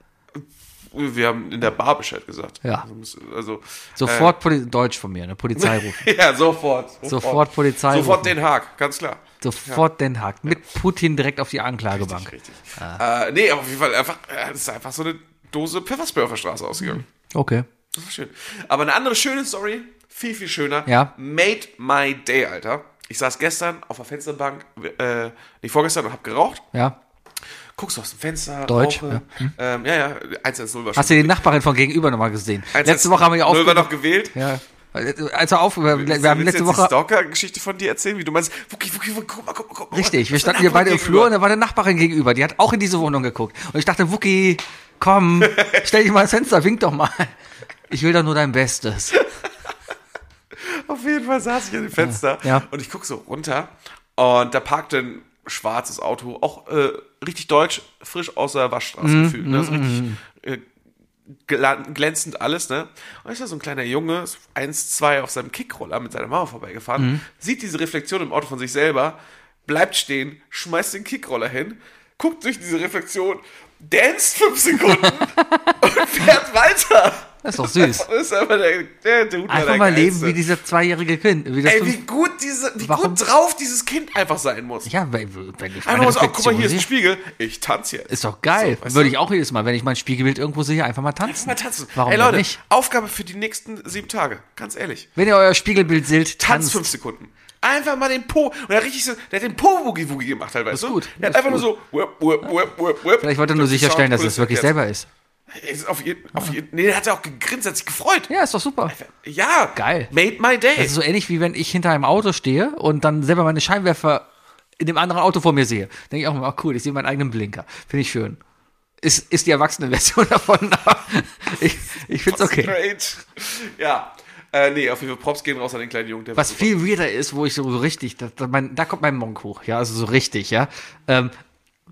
[SPEAKER 3] Wir haben in der Bar Bescheid gesagt.
[SPEAKER 4] Ja.
[SPEAKER 3] Also, also
[SPEAKER 4] Sofort Poli Deutsch von mir,
[SPEAKER 3] [laughs]
[SPEAKER 4] ne? Polizei rufen.
[SPEAKER 3] Äh, ja, sofort.
[SPEAKER 4] Sofort Polizei
[SPEAKER 3] Sofort
[SPEAKER 4] rufen.
[SPEAKER 3] Den Haag, ganz klar.
[SPEAKER 4] Sofort Den Haag. Mit Putin direkt auf die Anklagebank.
[SPEAKER 3] Richtig. Äh, nee, aber auf jeden Fall einfach, äh, es ist einfach so eine Dose Pfefferspray auf der Straße ausgegangen.
[SPEAKER 4] Okay.
[SPEAKER 3] Das war schön. Aber eine andere schöne Story, viel, viel schöner.
[SPEAKER 4] Ja.
[SPEAKER 3] Made my day, Alter. Ich saß gestern auf der Fensterbank, äh, nicht vorgestern, und hab geraucht.
[SPEAKER 4] Ja.
[SPEAKER 3] Guckst aus dem Fenster.
[SPEAKER 4] Deutsch, Mhm.
[SPEAKER 3] Rauche. Ähm, ja, ja, 110 war schon.
[SPEAKER 4] Hast du die Nachbarin von gegenüber nochmal gesehen?
[SPEAKER 3] 110
[SPEAKER 4] Letzte Woche haben wir ja auch.
[SPEAKER 3] Null war noch gewählt.
[SPEAKER 4] Ja. Als er auf, wir, wir haben
[SPEAKER 3] Willst du
[SPEAKER 4] letzte
[SPEAKER 3] jetzt
[SPEAKER 4] Woche.
[SPEAKER 3] die Stalker-Geschichte von dir erzählen, wie du meinst, Wuki, Wuki, Wuki, guck mal, guck mal, guck mal. [laughs]
[SPEAKER 4] Richtig, wir
[SPEAKER 3] Das ist eine
[SPEAKER 4] standen hier beide im
[SPEAKER 3] Nachbarin gegenüber.
[SPEAKER 4] Flur und da war eine Nachbarin gegenüber, die hat auch in diese Wohnung geguckt. Und ich dachte, Wookie,
[SPEAKER 3] [laughs]
[SPEAKER 4] komm, stell dich mal ins Fenster, wink doch mal. Ich will doch nur dein Bestes.
[SPEAKER 3] Auf jeden Fall saß ich an dem Fenster
[SPEAKER 4] Ja.
[SPEAKER 3] und ich gucke so runter und da parkte ein schwarzes Auto, auch äh, richtig deutsch, frisch aus der Waschstraße
[SPEAKER 4] Mhm.
[SPEAKER 3] gefühlt. Ne? So richtig äh, gla- glänzend alles. Ne? Und ist da so ein kleiner Junge, so 1,2 auf seinem Kickroller mit seiner Mama vorbeigefahren,
[SPEAKER 4] Mhm.
[SPEAKER 3] sieht diese Reflexion im Auto von sich selber, bleibt stehen, schmeißt den Kickroller hin, guckt durch diese Reflexion, danst fünf
[SPEAKER 4] [laughs]
[SPEAKER 3] Sekunden und fährt weiter.
[SPEAKER 4] Das ist
[SPEAKER 3] [laughs]
[SPEAKER 4] doch süß.
[SPEAKER 3] Das ist einfach der, der, der Hut war
[SPEAKER 4] Einfach
[SPEAKER 3] der
[SPEAKER 4] mal leben
[SPEAKER 3] Geilste.
[SPEAKER 4] wie dieser zweijährige Kind. Wie das
[SPEAKER 3] Ey,
[SPEAKER 4] fünf-
[SPEAKER 3] wie gut diese, wie
[SPEAKER 4] Warum?
[SPEAKER 3] gut drauf dieses Kind einfach sein muss.
[SPEAKER 4] ja, wenn wenn ich
[SPEAKER 3] Einfach
[SPEAKER 4] meine
[SPEAKER 3] mal so, oh, guck mal,
[SPEAKER 4] Reflexion
[SPEAKER 3] hier ist ein
[SPEAKER 4] sehe,
[SPEAKER 3] Spiegel. Ich tanze jetzt.
[SPEAKER 4] ist doch geil.
[SPEAKER 3] So, weißt
[SPEAKER 4] Würde
[SPEAKER 3] du?
[SPEAKER 4] ich auch jedes Mal, wenn ich mein Spiegelbild irgendwo sehe, einfach mal tanzen.
[SPEAKER 3] mal tanzen.
[SPEAKER 4] Warum
[SPEAKER 3] Ey Leute,
[SPEAKER 4] denn nicht?
[SPEAKER 3] Aufgabe für die nächsten sieben Tage. Ganz ehrlich.
[SPEAKER 4] Wenn ihr euer Spiegelbild seht,
[SPEAKER 3] Tanz
[SPEAKER 4] tanzt.
[SPEAKER 3] fünf Sekunden. Einfach mal den Po. Und er richtig so, der hat den Po woogie woogie gemacht halt, weißt
[SPEAKER 4] ist
[SPEAKER 3] du?
[SPEAKER 4] gut,
[SPEAKER 3] Der hat
[SPEAKER 4] das ist
[SPEAKER 3] einfach nur so, whip, whip, whip, whip, whip.
[SPEAKER 4] Vielleicht wollte er nur
[SPEAKER 3] Durch die
[SPEAKER 4] sicherstellen, dass es
[SPEAKER 3] Soundkulisse
[SPEAKER 4] wirklich
[SPEAKER 3] verkehrt.
[SPEAKER 4] selber ist.
[SPEAKER 3] Ey, ist Auf jeden, auf jeden, nee, der hat ja auch gegrinst, hat sich gefreut.
[SPEAKER 4] Ja, ist doch super.
[SPEAKER 3] Ja.
[SPEAKER 4] Geil.
[SPEAKER 3] Made my day.
[SPEAKER 4] Das ist so ähnlich wie wenn ich hinter einem Auto stehe und dann selber meine Scheinwerfer in dem anderen Auto vor mir sehe. Denke ich auch mal, oh cool, ich sehe meinen eigenen Blinker. Finde ich schön. Ist, ist die erwachsene [laughs] Version davon. aber ich ich finde es okay.
[SPEAKER 3] Great. Ja. Äh, nee, auf jeden Fall Props gehen raus an den kleinen Jungen. Der
[SPEAKER 4] Was viel weirder ist, wo ich so richtig, da, da, mein, da kommt mein Monk hoch, ja, also so richtig, ja. Ähm,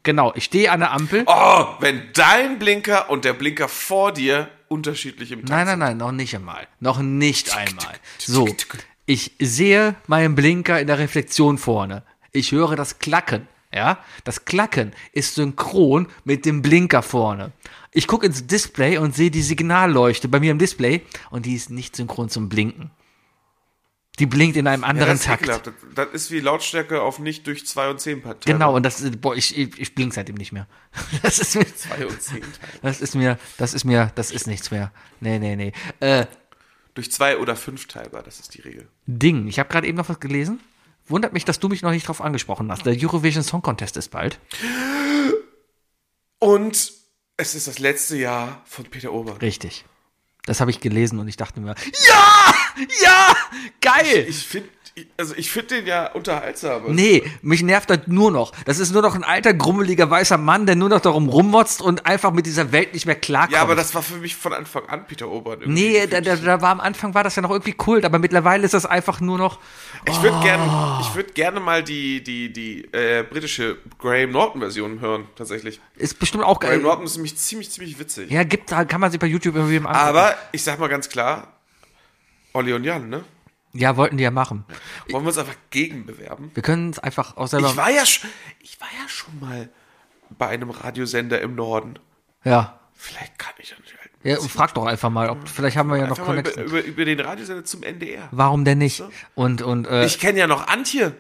[SPEAKER 4] genau, ich stehe an der Ampel.
[SPEAKER 3] Oh, wenn dein Blinker und der Blinker vor dir unterschiedlich im Takt
[SPEAKER 4] Nein, nein, nein, noch nicht einmal. Noch nicht einmal. So, ich sehe meinen Blinker in der Reflexion vorne. Ich höre das Klacken. Ja, das Klacken ist synchron mit dem Blinker vorne. Ich gucke ins Display und sehe die Signalleuchte bei mir im Display und die ist nicht synchron zum Blinken. Die blinkt in einem
[SPEAKER 3] sind. Ja,
[SPEAKER 4] anderen
[SPEAKER 3] das, ist
[SPEAKER 4] Takt.
[SPEAKER 3] ekelhaft. das, das ist wie Lautstärke auf nicht durch 2 und 10 Parteien.
[SPEAKER 4] Genau, und das, boah, ich, ich, ich blink seitdem nicht mehr. [laughs] Das ist mir,
[SPEAKER 3] 2 und 10 Teile.
[SPEAKER 4] das ist mir, das ist mir, das ist nichts mehr. Nee, nee, nee. Äh,
[SPEAKER 3] Durch 2 oder 5 teilbar, das ist die Regel.
[SPEAKER 4] Ding. Ich habe gerade eben noch was gelesen. Wundert mich, dass du mich noch nicht drauf angesprochen hast. Der Eurovision Song Contest ist bald.
[SPEAKER 3] Und Es ist das letzte Jahr von Peter Obern.
[SPEAKER 4] Richtig. Das habe ich gelesen und ich dachte mir, ja, ja, geil.
[SPEAKER 3] Ich finde also ich finde den ja unterhaltsam.
[SPEAKER 4] Nee, mich nervt das nur noch. Das ist nur noch ein alter, grummeliger, weißer Mann, der nur noch darum rummotzt und einfach mit dieser Welt nicht mehr klarkommt.
[SPEAKER 3] Ja, aber das war für mich von Anfang an Peter Obern. irgendwie.
[SPEAKER 4] Nee, da, da, da war am Anfang war das ja noch irgendwie Kult, aber mittlerweile ist das einfach nur noch.
[SPEAKER 3] Ich würde
[SPEAKER 4] Oh.
[SPEAKER 3] gerne, ich würde gerne mal die die die äh, britische Graham Norton Version hören tatsächlich.
[SPEAKER 4] Ist bestimmt auch
[SPEAKER 3] Graham
[SPEAKER 4] geil.
[SPEAKER 3] Norton ist nämlich ziemlich ziemlich witzig.
[SPEAKER 4] Ja, gibt da kann man sich bei YouTube irgendwie im Anfang.
[SPEAKER 3] Aber ich sag mal ganz klar, Olli und Jan, ne?
[SPEAKER 4] ja, wollten die ja machen.
[SPEAKER 3] Wollen wir uns einfach gegenbewerben?
[SPEAKER 4] Wir können es einfach auch selber.
[SPEAKER 3] Ich war ja sch- ich war ja schon mal bei einem Radiosender im Norden.
[SPEAKER 4] ja.
[SPEAKER 3] Vielleicht kann ich ja nicht. halt-
[SPEAKER 4] Ja, und frag doch einfach mal, ob vielleicht haben wir ja noch
[SPEAKER 3] Einfach mal über,
[SPEAKER 4] Connection.
[SPEAKER 3] über, über den Radiosender zum NDR.
[SPEAKER 4] Warum denn nicht? Und und äh,
[SPEAKER 3] Ich kenne ja noch Antje.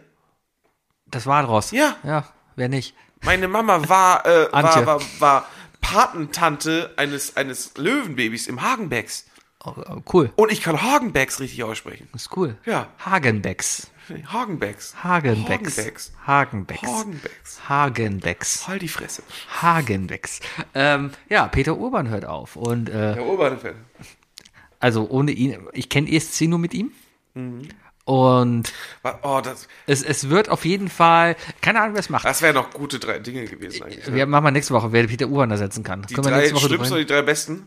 [SPEAKER 4] das war draus.
[SPEAKER 3] Ja.
[SPEAKER 4] Ja, wer nicht?
[SPEAKER 3] Meine Mama war, äh,
[SPEAKER 4] Antje.
[SPEAKER 3] war, war, war Patentante eines, eines Löwenbabys im Hagenbecks.
[SPEAKER 4] Oh, oh, cool.
[SPEAKER 3] Und ich kann Hagenbecks richtig aussprechen.
[SPEAKER 4] Ist cool.
[SPEAKER 3] Ja.
[SPEAKER 4] Hagenbecks.
[SPEAKER 3] Hagenbecks.
[SPEAKER 4] Hagenbecks. Hagenbecks.
[SPEAKER 3] Hagenbecks.
[SPEAKER 4] Hagenbecks.
[SPEAKER 3] Halt die Fresse.
[SPEAKER 4] Hagenbecks. Ähm, ja, Peter Urban hört auf. Und äh,
[SPEAKER 3] Herr Obernfeld.
[SPEAKER 4] also ohne ihn, ich kenne ESC nur mit ihm.
[SPEAKER 3] Mhm.
[SPEAKER 4] Und
[SPEAKER 3] Wa- Oh, das,
[SPEAKER 4] es, es wird auf jeden Fall, keine Ahnung, wer es macht.
[SPEAKER 3] das wären noch gute drei Dinge gewesen eigentlich. ne?
[SPEAKER 4] Wir machen mal nächste Woche, wer Peter Urban ersetzen kann.
[SPEAKER 3] Die
[SPEAKER 4] Äh, Können wir nächste
[SPEAKER 3] drei
[SPEAKER 4] Woche
[SPEAKER 3] schlimmsten
[SPEAKER 4] drüber
[SPEAKER 3] oder
[SPEAKER 4] reden?
[SPEAKER 3] die drei besten?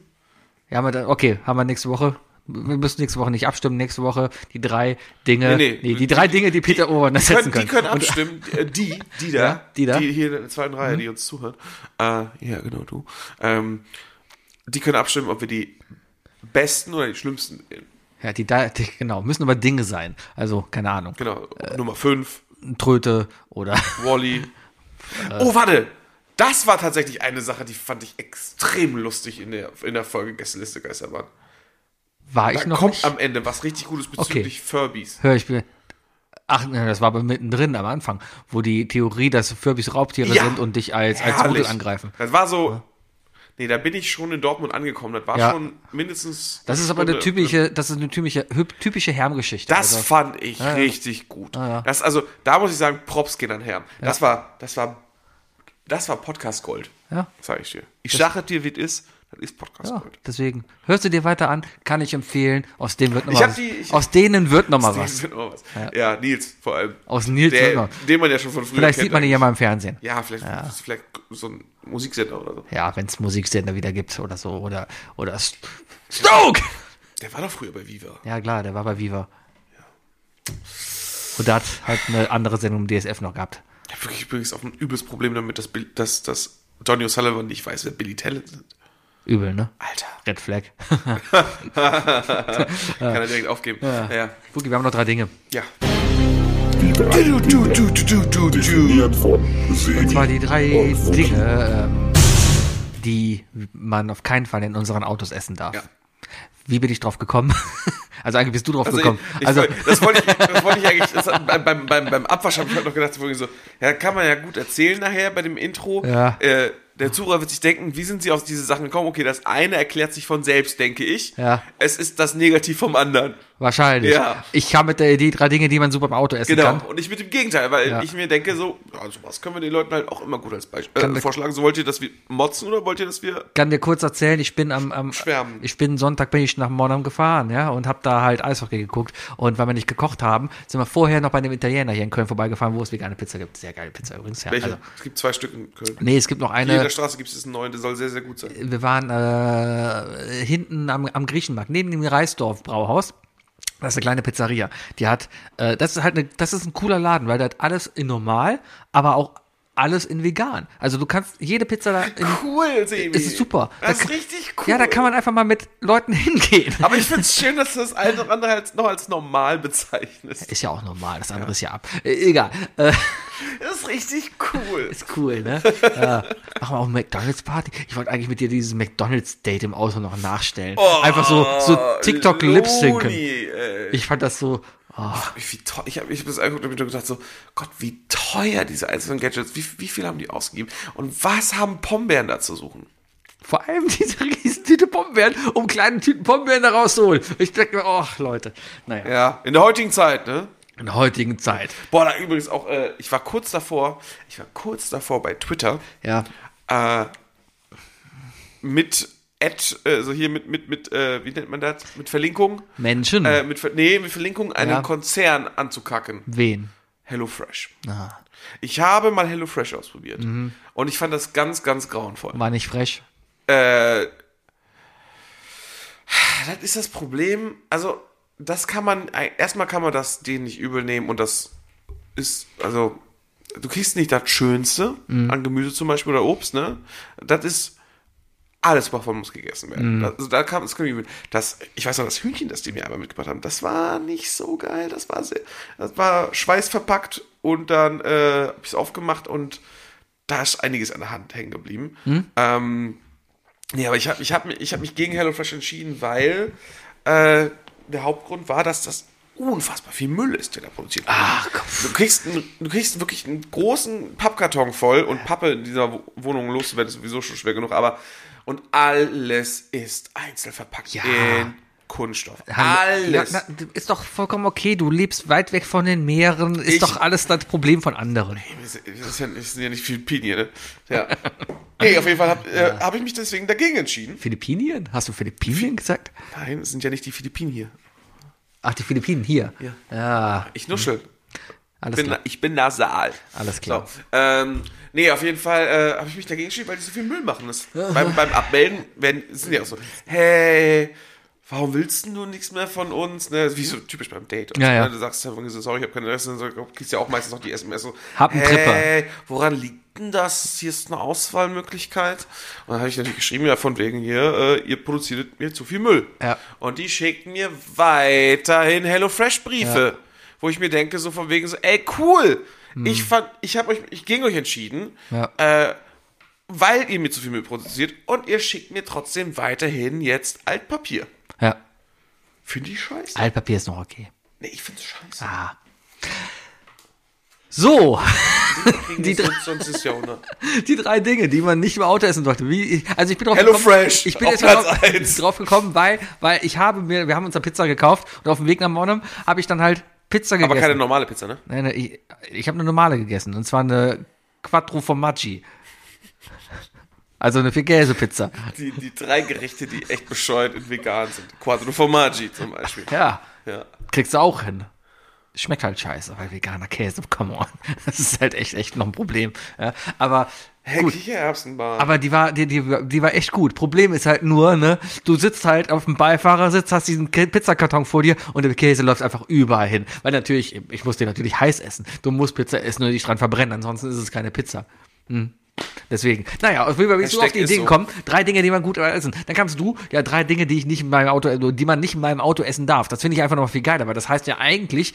[SPEAKER 4] Ja, aber dann, okay, haben wir nächste Woche. Wir müssen nächste Woche nicht abstimmen. Nächste Woche die drei Dinge,
[SPEAKER 3] Nee,
[SPEAKER 4] nee,
[SPEAKER 3] nee.
[SPEAKER 4] die, drei Dinge, die Peter Urban ersetzen
[SPEAKER 3] Können,
[SPEAKER 4] können.
[SPEAKER 3] die können
[SPEAKER 4] Und- [laughs]
[SPEAKER 3] abstimmen. Äh, Die, die da,
[SPEAKER 4] Ja, die da.
[SPEAKER 3] die hier in der zweiten Reihe, die uns zuhören. Äh, ja, genau, du. Ähm, die können abstimmen, ob wir die besten oder die schlimmsten. wählen.
[SPEAKER 4] Ja, die, da- die, genau, müssen aber Dinge sein. Also, keine Ahnung,
[SPEAKER 3] Genau,
[SPEAKER 4] Äh.
[SPEAKER 3] Nummer 5,
[SPEAKER 4] Tröte oder [laughs] Äh.
[SPEAKER 3] Wally. oh, warte! Das war tatsächlich eine Sache, die fand ich extrem lustig in der, in der Folge Gästeliste Geisterbahn.
[SPEAKER 4] war
[SPEAKER 3] Da
[SPEAKER 4] ich noch
[SPEAKER 3] kommt
[SPEAKER 4] nicht?
[SPEAKER 3] am Ende was richtig Gutes bezüglich Furbies.
[SPEAKER 4] Hör ich mir. Ach, ne, das war aber mittendrin am Anfang, wo die Theorie, dass Furbys Raubtiere
[SPEAKER 3] Ja.
[SPEAKER 4] sind und dich als, als
[SPEAKER 3] Herrlich.
[SPEAKER 4] Rudel angreifen.
[SPEAKER 3] Das war so. Nee, da bin ich schon in Dortmund angekommen. Das war
[SPEAKER 4] Ja.
[SPEAKER 3] schon mindestens.
[SPEAKER 4] Das ist aber eine
[SPEAKER 3] Stunde.
[SPEAKER 4] typische, das ist eine typische, hüb- typische Hermgeschichte.
[SPEAKER 3] ne? Das
[SPEAKER 4] also,
[SPEAKER 3] fand ich richtig gut. Das, also, da muss ich sagen, Props gehen an Herrn. Das war, das war, das war Podcast Gold.
[SPEAKER 4] Ja.
[SPEAKER 3] Sag ich dir. Ich sage dir, wie es ist, das ist Podcast
[SPEAKER 4] ja,
[SPEAKER 3] Gold.
[SPEAKER 4] deswegen hörst du dir weiter an, kann ich empfehlen. Aus denen wird noch
[SPEAKER 3] Ich
[SPEAKER 4] mal
[SPEAKER 3] hab
[SPEAKER 4] was.
[SPEAKER 3] die- ich-
[SPEAKER 4] aus denen wird noch mal
[SPEAKER 3] [laughs]
[SPEAKER 4] was.
[SPEAKER 3] Das wird auch Genau was. Ja. Nils vor allem.
[SPEAKER 4] Aus Nils wird
[SPEAKER 3] Der,
[SPEAKER 4] noch.
[SPEAKER 3] den man ja schon von früher
[SPEAKER 4] Vielleicht
[SPEAKER 3] kennt.
[SPEAKER 4] sieht man ihn ja
[SPEAKER 3] eigentlich.
[SPEAKER 4] mal im Fernsehen.
[SPEAKER 3] Ja, vielleicht, vielleicht so ein Musiksender oder so.
[SPEAKER 4] Ja, wenn es Musiksender wieder gibt oder so oder oder St- Stoke.
[SPEAKER 3] Der war doch früher bei Viva.
[SPEAKER 4] Ja, klar, der war bei Viva. Und da hat halt eine andere Sendung im DSF noch gehabt.
[SPEAKER 3] Ich habe wirklich übrigens auch ein übles Problem damit, dass, Bill- dass, dass Donny O'Sullivan nicht weiß, wer Billy Talent sind.
[SPEAKER 4] Übel, ne?
[SPEAKER 3] Alter.
[SPEAKER 4] Red Flag.
[SPEAKER 3] Kann er direkt aufgeben. Ja. ja.
[SPEAKER 4] Gucki, wir haben noch drei Dinge.
[SPEAKER 2] Die drei
[SPEAKER 3] Du, du, du, du, du, du, du.
[SPEAKER 2] definiert von Sebi
[SPEAKER 4] Das waren die drei
[SPEAKER 2] und Fuchs.
[SPEAKER 4] Dinge, ähm, die man auf keinen Fall in unseren Autos essen darf.
[SPEAKER 3] Ja.
[SPEAKER 4] Wie bin ich drauf gekommen? [laughs] Also eigentlich bist du drauf
[SPEAKER 3] Also,
[SPEAKER 4] gekommen.
[SPEAKER 3] ich, ich,
[SPEAKER 4] also
[SPEAKER 3] wollte- das wollte ich, das wollte ich eigentlich, das, beim, beim, beim, beim Abwasch habe ich halt noch gedacht, so, so, ja, kann man ja gut erzählen nachher bei dem Intro.
[SPEAKER 4] Ja.
[SPEAKER 3] Äh, der Zuhörer wird sich denken, wie sind sie auf diese Sachen gekommen? Okay, das eine erklärt sich von selbst, denke ich.
[SPEAKER 4] Ja.
[SPEAKER 3] Es ist das Negativ vom anderen.
[SPEAKER 4] wahrscheinlich.
[SPEAKER 3] Ja.
[SPEAKER 4] Ich kam mit der Idee, drei Dinge, die man super im Auto essen
[SPEAKER 3] Genau.
[SPEAKER 4] kann.
[SPEAKER 3] Und ich mit dem Gegenteil, weil
[SPEAKER 4] Ja.
[SPEAKER 3] ich mir denke, so, ja, sowas können wir den Leuten halt auch immer gut als Beispiel äh, vorschlagen. So wollt ihr, dass wir motzen oder wollt ihr, dass wir
[SPEAKER 4] Kann dir kurz erzählen, ich bin am, am
[SPEAKER 3] Schwärmen.
[SPEAKER 4] ich bin Sonntag bin ich nach Monheim gefahren, ja, und habe da halt Eishockey geguckt und weil wir nicht gekocht haben, sind wir vorher noch bei einem Italiener hier in Köln vorbeigefahren, wo es vegane Pizza gibt. Sehr geile Pizza übrigens, ja.
[SPEAKER 3] Welche?
[SPEAKER 4] Also,
[SPEAKER 3] es gibt zwei Stück in Köln.
[SPEAKER 4] nee, es gibt noch
[SPEAKER 3] In jeder
[SPEAKER 4] eine
[SPEAKER 3] Straße gibt es einen neuen, der soll sehr, sehr gut sein.
[SPEAKER 4] wir waren äh, hinten am, am Griechenmarkt, neben dem Reisdorf Brauhaus. Das ist eine kleine Pizzeria. Die hat, äh, das ist halt eine, das ist ein cooler Laden, weil der hat alles in normal, aber auch alles in vegan. Also du kannst jede Pizza da in,
[SPEAKER 3] Cool, Sebi.
[SPEAKER 4] Es ist super.
[SPEAKER 3] Das
[SPEAKER 4] Da
[SPEAKER 3] ist
[SPEAKER 4] kann-
[SPEAKER 3] richtig cool.
[SPEAKER 4] Ja, da kann man einfach mal mit Leuten [laughs] hingehen.
[SPEAKER 3] Aber ich find's schön, dass du das eine oder andere als, noch als normal bezeichnest.
[SPEAKER 4] Ist ja auch normal, das andere ist ja ab. Äh, egal. Äh, [laughs]
[SPEAKER 3] Das ist richtig cool.
[SPEAKER 4] ist
[SPEAKER 3] [laughs]
[SPEAKER 4] cool, ne? ja. Machen wir auch eine McDonalds-Party. Ich wollte eigentlich mit dir dieses McDonalds-Date im Auto noch nachstellen.
[SPEAKER 3] Oh,
[SPEAKER 4] einfach so, so TikTok-Lip-Sinken.
[SPEAKER 3] Äh,
[SPEAKER 4] Ich fand das so. Oh,
[SPEAKER 3] wie teuer, ich habe ich hab das angeguckt und hab mir nur gedacht so, Gott, wie teuer diese einzelnen Gadgets, wie, wie viel haben die ausgegeben und was haben Pombeeren da zu suchen?
[SPEAKER 4] vor allem diese [laughs] riesen Tüte Pombeeren, um kleine Tüten Pombeeren da rauszuholen. Ich dachte mir, oh, Leute. Naja,
[SPEAKER 3] Ja. In der heutigen Zeit, ne?
[SPEAKER 4] in der heutigen Zeit.
[SPEAKER 3] Boah, da übrigens auch, äh, ich war kurz davor, ich war kurz davor bei Twitter,
[SPEAKER 4] Ja.
[SPEAKER 3] äh, mit Ad, also hier mit, mit, mit äh, wie nennt man das? Mit Verlinkung?
[SPEAKER 4] Menschen.
[SPEAKER 3] Äh, mit, Ver- nee, mit Verlinkung einen
[SPEAKER 4] Ja.
[SPEAKER 3] Konzern anzukacken.
[SPEAKER 4] Wen?
[SPEAKER 3] HelloFresh.
[SPEAKER 4] Ah,
[SPEAKER 3] Ich habe mal HelloFresh ausprobiert.
[SPEAKER 4] Mhm.
[SPEAKER 3] Und ich fand das ganz, ganz grauenvoll.
[SPEAKER 4] war nicht frech.
[SPEAKER 3] Äh, Ah, das ist das Problem. Also, das kann man, äh, erstmal kann man das denen nicht übel nehmen und das ist, also, du kriegst nicht das Schönste an Gemüse zum Beispiel oder Obst, ne? Das ist, alles davon muss gegessen werden. Das, also da kam es das, ich weiß noch, das Hühnchen, das die mir einmal mitgebracht haben, das war nicht so geil. Das war sehr, das war schweißverpackt und dann äh, habe ich es aufgemacht und da ist einiges an der Hand hängen geblieben.
[SPEAKER 4] Hm?
[SPEAKER 3] Ähm, nee, aber ich habe ich hab, mich- ich hab mich gegen HelloFresh entschieden, weil äh, der Hauptgrund war, dass das unfassbar viel Müll ist, der da produziert wird.
[SPEAKER 4] Ah,
[SPEAKER 3] du kriegst, einen- du kriegst wirklich einen großen Pappkarton voll und Pappe in dieser Wo- Wohnung loszuwerden ist sowieso schon schwer genug, aber und alles ist einzeln verpackt
[SPEAKER 4] Ja.
[SPEAKER 3] in Kunststoff.
[SPEAKER 4] Ja,
[SPEAKER 3] Alles.
[SPEAKER 4] na, ist doch vollkommen okay. Du lebst weit weg von den Meeren. Ist
[SPEAKER 3] Ich-
[SPEAKER 4] doch alles das Problem von anderen.
[SPEAKER 3] Das ist ja, das sind ja nicht Philippinen, ne? Ja. Nee, auf jeden Fall habe äh, hab ich mich deswegen dagegen entschieden.
[SPEAKER 4] Philippinien? Hast du Philippinien gesagt?
[SPEAKER 3] Nein, es sind ja nicht die Philippinen hier.
[SPEAKER 4] Ach, die Philippinen hier. Ja,
[SPEAKER 3] Ich nuschel.
[SPEAKER 4] alles
[SPEAKER 3] Bin,
[SPEAKER 4] klar.
[SPEAKER 3] ich bin nasal.
[SPEAKER 4] Alles klar.
[SPEAKER 3] So, ähm, nee, auf jeden Fall äh, habe ich mich dagegen geschrieben, weil die so viel Müll machen. Das, beim, beim Abmelden werden, sind die auch so, hey, warum willst denn du nichts mehr von uns? Ne? Das ist Wie so typisch beim Date. Und
[SPEAKER 4] Ja,
[SPEAKER 3] so,
[SPEAKER 4] ja.
[SPEAKER 3] ne? Du sagst ja, so, sorry, ich habe keine Adresse. Und so, kriegst ja auch meistens noch die SMS so,
[SPEAKER 4] Hab einen
[SPEAKER 3] hey, woran liegt denn das? Hier ist eine Auswahlmöglichkeit. Und dann habe ich natürlich geschrieben, ja, von wegen hier, äh, ihr produziert mir zu viel Müll.
[SPEAKER 4] Ja.
[SPEAKER 3] Und die schicken mir weiterhin HelloFresh-Briefe, wo ich mir denke, so von wegen so, ey, cool, ich fand, ich habe euch, ich gegen euch entschieden,
[SPEAKER 4] Hm. Ja.
[SPEAKER 3] äh, weil ihr mir zu viel Müll produziert und ihr schickt mir trotzdem weiterhin jetzt Altpapier.
[SPEAKER 4] ja.
[SPEAKER 3] Finde ich scheiße.
[SPEAKER 4] Altpapier ist noch okay.
[SPEAKER 3] nee, ich finde es scheiße.
[SPEAKER 4] Ah. So, [laughs]
[SPEAKER 3] Kriegen
[SPEAKER 4] die
[SPEAKER 3] wir
[SPEAKER 4] drei-
[SPEAKER 3] sonst- sonst ist ja auch
[SPEAKER 4] [laughs]
[SPEAKER 3] noch-
[SPEAKER 4] die drei Dinge, die man nicht im Auto essen sollte. Wie, also ich bin drauf
[SPEAKER 3] Hello
[SPEAKER 4] gekommen,
[SPEAKER 3] Fresh,
[SPEAKER 4] ich bin
[SPEAKER 3] auf
[SPEAKER 4] jetzt drauf,
[SPEAKER 3] Platz eins.
[SPEAKER 4] [laughs] drauf gekommen, weil, weil ich habe mir, wir haben uns eine Pizza gekauft und auf dem Weg nach Monheim habe ich dann halt Pizza gegessen.
[SPEAKER 3] Aber keine normale Pizza, ne?
[SPEAKER 4] Nein, nein, ich, ich habe eine normale gegessen. Und zwar eine Quattro Formaggi. Also eine Viergäse-Pizza.
[SPEAKER 3] Die, die drei Gerichte, die echt bescheuert und vegan sind. Quattro Formaggi zum Beispiel.
[SPEAKER 4] Ja,
[SPEAKER 3] Ja.
[SPEAKER 4] kriegst du auch hin. Schmeckt halt scheiße, weil veganer Käse, [laughs] come on. Das ist halt echt, echt noch ein Problem. Ja, aber
[SPEAKER 3] Hey, Kichererbsenbahn.
[SPEAKER 4] Aber die war, die, die, die war echt gut. Problem ist halt nur, ne, du sitzt halt auf dem Beifahrersitz, hast diesen K- Pizzakarton vor dir und der Käse läuft einfach überall hin. Weil natürlich, ich muss den natürlich heiß essen. Du musst Pizza essen und dich dran verbrennen, ansonsten ist es keine Pizza. Hm. Deswegen. Naja, auf jeden Fall bin ich so
[SPEAKER 3] Hashtag
[SPEAKER 4] auf die
[SPEAKER 3] ist
[SPEAKER 4] Idee
[SPEAKER 3] so.
[SPEAKER 4] gekommen. Drei Dinge, die man gut essen. Dann kamst du, ja, drei Dinge, die ich nicht in meinem Auto, die man nicht in meinem Auto essen darf. Das finde ich einfach noch viel geiler, weil das heißt ja eigentlich,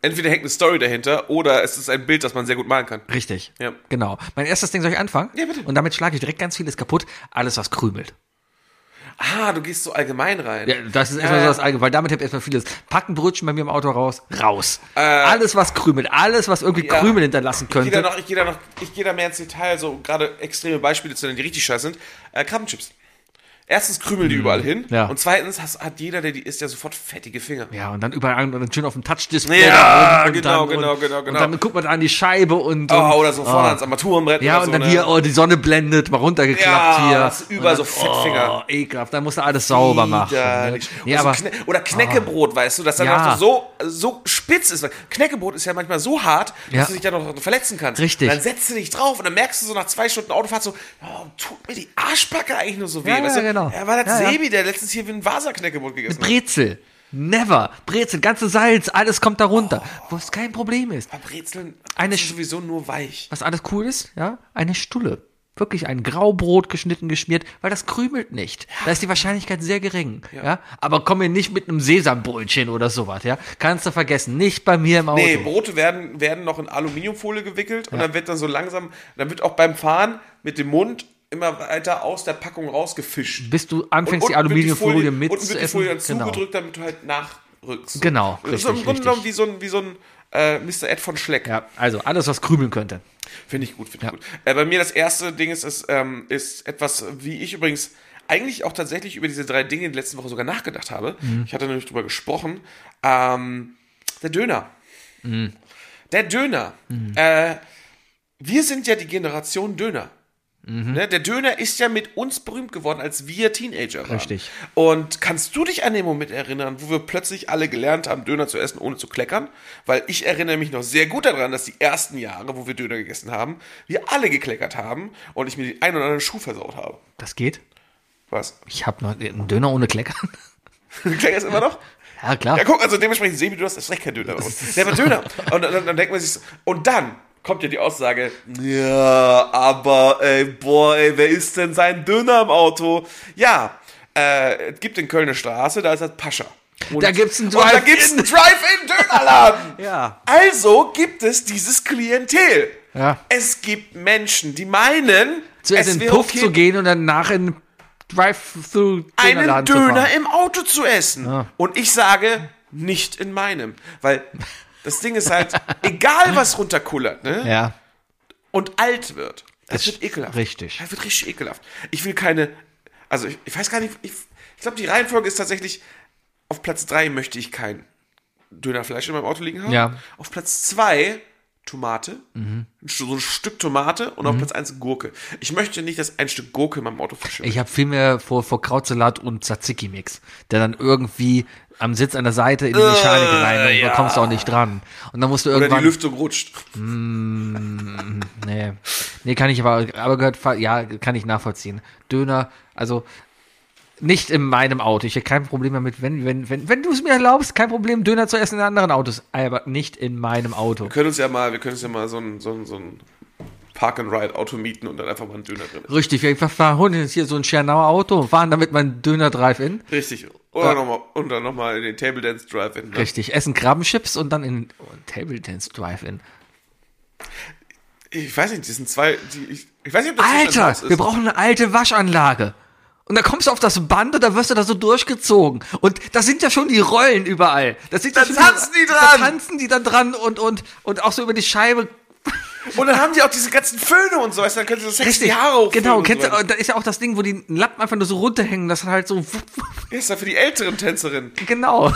[SPEAKER 3] Entweder hängt eine Story dahinter oder es ist ein Bild, das man sehr gut malen kann.
[SPEAKER 4] richtig.
[SPEAKER 3] Ja.
[SPEAKER 4] Genau. Mein erstes Ding soll ich anfangen?
[SPEAKER 3] Ja, bitte.
[SPEAKER 4] Und damit schlage ich direkt ganz vieles kaputt. Alles, was krümelt.
[SPEAKER 3] Ah, du gehst so allgemein rein.
[SPEAKER 4] Ja, das ist erstmal
[SPEAKER 3] Ja,
[SPEAKER 4] so
[SPEAKER 3] ja.
[SPEAKER 4] das Allgemeine, weil damit habe ich erstmal vieles. Packen Brötchen bei mir im Auto raus, raus. alles, was krümelt, alles, was irgendwie
[SPEAKER 3] Äh. Ja.
[SPEAKER 4] Krümel hinterlassen
[SPEAKER 3] Ich gehe da
[SPEAKER 4] könnte.
[SPEAKER 3] noch, ich gehe da noch, ich gehe da mehr ins Detail, so gerade extreme Beispiele zu nennen, die richtig scheiße sind. Äh, Krabbenchips. Erstens krümeln die überall hin
[SPEAKER 4] Mhm. Ja.
[SPEAKER 3] und zweitens hast, hat jeder, der die isst, ja sofort fettige Finger.
[SPEAKER 4] Ja, und dann überall und dann schön auf dem Touch-Display.
[SPEAKER 3] Ja,
[SPEAKER 4] da oben
[SPEAKER 3] genau,
[SPEAKER 4] und,
[SPEAKER 3] genau, genau,
[SPEAKER 4] Und
[SPEAKER 3] genau.
[SPEAKER 4] dann guckt man an die Scheibe und. und
[SPEAKER 3] Oh, oder so vorne
[SPEAKER 4] oh.
[SPEAKER 3] ans Armaturenbrett.
[SPEAKER 4] Ja,
[SPEAKER 3] oder so,
[SPEAKER 4] und dann
[SPEAKER 3] ne?
[SPEAKER 4] hier, oh, die Sonne blendet, mal runtergeklappt
[SPEAKER 3] Ja,
[SPEAKER 4] hier.
[SPEAKER 3] das ist überall
[SPEAKER 4] Und dann,
[SPEAKER 3] so Fettfinger.
[SPEAKER 4] Oh, ekelhaft, dann musst du alles sauber machen. Ne?
[SPEAKER 3] Widerlich.
[SPEAKER 4] Ja,
[SPEAKER 3] oder,
[SPEAKER 4] aber,
[SPEAKER 3] so Kne oder Knäckebrot, weißt du, dass dann
[SPEAKER 4] Ja.
[SPEAKER 3] auch so, so spitz ist. Knäckebrot ist ja manchmal so hart, dass
[SPEAKER 4] Ja.
[SPEAKER 3] du dich da noch verletzen kannst.
[SPEAKER 4] Richtig.
[SPEAKER 3] Und dann setzt du dich drauf und dann merkst du so nach zwei Stunden Autofahrt so, oh, tut mir die Arschbacke eigentlich nur so weh.
[SPEAKER 4] Ja,
[SPEAKER 3] weißt
[SPEAKER 4] ja,
[SPEAKER 3] du?
[SPEAKER 4] genau.
[SPEAKER 3] Ja, war das
[SPEAKER 4] Ja, ja.
[SPEAKER 3] Sebi, der letztens hier wie ein Vasa-Knäckebrot gegessen hat.
[SPEAKER 4] Brezel. Never. Brezel, ganze Salz, alles kommt da runter.
[SPEAKER 3] Oh.
[SPEAKER 4] Wo es kein Problem ist.
[SPEAKER 3] Bei Brezeln
[SPEAKER 4] Eine
[SPEAKER 3] ist
[SPEAKER 4] Sch-
[SPEAKER 3] sowieso nur weich.
[SPEAKER 4] was alles cool ist, ja, eine Stulle. Wirklich ein Graubrot geschnitten, geschmiert, weil das krümelt nicht. Da ist die Wahrscheinlichkeit sehr gering, ja. Aber komm mir nicht mit einem Sesambrötchen oder sowas, ja. Kannst du vergessen, nicht bei mir im Auto.
[SPEAKER 3] Nee, Brote werden, werden noch in Aluminiumfolie gewickelt und dann wird dann so langsam, dann wird auch beim Fahren mit dem Mund immer weiter aus der Packung rausgefischt.
[SPEAKER 4] Bis du anfängst,
[SPEAKER 3] unten
[SPEAKER 4] die
[SPEAKER 3] wird
[SPEAKER 4] Aluminiumfolie
[SPEAKER 3] Folie-
[SPEAKER 4] mit
[SPEAKER 3] Unten
[SPEAKER 4] zu
[SPEAKER 3] wird die
[SPEAKER 4] essen.
[SPEAKER 3] Folie dann
[SPEAKER 4] Genau.
[SPEAKER 3] zugedrückt, damit du halt nachrückst.
[SPEAKER 4] Genau,
[SPEAKER 3] Das ist
[SPEAKER 4] richtig,
[SPEAKER 3] im Grunde
[SPEAKER 4] richtig.
[SPEAKER 3] genommen wie so ein, wie so ein äh, Mr. Ed von Schleck.
[SPEAKER 4] Ja, also alles, was krümeln könnte.
[SPEAKER 3] Finde ich gut, finde ich gut. Äh, bei mir das erste Ding ist, ist, ähm, ist etwas, wie ich übrigens eigentlich auch tatsächlich über diese drei Dinge in der letzten Woche sogar nachgedacht habe.
[SPEAKER 4] Mhm.
[SPEAKER 3] Ich hatte nämlich drüber gesprochen. Ähm, der Döner. Der Döner. Äh, wir sind ja die Generation Döner. Ne? Der Döner ist ja mit uns berühmt geworden, als wir Teenager waren.
[SPEAKER 4] Richtig.
[SPEAKER 3] Und kannst du dich an den Moment erinnern, wo wir plötzlich alle gelernt haben, Döner zu essen, ohne zu kleckern? Weil ich erinnere mich noch sehr gut daran, dass die ersten Jahre, wo wir Döner gegessen haben, wir alle gekleckert haben und ich mir den einen oder anderen Schuh versaut habe.
[SPEAKER 4] Das geht?
[SPEAKER 3] Was?
[SPEAKER 4] Ich habe noch einen Döner ohne Kleckern. [laughs]
[SPEAKER 3] Kleckerst immer noch?
[SPEAKER 4] Ja, klar.
[SPEAKER 3] Ja, guck, also dementsprechend Sebi, du hast erst recht kein Döner. bei uns. Der war Döner. Und dann, dann denkt man sich, so- und dann kommt ja die Aussage, ja, aber ey, boah, ey, wer isst denn seinen Döner im Auto? Ja, äh, es gibt in Köln eine Straße, da ist das Pascha. Und,
[SPEAKER 4] Da gibt's einen
[SPEAKER 3] und da
[SPEAKER 4] Drive-In.
[SPEAKER 3] gibt's einen Drive-In-Dönerladen.
[SPEAKER 4] [laughs] Ja.
[SPEAKER 3] Also gibt es dieses Klientel.
[SPEAKER 4] Ja.
[SPEAKER 3] Es gibt Menschen, die meinen,
[SPEAKER 4] Zuerst in den Puff zu gehen und danach in den Drive-Thru
[SPEAKER 3] einen
[SPEAKER 4] zu fahren.
[SPEAKER 3] Döner im Auto zu essen. Und ich sage, nicht in meinem. Weil das Ding ist
[SPEAKER 4] [laughs]
[SPEAKER 3] halt, egal was runterkullert, ne?
[SPEAKER 4] Ja.
[SPEAKER 3] Und alt wird.
[SPEAKER 4] Das
[SPEAKER 3] Es wird ekelhaft.
[SPEAKER 4] richtig.
[SPEAKER 3] Es wird richtig ekelhaft. Ich will keine. Also ich, ich weiß gar nicht. Ich, ich glaube, die Reihenfolge ist tatsächlich, auf Platz 3 möchte ich kein Dönerfleisch in meinem Auto liegen haben.
[SPEAKER 4] Ja. Mhm.
[SPEAKER 3] Auf Platz 2 Tomate, Ein Sch- so ein Stück Tomate und auf Platz 1 Gurke. Ich möchte nicht, dass ein Stück Gurke in meinem Auto verschwindet.
[SPEAKER 4] Ich habe viel mehr vor, vor Krautsalat und Tzatziki-Mix, der dann irgendwie am Sitz an der Seite in die Mechanik rein und
[SPEAKER 3] Äh, ja.
[SPEAKER 4] da kommst du auch nicht dran. Und dann musst du
[SPEAKER 3] Oder die
[SPEAKER 4] irgendwann. Mm,
[SPEAKER 3] Lüftung rutscht.
[SPEAKER 4] nee. nee, kann ich aber, aber gehört, fa- ja, kann ich nachvollziehen. Döner, also nicht in meinem Auto. Ich hätte kein Problem damit, wenn, wenn, wenn, wenn du es mir erlaubst, kein Problem, Döner zu essen in anderen Autos, aber nicht in meinem Auto.
[SPEAKER 3] Wir können uns ja mal, wir können uns ja mal so ein, so ein, so ein Park and Ride Auto mieten und dann einfach mal einen Döner drin. essen.
[SPEAKER 4] Richtig, wir fahren jetzt hier so ein Schernauer Auto und fahren damit meinen Döner Drive-In.
[SPEAKER 3] Richtig. Oder noch mal, und dann nochmal in den Table Dance Drive in. Ne?
[SPEAKER 4] Richtig, essen Krabbenchips und dann in oh, Table Dance Drive-In.
[SPEAKER 3] Ich weiß nicht, das sind zwei, die, ich, ich weiß nicht, ob das
[SPEAKER 4] Alter,
[SPEAKER 3] Zustand raus
[SPEAKER 4] wir brauchen eine alte Waschanlage. Und da kommst du auf das Band und da wirst du da so durchgezogen. Und da sind ja schon die Rollen überall. Das sind
[SPEAKER 3] Da
[SPEAKER 4] ja schon
[SPEAKER 3] tanzen die dran.
[SPEAKER 4] Da tanzen die dann dran und, und, und auch so über die Scheibe.
[SPEAKER 3] Und dann haben die auch diese ganzen Föhne und so, weißt du, dann können sie das sexy die Haare hochföhnen
[SPEAKER 4] Genau,
[SPEAKER 3] und
[SPEAKER 4] kennst
[SPEAKER 3] so.
[SPEAKER 4] du, da ist ja auch das Ding, wo die einen Lappen einfach nur so runterhängen. Das hat halt so, [laughs]
[SPEAKER 3] Ja, ist ja für die älteren Tänzerinnen. [laughs]
[SPEAKER 4] genau.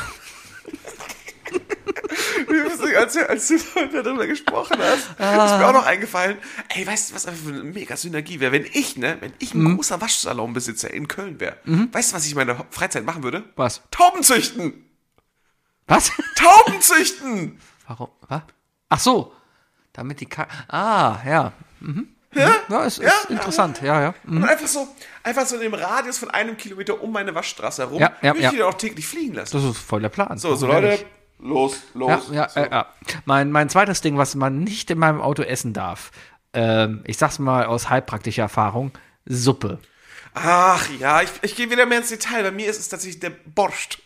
[SPEAKER 3] Wir wissen, als, wir- als du vorhin darüber gesprochen hast,
[SPEAKER 4] Ah.
[SPEAKER 3] ist mir auch noch eingefallen, ey, weißt du, was einfach für eine mega Synergie wäre, wenn ich, ne, wenn ich
[SPEAKER 4] Mhm.
[SPEAKER 3] ein großer Waschsalonbesitzer in Köln wäre, weißt du, was ich in meiner Freizeit machen würde?
[SPEAKER 4] Was?
[SPEAKER 3] Tauben züchten!
[SPEAKER 4] Was?
[SPEAKER 3] Tauben züchten!
[SPEAKER 4] Warum? Was? Ach so. Damit die Ka Ah, ja. Mhm. Ja? ja, ist, ist interessant, ja, ja. Mhm.
[SPEAKER 3] Und einfach so, einfach so in dem Radius von einem Kilometer um meine Waschstraße herum,
[SPEAKER 4] Ja, ja,
[SPEAKER 3] würde ich
[SPEAKER 4] ja.
[SPEAKER 3] die dann auch täglich fliegen lassen.
[SPEAKER 4] Das ist voll der Plan.
[SPEAKER 3] so, so
[SPEAKER 4] Warum
[SPEAKER 3] Leute,
[SPEAKER 4] denn nicht?
[SPEAKER 3] los,
[SPEAKER 4] Ja,
[SPEAKER 3] los.
[SPEAKER 4] ja,
[SPEAKER 3] so.
[SPEAKER 4] äh, ja. Mein, mein zweites Ding, was man nicht in meinem Auto essen darf, ähm, ich sag's mal aus halbpraktischer Erfahrung, Suppe.
[SPEAKER 3] Ach ja, ich, ich gehe wieder mehr ins Detail. Bei mir ist es tatsächlich der Borscht.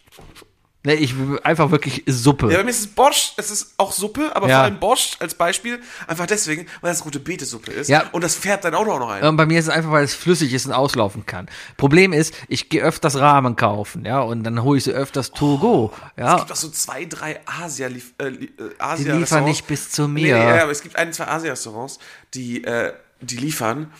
[SPEAKER 4] Ne, ich einfach wirklich Suppe.
[SPEAKER 3] Ja, bei mir ist es Borscht, es ist auch Suppe, aber
[SPEAKER 4] Ja.
[SPEAKER 3] vor allem Borscht als Beispiel, einfach deswegen, weil das rote Beete-Suppe ist
[SPEAKER 4] Ja.
[SPEAKER 3] und das färbt dein Auto auch noch ein.
[SPEAKER 4] Und bei mir ist es einfach, weil es flüssig ist und auslaufen kann. Problem ist, ich gehe öfters Rahmen kaufen, ja, und dann hole ich sie öfters to go.
[SPEAKER 3] Oh, Es
[SPEAKER 4] Ja,
[SPEAKER 3] gibt auch so zwei, drei Asia, lief, äh, li- äh,
[SPEAKER 4] Ah. die
[SPEAKER 3] Asia
[SPEAKER 4] liefern nicht bis zu
[SPEAKER 3] Nee, nee,
[SPEAKER 4] mir.
[SPEAKER 3] ja, aber es gibt ein, zwei Asia-Restaurants, die, äh, die liefern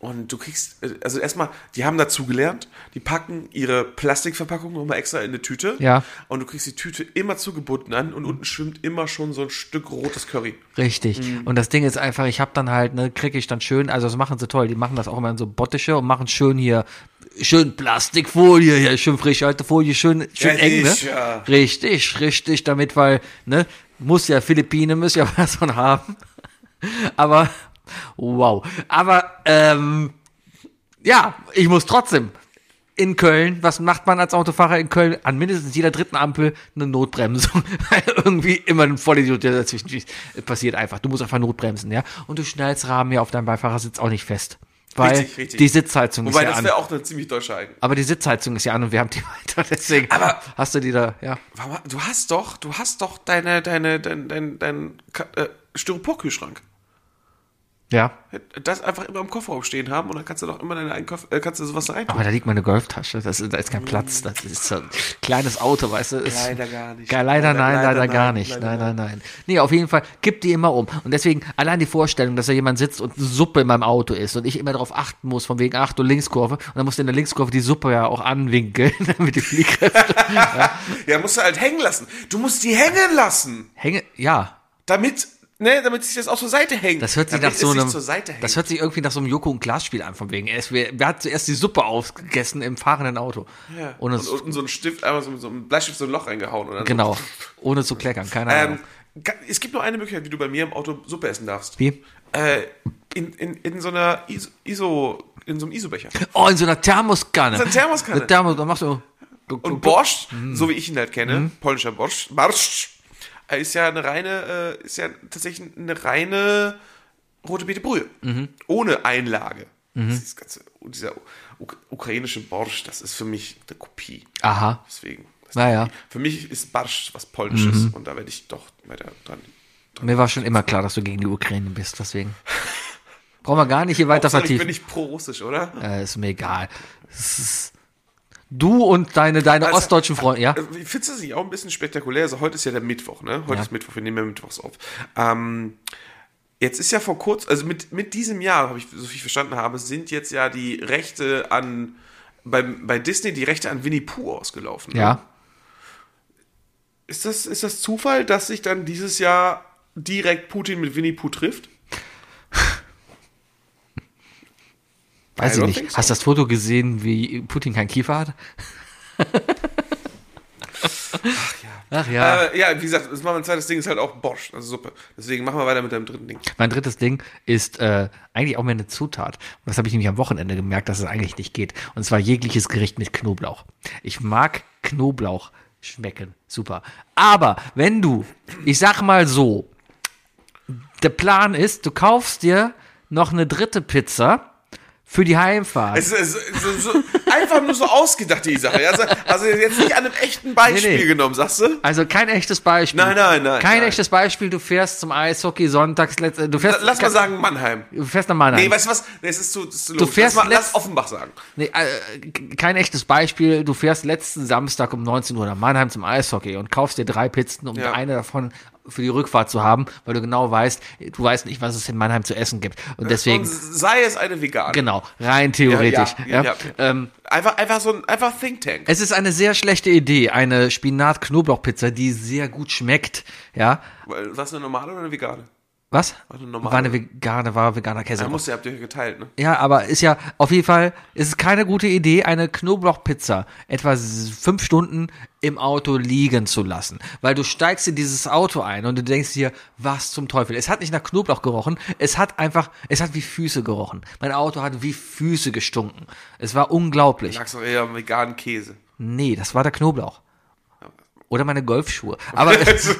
[SPEAKER 3] und du kriegst, äh, also erstmal, die haben dazugelernt, die packen ihre Plastikverpackung nochmal extra in eine Tüte
[SPEAKER 4] Ja.
[SPEAKER 3] und du kriegst die Tüte immer zugebunden an und unten schwimmt immer schon so ein Stück rotes Curry.
[SPEAKER 4] Richtig.
[SPEAKER 3] Mhm.
[SPEAKER 4] Und das Ding ist einfach, ich habe dann halt, ne, kriege ich dann schön, also das machen sie toll, die machen das auch immer in so Bottiche und machen schön hier, schön Plastikfolie, hier, schön Frischhaltefolie, schön, schön
[SPEAKER 3] Ja,
[SPEAKER 4] eng, ne?
[SPEAKER 3] sicher.
[SPEAKER 4] Richtig, richtig, damit, weil, ne, muss ja, Philippine muss ja [laughs] was von haben. Aber, wow. Aber, ähm, ja, ich muss trotzdem. In Köln, was macht man als Autofahrer in Köln? An mindestens jeder dritten Ampel eine Notbremsung. [laughs] Weil irgendwie immer ein Vollidiot, der dazwischen schießt. Es Passiert einfach. Du musst einfach notbremsen, ja? Und du schnallst Rahmen hier auf deinem Beifahrersitz auch nicht fest. Weil
[SPEAKER 3] Richtig, richtig.
[SPEAKER 4] die Sitzheizung
[SPEAKER 3] Wobei,
[SPEAKER 4] ist ja
[SPEAKER 3] das
[SPEAKER 4] an.
[SPEAKER 3] wäre auch eine ziemlich deutsche Eigen.
[SPEAKER 4] Aber die Sitzheizung ist ja an und wir haben die [laughs] weiter. Deswegen hast du die da, ja.
[SPEAKER 3] Warum, du hast doch, du hast doch deine, deine, dein, dein, dein Ka- äh, Styroporkühlschrank.
[SPEAKER 4] Ja.
[SPEAKER 3] Das einfach immer im Kofferraum stehen haben und dann kannst du doch immer deine Einkauf, äh, kannst du sowas da rein.
[SPEAKER 4] Aber da liegt meine Golftasche. Das, ist- da ist kein Platz. Das ist so ein kleines Auto, weißt du? Ist,
[SPEAKER 3] Leider gar nicht.
[SPEAKER 4] Ge-
[SPEAKER 3] Leider-
[SPEAKER 4] Leider, nein, leider,
[SPEAKER 3] leider
[SPEAKER 4] gar
[SPEAKER 3] nein,
[SPEAKER 4] nicht.
[SPEAKER 3] leider
[SPEAKER 4] nein, nein, nein. Nee, auf jeden Fall kippt die immer um. Und deswegen, allein die Vorstellung, dass da jemand sitzt und Suppe in meinem Auto ist und ich immer darauf achten muss, von wegen, ach du Linkskurve. Und dann musst du in der Linkskurve die Suppe ja auch anwinkeln, [laughs] damit die Fliehkräfte
[SPEAKER 3] Ja, musst du halt hängen lassen. Du musst die hängen lassen,
[SPEAKER 4] hängen. Ja.
[SPEAKER 3] damit ne, damit sich das auch zur Seite hängt.
[SPEAKER 4] Das hört sich nach
[SPEAKER 3] damit
[SPEAKER 4] so
[SPEAKER 3] es
[SPEAKER 4] einem,
[SPEAKER 3] Zur Seite hängt.
[SPEAKER 4] das hört sich irgendwie nach so einem Joko und Glas Spiel an, von wegen, er, ist, wer, wer hat zuerst die Suppe aufgegessen im fahrenden Auto?
[SPEAKER 3] ja.
[SPEAKER 4] Ohne,
[SPEAKER 3] und,
[SPEAKER 4] es-
[SPEAKER 3] unten so ein Stift, einmal so, mit so ein Bleistift so ein Loch reingehauen. Oder
[SPEAKER 4] genau, ohne zu kleckern, keine
[SPEAKER 3] So.
[SPEAKER 4] Ahnung.
[SPEAKER 3] Ähm, ga- es gibt nur eine Möglichkeit, wie du bei mir im Auto Suppe essen darfst.
[SPEAKER 4] Wie?
[SPEAKER 3] Äh, in, in, in so einer Iso, Iso in so einem ISO-Becher.
[SPEAKER 4] Oh, in so einer Thermoskanne.
[SPEAKER 3] So eine Thermoskanne.
[SPEAKER 4] Eine Thermos, dann machst du. Guck, Mhm.
[SPEAKER 3] Und
[SPEAKER 4] guck,
[SPEAKER 3] Borscht, so wie ich ihn halt kenne, polnischer Borscht, Borscht, äh, ist ja eine reine, äh, ist ja tatsächlich eine reine rote Beete Brühe.
[SPEAKER 4] Mhm.
[SPEAKER 3] Ohne Einlage. Das ist das ganze, und dieser uk ukrainische Borscht, das ist für mich eine Kopie.
[SPEAKER 4] guck. Aha.
[SPEAKER 3] Deswegen. Das
[SPEAKER 4] Naja.
[SPEAKER 3] Für mich ist Borscht was Polnisches
[SPEAKER 4] Mhm.
[SPEAKER 3] und da werde ich doch weiter dran.
[SPEAKER 4] Mir war schon immer klar, dass du gegen die Ukraine bist, deswegen. Brauchen wir gar nicht hier weiter
[SPEAKER 3] Hauptsache, ich bin
[SPEAKER 4] vertiefen.
[SPEAKER 3] nicht pro-russisch, oder?
[SPEAKER 4] Äh, ist mir egal. Es ist- Du und deine, deine
[SPEAKER 3] Also,
[SPEAKER 4] ostdeutschen Freunde, ja?
[SPEAKER 3] Also, ich finde es nicht auch ein bisschen spektakulär. Also heute ist ja der Mittwoch, ne? Heute
[SPEAKER 4] Ja.
[SPEAKER 3] ist Mittwoch, wir nehmen ja Mittwochs auf. Ähm, jetzt ist ja vor kurzem, also mit, mit diesem Jahr, habe ich so viel ich verstanden habe, sind jetzt ja die Rechte an, beim, bei Disney die Rechte an Winnie Pooh ausgelaufen. ne?
[SPEAKER 4] Ja.
[SPEAKER 3] Ist das, ist das Zufall, dass sich dann dieses Jahr direkt Putin mit Winnie Pooh trifft? I
[SPEAKER 4] Weiß ich
[SPEAKER 3] don't think
[SPEAKER 4] nicht.
[SPEAKER 3] so.
[SPEAKER 4] Hast du das Foto gesehen, wie Putin keinen Kiefer hat? Ach ja.
[SPEAKER 3] Äh, ja, wie gesagt, das machen wir ein zweites Ding, ist halt auch Bosch, also Suppe. Deswegen machen wir weiter mit deinem dritten Ding.
[SPEAKER 4] Mein drittes Ding ist äh, eigentlich auch mehr eine Zutat. Und das habe ich nämlich am Wochenende gemerkt, dass es eigentlich nicht geht. Und zwar jegliches Gericht mit Knoblauch. Ich mag Knoblauch schmecken. Super. Aber wenn du, ich sag mal so, der Plan ist, du kaufst dir noch eine dritte Pizza für die Heimfahrt.
[SPEAKER 3] Es ist es ist so, einfach nur so ausgedacht, die Sache. Also, also jetzt nicht an einem echten Beispiel
[SPEAKER 4] Nee, nee.
[SPEAKER 3] genommen, sagst du?
[SPEAKER 4] Also kein echtes Beispiel.
[SPEAKER 3] Nein, nein, nein,
[SPEAKER 4] Kein
[SPEAKER 3] nein.
[SPEAKER 4] echtes Beispiel. Du fährst zum Eishockey sonntags. letzt- äh, Du fährst,
[SPEAKER 3] Lass mal sagen Mannheim.
[SPEAKER 4] Du fährst nach Mannheim.
[SPEAKER 3] Nee, weißt du was? Nee, es ist zu, es ist zu logisch.
[SPEAKER 4] fährst
[SPEAKER 3] lass, mal, lass
[SPEAKER 4] letzt-
[SPEAKER 3] Offenbach sagen.
[SPEAKER 4] Nee, äh, k- kein echtes Beispiel. Du fährst letzten Samstag um 19 Uhr nach Mannheim zum Eishockey und kaufst dir drei Pizzen, um
[SPEAKER 3] Ja.
[SPEAKER 4] eine davon für die Rückfahrt zu haben, weil du genau weißt, du weißt nicht, was es in Mannheim zu essen gibt. Und deswegen,
[SPEAKER 3] Und sei es eine vegane.
[SPEAKER 4] genau, rein theoretisch.
[SPEAKER 3] ja, ja.
[SPEAKER 4] Ähm, Äh,
[SPEAKER 3] Einfach, einfach so ein einfach Think Tank.
[SPEAKER 4] es ist eine sehr schlechte Idee, eine Spinat-Knoblauch-Pizza, die sehr gut schmeckt. Ja,
[SPEAKER 3] Weil, Was eine normale oder eine vegane?
[SPEAKER 4] was?
[SPEAKER 3] War eine normale.
[SPEAKER 4] War eine vegane, war veganer Käse.
[SPEAKER 3] Da musst du, habt ihr geteilt, ne?
[SPEAKER 4] Ja, aber ist ja auf jeden Fall, ist es keine gute Idee, eine Knoblauchpizza etwa s- fünf Stunden im Auto liegen zu lassen. Weil du steigst in dieses Auto ein und du denkst dir, was zum Teufel. Es hat nicht nach Knoblauch gerochen, es hat einfach, es hat wie Füße gerochen. Mein Auto hat wie Füße gestunken. Es war unglaublich.
[SPEAKER 3] Sagst du eher am veganen Käse.
[SPEAKER 4] Nee, das war der Knoblauch. Oder meine Golfschuhe. Aber äh,
[SPEAKER 3] Also,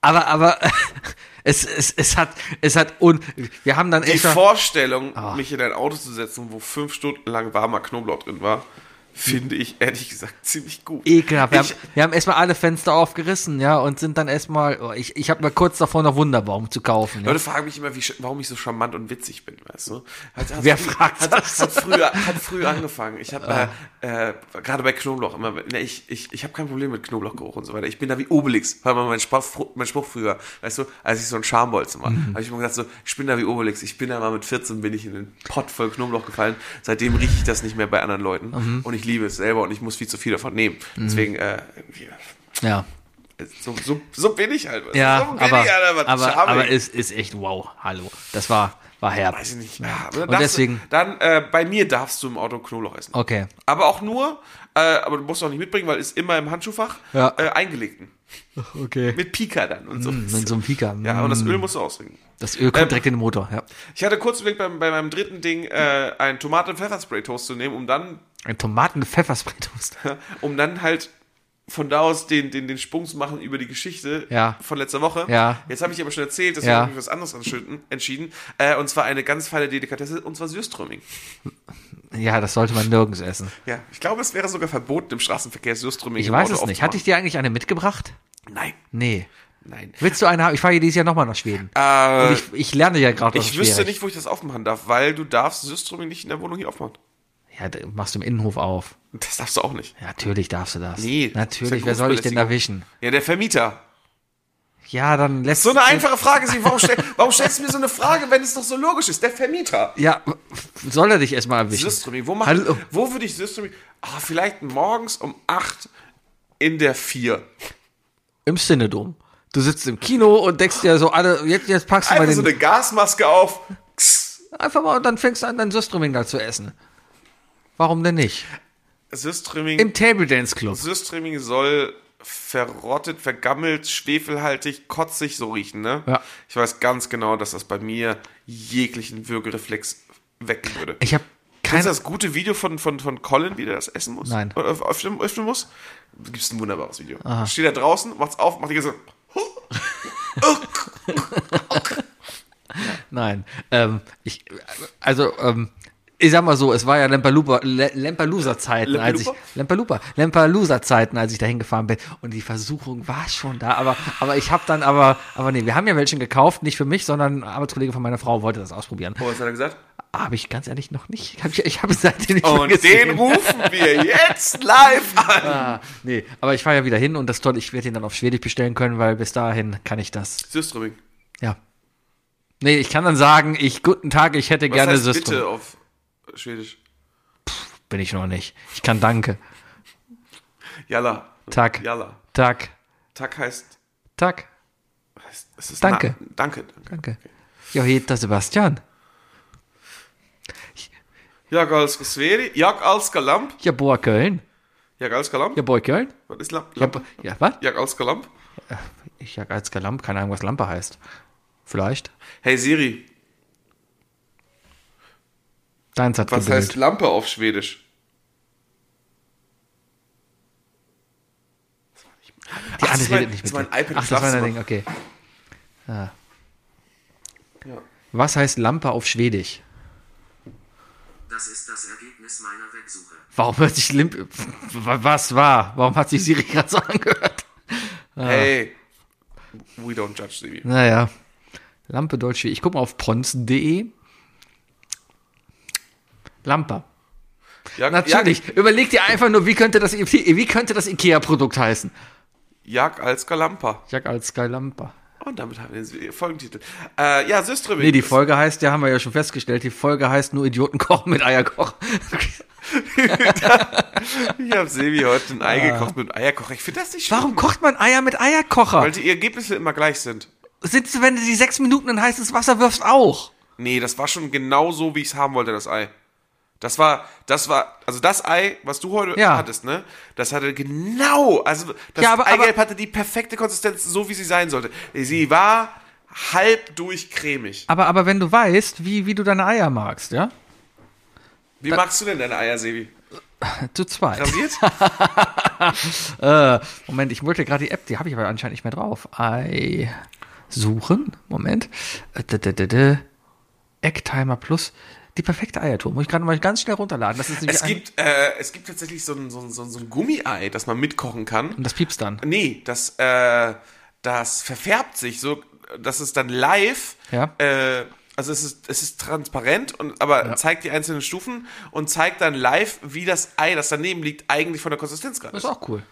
[SPEAKER 4] aber, aber [laughs] es, es, es hat, es hat und wir haben dann
[SPEAKER 3] Die
[SPEAKER 4] extra-
[SPEAKER 3] Vorstellung,
[SPEAKER 4] Ah.
[SPEAKER 3] mich in ein Auto zu setzen, wo fünf Stunden lang warmer Knoblauch drin war, finde ich ehrlich gesagt ziemlich gut.
[SPEAKER 4] ekelhaft. Wir,
[SPEAKER 3] Ich-
[SPEAKER 4] haben, wir haben erstmal alle Fenster aufgerissen, ja, und sind dann erstmal, oh, ich, ich habe mal kurz davor noch Wunderbaum zu kaufen. Ja.
[SPEAKER 3] Leute fragen mich immer, wie, sch- warum ich so charmant und witzig bin, weißt du? Hat, hat,
[SPEAKER 4] Wer fragt
[SPEAKER 3] hat,
[SPEAKER 4] das? Ah.
[SPEAKER 3] Hat früher, hat früher angefangen. Ich habe äh, äh, gerade bei Knoblauch immer, ne, ich, ich, ich habe kein Problem mit Knoblauchgeruch und so weiter. Ich bin da wie Obelix, war mal mein Spruch, fr- mein Spruch früher, weißt du, als ich so ein Schambolzen war,
[SPEAKER 4] Mhm.
[SPEAKER 3] habe ich immer gesagt so, ich bin da wie Obelix. Ich bin da mal mit 14 bin ich in den Pott voll Knoblauch gefallen. Seitdem rieche ich das nicht mehr bei anderen Leuten
[SPEAKER 4] Mhm.
[SPEAKER 3] und ich liebe es selber und ich muss viel zu viel davon nehmen. Deswegen äh,
[SPEAKER 4] Ja,
[SPEAKER 3] so, so, so bin ich halt. weißt du? so
[SPEAKER 4] ja
[SPEAKER 3] bin
[SPEAKER 4] aber,
[SPEAKER 3] ich halt einfach
[SPEAKER 4] aber,
[SPEAKER 3] charmig.
[SPEAKER 4] aber es ist echt wow, hallo. Das war, war herb.
[SPEAKER 3] Weiß ich nicht. Ja, aber dann
[SPEAKER 4] Und
[SPEAKER 3] darfst
[SPEAKER 4] deswegen-
[SPEAKER 3] Du, dann, äh, bei mir darfst du im Auto Knoblauch essen.
[SPEAKER 4] Okay.
[SPEAKER 3] Aber auch nur, äh, aber du musst auch nicht mitbringen, weil ist immer im Handschuhfach
[SPEAKER 4] Ja.
[SPEAKER 3] äh, eingelegten.
[SPEAKER 4] Okay.
[SPEAKER 3] Mit Pika dann und so.
[SPEAKER 4] Mit so einem Pika.
[SPEAKER 3] [laughs] Ja, und das
[SPEAKER 4] Mm,
[SPEAKER 3] Öl musst du ausringen.
[SPEAKER 4] das Öl kommt
[SPEAKER 3] ähm,
[SPEAKER 4] direkt in den Motor, ja.
[SPEAKER 3] Ich hatte kurz überlegt, bei, bei meinem dritten Ding äh, einen Tomate-Pfefferspray-Toast zu nehmen, um dann,
[SPEAKER 4] Ein Tomaten-Pfefferspray-Toast.
[SPEAKER 3] um dann halt von da aus den, den, den Sprung zu machen über die Geschichte
[SPEAKER 4] Ja.
[SPEAKER 3] von letzter Woche.
[SPEAKER 4] Ja.
[SPEAKER 3] Jetzt habe ich aber schon erzählt, deswegen
[SPEAKER 4] Ja.
[SPEAKER 3] habe ich mich für was anderes entschieden. entschieden. Äh, und zwar eine ganz feine Delikatesse, und zwar Süßströmming.
[SPEAKER 4] [laughs] Ja, das sollte man nirgends essen.
[SPEAKER 3] Ja, ich glaube, es wäre sogar verboten im Straßenverkehr Süßströmming.
[SPEAKER 4] Ich
[SPEAKER 3] im Auto
[SPEAKER 4] weiß es nicht.
[SPEAKER 3] aufzumachen.
[SPEAKER 4] Hatte ich dir eigentlich eine mitgebracht?
[SPEAKER 3] Nein,
[SPEAKER 4] Nee.
[SPEAKER 3] nein.
[SPEAKER 4] Willst du eine haben? Ich fahre ja dieses Jahr nochmal nach Schweden.
[SPEAKER 3] Äh,
[SPEAKER 4] Und
[SPEAKER 3] ich
[SPEAKER 4] ich, ich lerne ja gerade das ist
[SPEAKER 3] wüsste
[SPEAKER 4] schwierig.
[SPEAKER 3] nicht, wo ich das aufmachen darf, weil du darfst Süßströmming nicht in der Wohnung hier aufmachen.
[SPEAKER 4] Ja, da machst du im Innenhof auf.
[SPEAKER 3] Das darfst du auch nicht.
[SPEAKER 4] Ja, Natürlich darfst du das.
[SPEAKER 3] Nee, ist
[SPEAKER 4] Natürlich,
[SPEAKER 3] ja
[SPEAKER 4] wer soll ich denn da wischen?
[SPEAKER 3] Ja, der Vermieter.
[SPEAKER 4] Ja, dann lässt
[SPEAKER 3] So eine einfache Frage ist, warum, stell, warum stellst du mir so eine Frage, wenn es doch so logisch ist? Der Vermieter.
[SPEAKER 4] Ja, soll er dich erstmal erwischen?
[SPEAKER 3] Süßströmming, wo, mach,
[SPEAKER 4] Hallo.
[SPEAKER 3] wo würde ich Süßströmming... Ah, vielleicht morgens um 8 in der 4.
[SPEAKER 4] Im Synodom. Du sitzt im Kino und denkst dir so alle, jetzt, jetzt packst du mal
[SPEAKER 3] Einfach
[SPEAKER 4] den,
[SPEAKER 3] so eine Gasmaske auf.
[SPEAKER 4] einfach mal und dann fängst du an, dein Süstroming da zu essen. Warum denn nicht?
[SPEAKER 3] Systreaming,
[SPEAKER 4] Im Table Dance Club.
[SPEAKER 3] Systreaming soll verrottet, vergammelt, schwefelhaltig, kotzig so riechen, ne?
[SPEAKER 4] Ja.
[SPEAKER 3] Ich weiß ganz genau, dass das bei mir jeglichen Würgereflex wecken würde.
[SPEAKER 4] Ich habe
[SPEAKER 3] Kennst du
[SPEAKER 4] keine.
[SPEAKER 3] das gute Video von, von, von Colin, wie der das essen muss?
[SPEAKER 4] Nein.
[SPEAKER 3] Oder öffnen, öffnen muss? Gibt es ein wunderbares Video. Steht da draußen, macht's auf, macht die ganze.
[SPEAKER 4] Nein. Ähm, ich, also, ähm, ich sag mal so, es war ja Lampalupa- Le- Lampalusa-Zeiten, als ich. Lampalupa, Lampalusa-Zeiten, als ich dahin gefahren bin. Und die Versuchung war schon da, aber, aber ich habe dann aber, aber nee, wir haben ja welchen gekauft, nicht für mich, sondern ein Arbeitskollege von meiner Frau wollte das ausprobieren.
[SPEAKER 3] Oh, was hat er gesagt?
[SPEAKER 4] [laughs] Habe ich ganz ehrlich noch nicht. Hab ich ich habe es seitdem nicht mehr
[SPEAKER 3] Oh, Und
[SPEAKER 4] gesehen.
[SPEAKER 3] den rufen wir jetzt live
[SPEAKER 4] [laughs]
[SPEAKER 3] an.
[SPEAKER 4] Ah, nee, aber ich fahre ja wieder hin und das ist toll, ich werde ihn dann auf Schwedisch bestellen können, weil bis dahin kann ich das.
[SPEAKER 3] Systreaming.
[SPEAKER 4] Ja. Nee, ich kann dann sagen, ich guten Tag, ich hätte
[SPEAKER 3] Was
[SPEAKER 4] gerne
[SPEAKER 3] heißt
[SPEAKER 4] System.
[SPEAKER 3] bitte auf Schwedisch?
[SPEAKER 4] Bin ich noch nicht. Ich kann danke.
[SPEAKER 3] Jalla.
[SPEAKER 4] Tack.
[SPEAKER 3] Jalla.
[SPEAKER 4] Tag,
[SPEAKER 3] Tack heißt.
[SPEAKER 4] Tag,
[SPEAKER 3] heißt es ist
[SPEAKER 4] Danke.
[SPEAKER 3] Na, danke. danke.
[SPEAKER 4] danke. Ja, heter Sebastian.
[SPEAKER 3] Jag älskar Sverige. Jag älskar lamp.
[SPEAKER 4] Ja, boah, Köln.
[SPEAKER 3] Jag älskar lamp.
[SPEAKER 4] Ja, boah, Köln.
[SPEAKER 3] Was ist lamp?
[SPEAKER 4] Ja,
[SPEAKER 3] lamp?
[SPEAKER 4] bo ja was?
[SPEAKER 3] Jag älskar lamp.
[SPEAKER 4] Ich jag als Lampe, keine Ahnung, was Lampe heißt. Vielleicht.
[SPEAKER 3] Hey Siri,
[SPEAKER 4] Deins hat
[SPEAKER 3] was
[SPEAKER 4] gebimmelt.
[SPEAKER 3] heißt Lampe auf Schwedisch?
[SPEAKER 4] Die
[SPEAKER 3] Ach, das
[SPEAKER 4] andere
[SPEAKER 3] ist mein-
[SPEAKER 4] Ah, redet nicht mit
[SPEAKER 3] das ist mein
[SPEAKER 4] dir.
[SPEAKER 3] iPad im
[SPEAKER 4] Ach, das war dein Ding,
[SPEAKER 3] Schlafzimmer.
[SPEAKER 4] okay. Ah. Was heißt Lampe auf Schwedisch?
[SPEAKER 5] Das ist das Ergebnis meiner Websuche.
[SPEAKER 4] Warum hört sich Limp... [laughs] Was war? Warum hat sich Siri gerade so angehört? Ah.
[SPEAKER 3] Hey, we don't judge Siri.
[SPEAKER 4] Naja. Lampe Deutsche. Ich gucke mal auf ponzen.de. Lampe.
[SPEAKER 3] Jag,
[SPEAKER 4] Natürlich. Überleg dir einfach nur, wie könnte das, wie könnte das IKEA-Produkt heißen?
[SPEAKER 3] Jag, jag älskar lampa.
[SPEAKER 4] Jack als Sky Lampe.
[SPEAKER 3] Oh, Und damit haben wir den Folgentitel. Äh, ja, Syströming.
[SPEAKER 4] Nee, die Folge heißt, ja, haben wir ja schon festgestellt, die Folge heißt nur Idioten kochen mit Eierkoch.
[SPEAKER 3] Ich habe Sebi heute ein Ei gekocht mit einem Eierkocher. Ich finde das nicht schlimm,
[SPEAKER 4] [laughs] Ah. Warum kocht man Eier mit Eierkocher?
[SPEAKER 3] weil die Ergebnisse immer gleich sind.
[SPEAKER 4] Sitzt du, wenn du die sechs Minuten in heißes Wasser wirfst, auch?
[SPEAKER 3] Nee, das war schon genau so, wie ich es haben wollte, das Ei. Das war, das war, also das Ei, was du heute
[SPEAKER 4] Ja.
[SPEAKER 3] hattest, ne? Das hatte genau, also das
[SPEAKER 4] Ja, aber-
[SPEAKER 3] Eigelb
[SPEAKER 4] aber-
[SPEAKER 3] hatte die perfekte Konsistenz, so wie sie sein sollte. Sie war halb durchcremig.
[SPEAKER 4] Aber, aber wenn du weißt, wie, wie du deine Eier magst, ja?
[SPEAKER 3] Wie magst du denn deine Eier, Sebi?
[SPEAKER 4] Zu zweit. [laughs]
[SPEAKER 3] Rasiert?
[SPEAKER 4] Äh, Moment, ich wollte gerade die App, die habe ich aber anscheinend nicht mehr drauf. Ei suchen. Moment. Äh, d- d- d- d- Ecktimer Plus. Die perfekte Eiertour. Muss ich gerade mal ganz schnell runterladen. Das ist nämlich
[SPEAKER 3] Es
[SPEAKER 4] ein-
[SPEAKER 3] gibt, äh, es gibt tatsächlich so ein, so, ein, so, ein, so ein Gummiei, das man mitkochen kann.
[SPEAKER 4] Und das piepst dann.
[SPEAKER 3] Nee, das, äh, das verfärbt sich so, dass es dann live,
[SPEAKER 4] Ja.
[SPEAKER 3] äh, also es ist, es ist transparent, und, aber zeigt die einzelnen Stufen und zeigt dann live, wie das Ei, das daneben liegt, eigentlich von der Konsistenz gerade
[SPEAKER 4] Das
[SPEAKER 3] ist.
[SPEAKER 4] ist auch cool.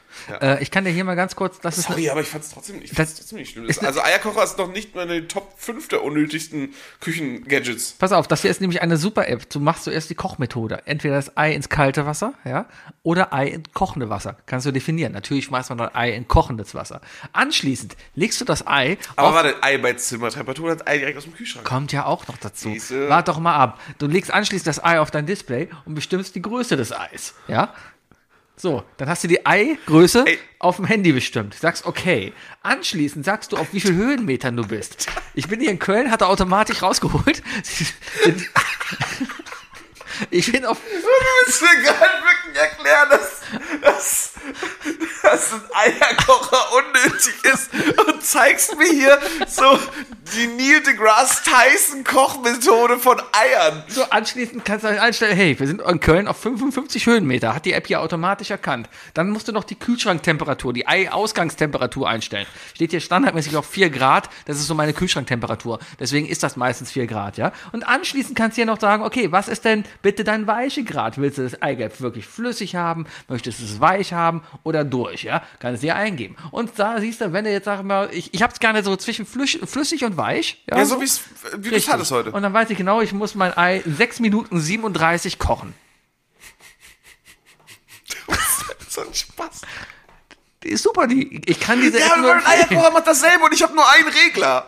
[SPEAKER 4] Äh, ich kann dir hier mal ganz kurz. Das ist
[SPEAKER 3] Sorry, aber ich fand es trotzdem, ich
[SPEAKER 4] Das-
[SPEAKER 3] fand's trotzdem nicht schlimm. Das, also Eierkocher ist noch nicht meine Top 5 der unnötigsten Küchengadgets.
[SPEAKER 4] Pass auf, das hier ist nämlich eine super App. Du machst zuerst die Kochmethode. Entweder das Ei ins kalte Wasser, ja, oder Ei in kochende Wasser. Kannst du definieren. Natürlich schmeißt man dann Ei in kochendes Wasser. Anschließend legst du das Ei
[SPEAKER 3] Aber
[SPEAKER 4] auf
[SPEAKER 3] warte, Ei bei Zimmertemperatur hat Ei direkt aus dem Kühlschrank.
[SPEAKER 4] Kommt ja auch noch dazu.
[SPEAKER 3] Siehste.
[SPEAKER 4] Wart doch mal ab. Du legst anschließend das Ei auf dein Display und bestimmst die Größe des Eis. Ja? So, dann hast du die Eigröße
[SPEAKER 3] Ey.
[SPEAKER 4] auf dem Handy bestimmt. Sagst okay. Anschließend sagst du, auf wie viel Höhenmetern du bist. Ich bin hier in Köln, hat er automatisch rausgeholt. [laughs] Ich bin auf
[SPEAKER 3] Du willst mir gerade wirklich erklären, dass, dass, dass ein Eierkocher unnötig ist und zeigst mir hier so die Neil deGrasse Tyson Kochmethode von Eiern.
[SPEAKER 4] So, anschließend kannst du dann einstellen, hey, wir sind in Köln auf 55 Höhenmeter, hat die App hier automatisch erkannt. Dann musst du noch die Kühlschranktemperatur, die Ei-Ausgangstemperatur einstellen. Steht hier standardmäßig auf 4 Grad, das ist so meine Kühlschranktemperatur. Deswegen ist das meistens 4 Grad, ja. Und anschließend kannst du hier noch sagen, okay, was ist denn bitte dein Weichegrad? Willst du das Eigelb wirklich flüssig haben? Möchtest du es weich haben oder durch, ja? Kannst du hier eingeben. Und da siehst du, wenn du jetzt, sag mal, ich, ich hab's gerne so zwischen flüsch- flüssig und weich, ja.
[SPEAKER 3] Ja, so wie's, wie du es
[SPEAKER 4] Richtig.
[SPEAKER 3] hattest heute.
[SPEAKER 4] Und dann weiß ich genau, ich muss mein Ei 6 Minuten 37 kochen.
[SPEAKER 3] So ein Spaß.
[SPEAKER 4] Die ist super, die. Ich kann diese
[SPEAKER 3] Ja,
[SPEAKER 4] App
[SPEAKER 3] aber
[SPEAKER 4] nur
[SPEAKER 3] mein Eierkocher macht dasselbe und ich habe nur einen Regler.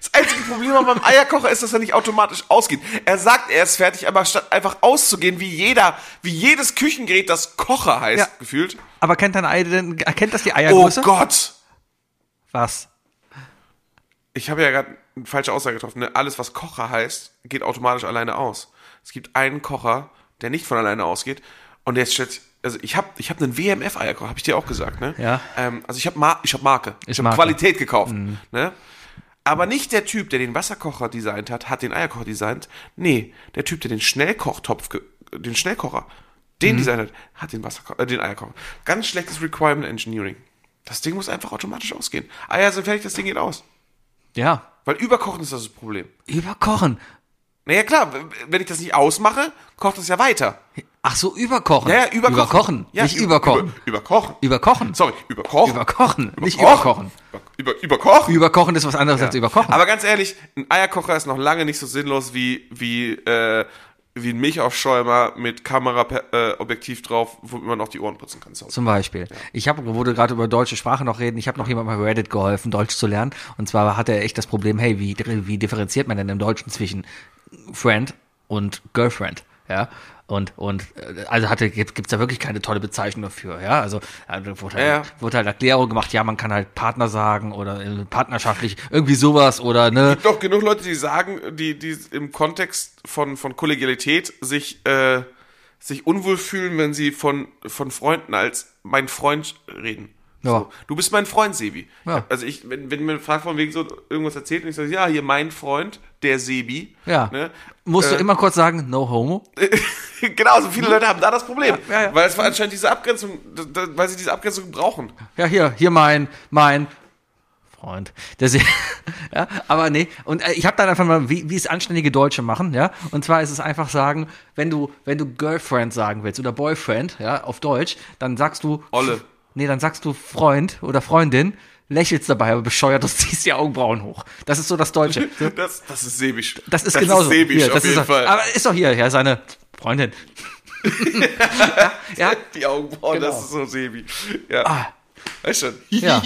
[SPEAKER 3] Das einzige Problem an meinem Eierkocher ist, dass er nicht automatisch ausgeht. Er sagt, er ist fertig, aber statt einfach auszugehen, wie jeder, wie jedes Küchengerät, das Kocher heißt,
[SPEAKER 4] Ja.
[SPEAKER 3] gefühlt.
[SPEAKER 4] Aber kennt dein Ei denn, erkennt das die
[SPEAKER 3] Oh
[SPEAKER 4] Eiergröße?
[SPEAKER 3] Gott!
[SPEAKER 4] Was?
[SPEAKER 3] Ich habe ja gerade eine falsche Aussage getroffen. Ne? Alles, was Kocher heißt, geht automatisch alleine aus. Es gibt einen Kocher, der nicht von alleine ausgeht. Und jetzt stellt also ich habe ich hab einen WMF-Eierkocher, habe ich dir auch gesagt. Ne?
[SPEAKER 4] Ja.
[SPEAKER 3] Ähm, also ich habe Mar ich hab Marke. ich habe
[SPEAKER 4] Marke. Mhm.
[SPEAKER 3] Qualität gekauft. Ne? Aber nicht der Typ, der den Wasserkocher designt hat, hat den Eierkocher designt. Nee, der Typ, der den Schnellkochtopf, ge- den Schnellkocher, den
[SPEAKER 4] Mhm.
[SPEAKER 3] designt hat, hat den, Wasserkocher, äh, den Eierkocher. Ganz schlechtes Requirement Engineering. Das Ding muss einfach automatisch ausgehen. Eier sind fertig, das Ding geht aus.
[SPEAKER 4] Ja.
[SPEAKER 3] Weil überkochen ist das, das Problem.
[SPEAKER 4] Überkochen.
[SPEAKER 3] Naja, klar, w- wenn ich das nicht ausmache, kocht das ja weiter.
[SPEAKER 4] Ach so, überkochen.
[SPEAKER 3] Naja, überkochen. Ja,
[SPEAKER 4] nicht
[SPEAKER 3] ü-
[SPEAKER 4] überkochen.
[SPEAKER 3] Über, überkochen.
[SPEAKER 4] Überkochen.
[SPEAKER 3] Sorry, überkochen.
[SPEAKER 4] Überkochen.
[SPEAKER 3] Oh.
[SPEAKER 4] Nicht überkochen.
[SPEAKER 3] Über, über, überkochen.
[SPEAKER 4] Überkochen ist was anderes als überkochen.
[SPEAKER 3] Aber ganz ehrlich, ein Eierkocher ist noch lange nicht so sinnlos wie, wie, äh, wie ein Milchaufschäumer mit Kamera, per- äh, Objektiv drauf, wo man auch die Ohren putzen kann. zu Hause.
[SPEAKER 4] Zum Beispiel. Ich hab, wurde gerade über deutsche Sprache noch reden. Ich habe noch jemandem bei Reddit geholfen, Deutsch zu lernen. Und zwar hatte er echt das Problem, hey, wie, wie differenziert man denn im Deutschen zwischen Friend und Girlfriend? Ja. Und, und äh, also hatte gibt gibt's da wirklich keine tolle Bezeichnung dafür, ja. Also äh, wurde halt,
[SPEAKER 3] Ja.
[SPEAKER 4] wurde halt Erklärung gemacht, ja, man kann halt Partner sagen oder äh, partnerschaftlich irgendwie sowas oder ne.
[SPEAKER 3] Es gibt doch genug Leute, die sagen, die, die im Kontext von, von Kollegialität sich, äh, sich unwohl fühlen, wenn sie von, von Freunden als mein Freund reden.
[SPEAKER 4] Ja.
[SPEAKER 3] So, du bist mein Freund, Sebi.
[SPEAKER 4] Ja.
[SPEAKER 3] Also ich, wenn, wenn mir ein Frag von wegen so irgendwas erzählt und ich sage, ja, hier mein Freund, der Sebi.
[SPEAKER 4] Ja.
[SPEAKER 3] Ne? [laughs]
[SPEAKER 4] Musst du immer kurz sagen, no homo?
[SPEAKER 3] genau, also viele Leute haben da das Problem.
[SPEAKER 4] Mhm. Ja, ja.
[SPEAKER 3] Weil es war anscheinend diese Abgrenzung, da, da, weil sie diese Abgrenzung brauchen.
[SPEAKER 4] ja, hier, hier mein, mein Freund. Der Se- [laughs] ja, aber nee, und äh, ich habe dann einfach mal, wie, wie es anständige Deutsche machen, ja, und zwar ist es einfach sagen, wenn du, wenn du Girlfriend sagen willst oder Boyfriend, ja, auf Deutsch, dann sagst du,
[SPEAKER 3] Olle.
[SPEAKER 4] nee, dann sagst du Freund oder Freundin, lächelst dabei, aber bescheuert, und [laughs] ziehst die Augenbrauen hoch. Das ist so das Deutsche. So,
[SPEAKER 3] Das, das ist sebisch.
[SPEAKER 4] das ist genauso.
[SPEAKER 3] Das ist sebisch,
[SPEAKER 4] Hier,
[SPEAKER 3] auf
[SPEAKER 4] das ist
[SPEAKER 3] jeden
[SPEAKER 4] doch-
[SPEAKER 3] Fall.
[SPEAKER 4] Aber ist doch hier, ja, seine Freundin. ja, ja,
[SPEAKER 3] Die Augenbrauen,
[SPEAKER 4] Genau. Ah.
[SPEAKER 3] das ist so Sebi. Ja. Weißt schon.
[SPEAKER 4] Ja.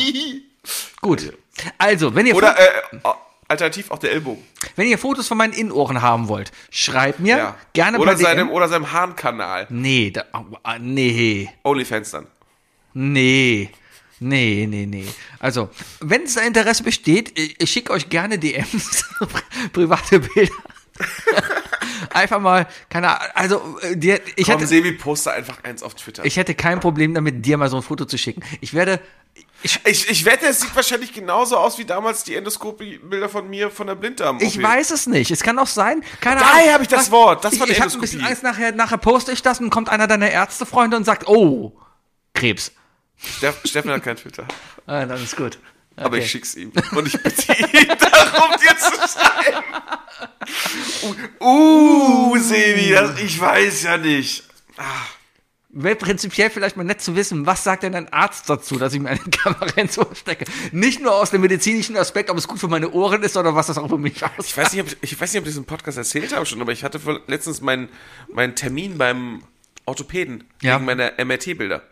[SPEAKER 4] gut. Also, wenn ihr
[SPEAKER 3] [laughs] Oder äh, oh, alternativ auch der Ellbogen.
[SPEAKER 4] Wenn ihr Fotos von meinen Innenohren haben wollt, schreibt mir
[SPEAKER 3] Ja.
[SPEAKER 4] gerne
[SPEAKER 3] oder
[SPEAKER 4] bei DM.
[SPEAKER 3] seinem Oder seinem Harnkanal.
[SPEAKER 4] nee, da, ah, nee,
[SPEAKER 3] Onlyfans dann.
[SPEAKER 4] nee, nee, nee, nee. Also, wenn es da Interesse besteht, ich, ich schicke euch gerne DMs, [laughs] private Bilder. [laughs] Einfach mal, keine Ahnung, also, äh, dir, ich
[SPEAKER 3] Komm,
[SPEAKER 4] hätte,
[SPEAKER 3] Sebi, poste einfach eins auf Twitter.
[SPEAKER 4] ich hätte kein Problem damit, dir mal so ein Foto zu schicken. Ich werde,
[SPEAKER 3] ich, ich wette, es sieht wahrscheinlich genauso aus wie damals die Endoskopie-Bilder von mir von der Blinddarm.
[SPEAKER 4] ich weiß es nicht, es kann auch sein, keine
[SPEAKER 3] Daher
[SPEAKER 4] Ahnung.
[SPEAKER 3] habe ich das Wort, das
[SPEAKER 4] ich
[SPEAKER 3] war die
[SPEAKER 4] ich habe ein bisschen
[SPEAKER 3] Endoskopie.
[SPEAKER 4] Angst, nachher, nachher poste ich das und kommt einer deiner Ärztefreunde und sagt, oh, Krebs.
[SPEAKER 3] Steff, Steffen hat kein Twitter.
[SPEAKER 4] Ah, dann ist gut.
[SPEAKER 3] Aber
[SPEAKER 4] Okay.
[SPEAKER 3] ich schick's ihm. Und ich bitte ihn [laughs] darum, dir zu schreiben.
[SPEAKER 4] [laughs]
[SPEAKER 3] Uh, uh Sebi, das, ich weiß ja nicht.
[SPEAKER 4] Wäre prinzipiell vielleicht mal nett zu wissen, was sagt denn ein Arzt dazu, dass ich mir eine [laughs] Kamera ins Ohr stecke? Nicht nur aus dem medizinischen Aspekt, ob es gut für meine Ohren ist oder was das auch für mich
[SPEAKER 3] Ich
[SPEAKER 4] aussagt.
[SPEAKER 3] weiß nicht, ob ich, ich weiß nicht, ob ich diesen Podcast erzählt habe schon, aber ich hatte vor- letztens meinen meinen Termin beim Orthopäden
[SPEAKER 4] Ja.
[SPEAKER 3] wegen meiner MRT-Bilder.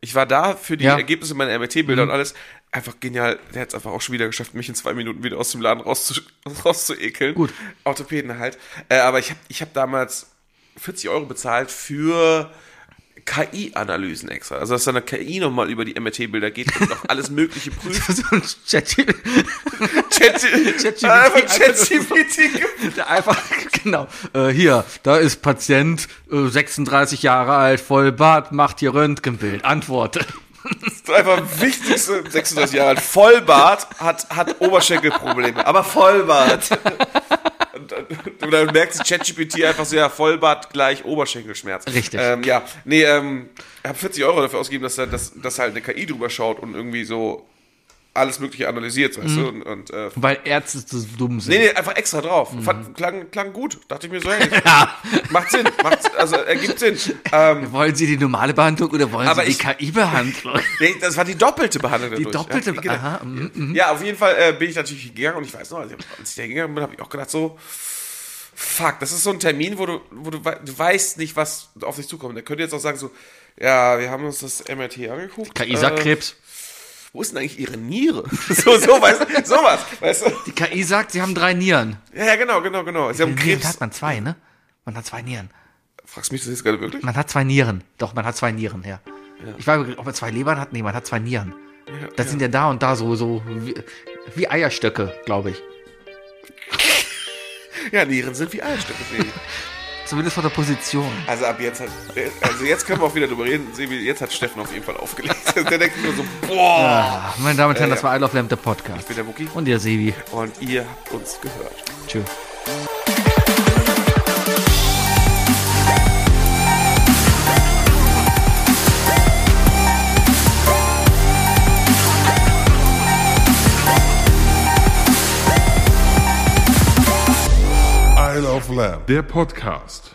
[SPEAKER 3] Ich war da für die
[SPEAKER 4] Ja. Mhm.
[SPEAKER 3] Ergebnisse meiner MRT-Bilder und alles. Einfach genial. Der hat es einfach auch schon wieder geschafft, mich in zwei Minuten wieder aus dem Laden rauszu [laughs] rauszuekeln.
[SPEAKER 4] Gut.
[SPEAKER 3] Orthopäden halt. Äh, aber ich habe ich hab damals 40 Euro bezahlt für KI-Analysen extra. Also, dass da eine KI nochmal über die MRT-Bilder geht und noch alles
[SPEAKER 4] [laughs]
[SPEAKER 3] Mögliche prüft.
[SPEAKER 4] So ein Chat-
[SPEAKER 3] Chat- Einfach
[SPEAKER 4] [laughs]
[SPEAKER 3] ChatGPT gemacht.
[SPEAKER 4] Einfach, genau. Äh, hier, da ist Patient, äh, 36 Jahre alt, voll Bart, macht hier Röntgenbild. Antworte.
[SPEAKER 3] Das einfach wichtigste 36 Jahre alt. Vollbart hat, hat Oberschenkelprobleme, aber Vollbart. Und, und, und dann merkst du ChatGPT einfach so, ja, Vollbart gleich Oberschenkelschmerz.
[SPEAKER 4] Richtig.
[SPEAKER 3] Ähm, ja, nee, ähm, ich habe 40 Euro dafür ausgegeben, dass, da- dass, dass halt eine KI drüber schaut und irgendwie so alles Mögliche analysiert,
[SPEAKER 4] Mhm.
[SPEAKER 3] weißt du? Und, und, äh,
[SPEAKER 4] [laughs] Weil Ärzte so dumm sind.
[SPEAKER 3] nee, nee, einfach extra drauf.
[SPEAKER 4] Mhm.
[SPEAKER 3] Fand, klang, klang gut. Dachte ich mir so,
[SPEAKER 4] [laughs]
[SPEAKER 3] hey, macht Sinn. Macht, also ergibt Sinn. Ähm,
[SPEAKER 4] Wollen Sie die normale Behandlung oder wollen
[SPEAKER 3] Aber
[SPEAKER 4] Sie die
[SPEAKER 3] ich- [laughs]
[SPEAKER 4] KI-Behandlung?
[SPEAKER 3] Nee, das war die doppelte Behandlung. Die
[SPEAKER 4] doppelte Be-
[SPEAKER 3] ja, genau.
[SPEAKER 4] aha,
[SPEAKER 3] äh, also, ja, ja, auf jeden Fall äh, bin ich natürlich hingegangen und ich weiß noch, als ich, als ich da hingegangen bin, habe ich auch gedacht so, fuck, das ist so ein Termin, wo du, wo du, wei- du weißt nicht, was auf dich zukommt. Der könnte jetzt auch sagen so, ja, wir haben uns das MRT angeguckt.
[SPEAKER 4] KI sagt
[SPEAKER 3] äh,
[SPEAKER 4] Krebs.
[SPEAKER 3] wo ist denn eigentlich ihre Niere? [laughs] so, so, weißt, du, sowas, weißt du?
[SPEAKER 4] Die KI sagt, sie haben drei Nieren.
[SPEAKER 3] Ja, ja, genau, genau, genau. Sie haben
[SPEAKER 4] Nieren
[SPEAKER 3] Krebs.
[SPEAKER 4] hat man zwei, ne? Man hat zwei Nieren.
[SPEAKER 3] Fragst mich das jetzt gerade wirklich?
[SPEAKER 4] Man hat zwei Nieren. Doch, man hat zwei Nieren, ja. Ich weiß, nicht, ob man zwei Lebern hat. Nee, man hat zwei Nieren. das sind ja da und da so, so wie, wie Eierstöcke, glaube ich.
[SPEAKER 3] Ja, Nieren sind wie Eierstöcke. Sebi.
[SPEAKER 4] Zumindest von der Position.
[SPEAKER 3] Also ab jetzt hat, also jetzt können wir auch wieder drüber reden. Sebi, jetzt hat Steffen auf jeden Fall aufgelegt. [laughs] Der denkt nur so, boah.
[SPEAKER 4] Ah, meine Damen und Herren,
[SPEAKER 3] Ja,
[SPEAKER 4] das
[SPEAKER 3] ja.
[SPEAKER 4] war I Love Lamp, der Podcast.
[SPEAKER 3] Ich bin der Wookie.
[SPEAKER 4] Und ihr Sebi.
[SPEAKER 3] Und ihr habt uns gehört.
[SPEAKER 4] Tschö.
[SPEAKER 2] Isle of Lamb, der Podcast.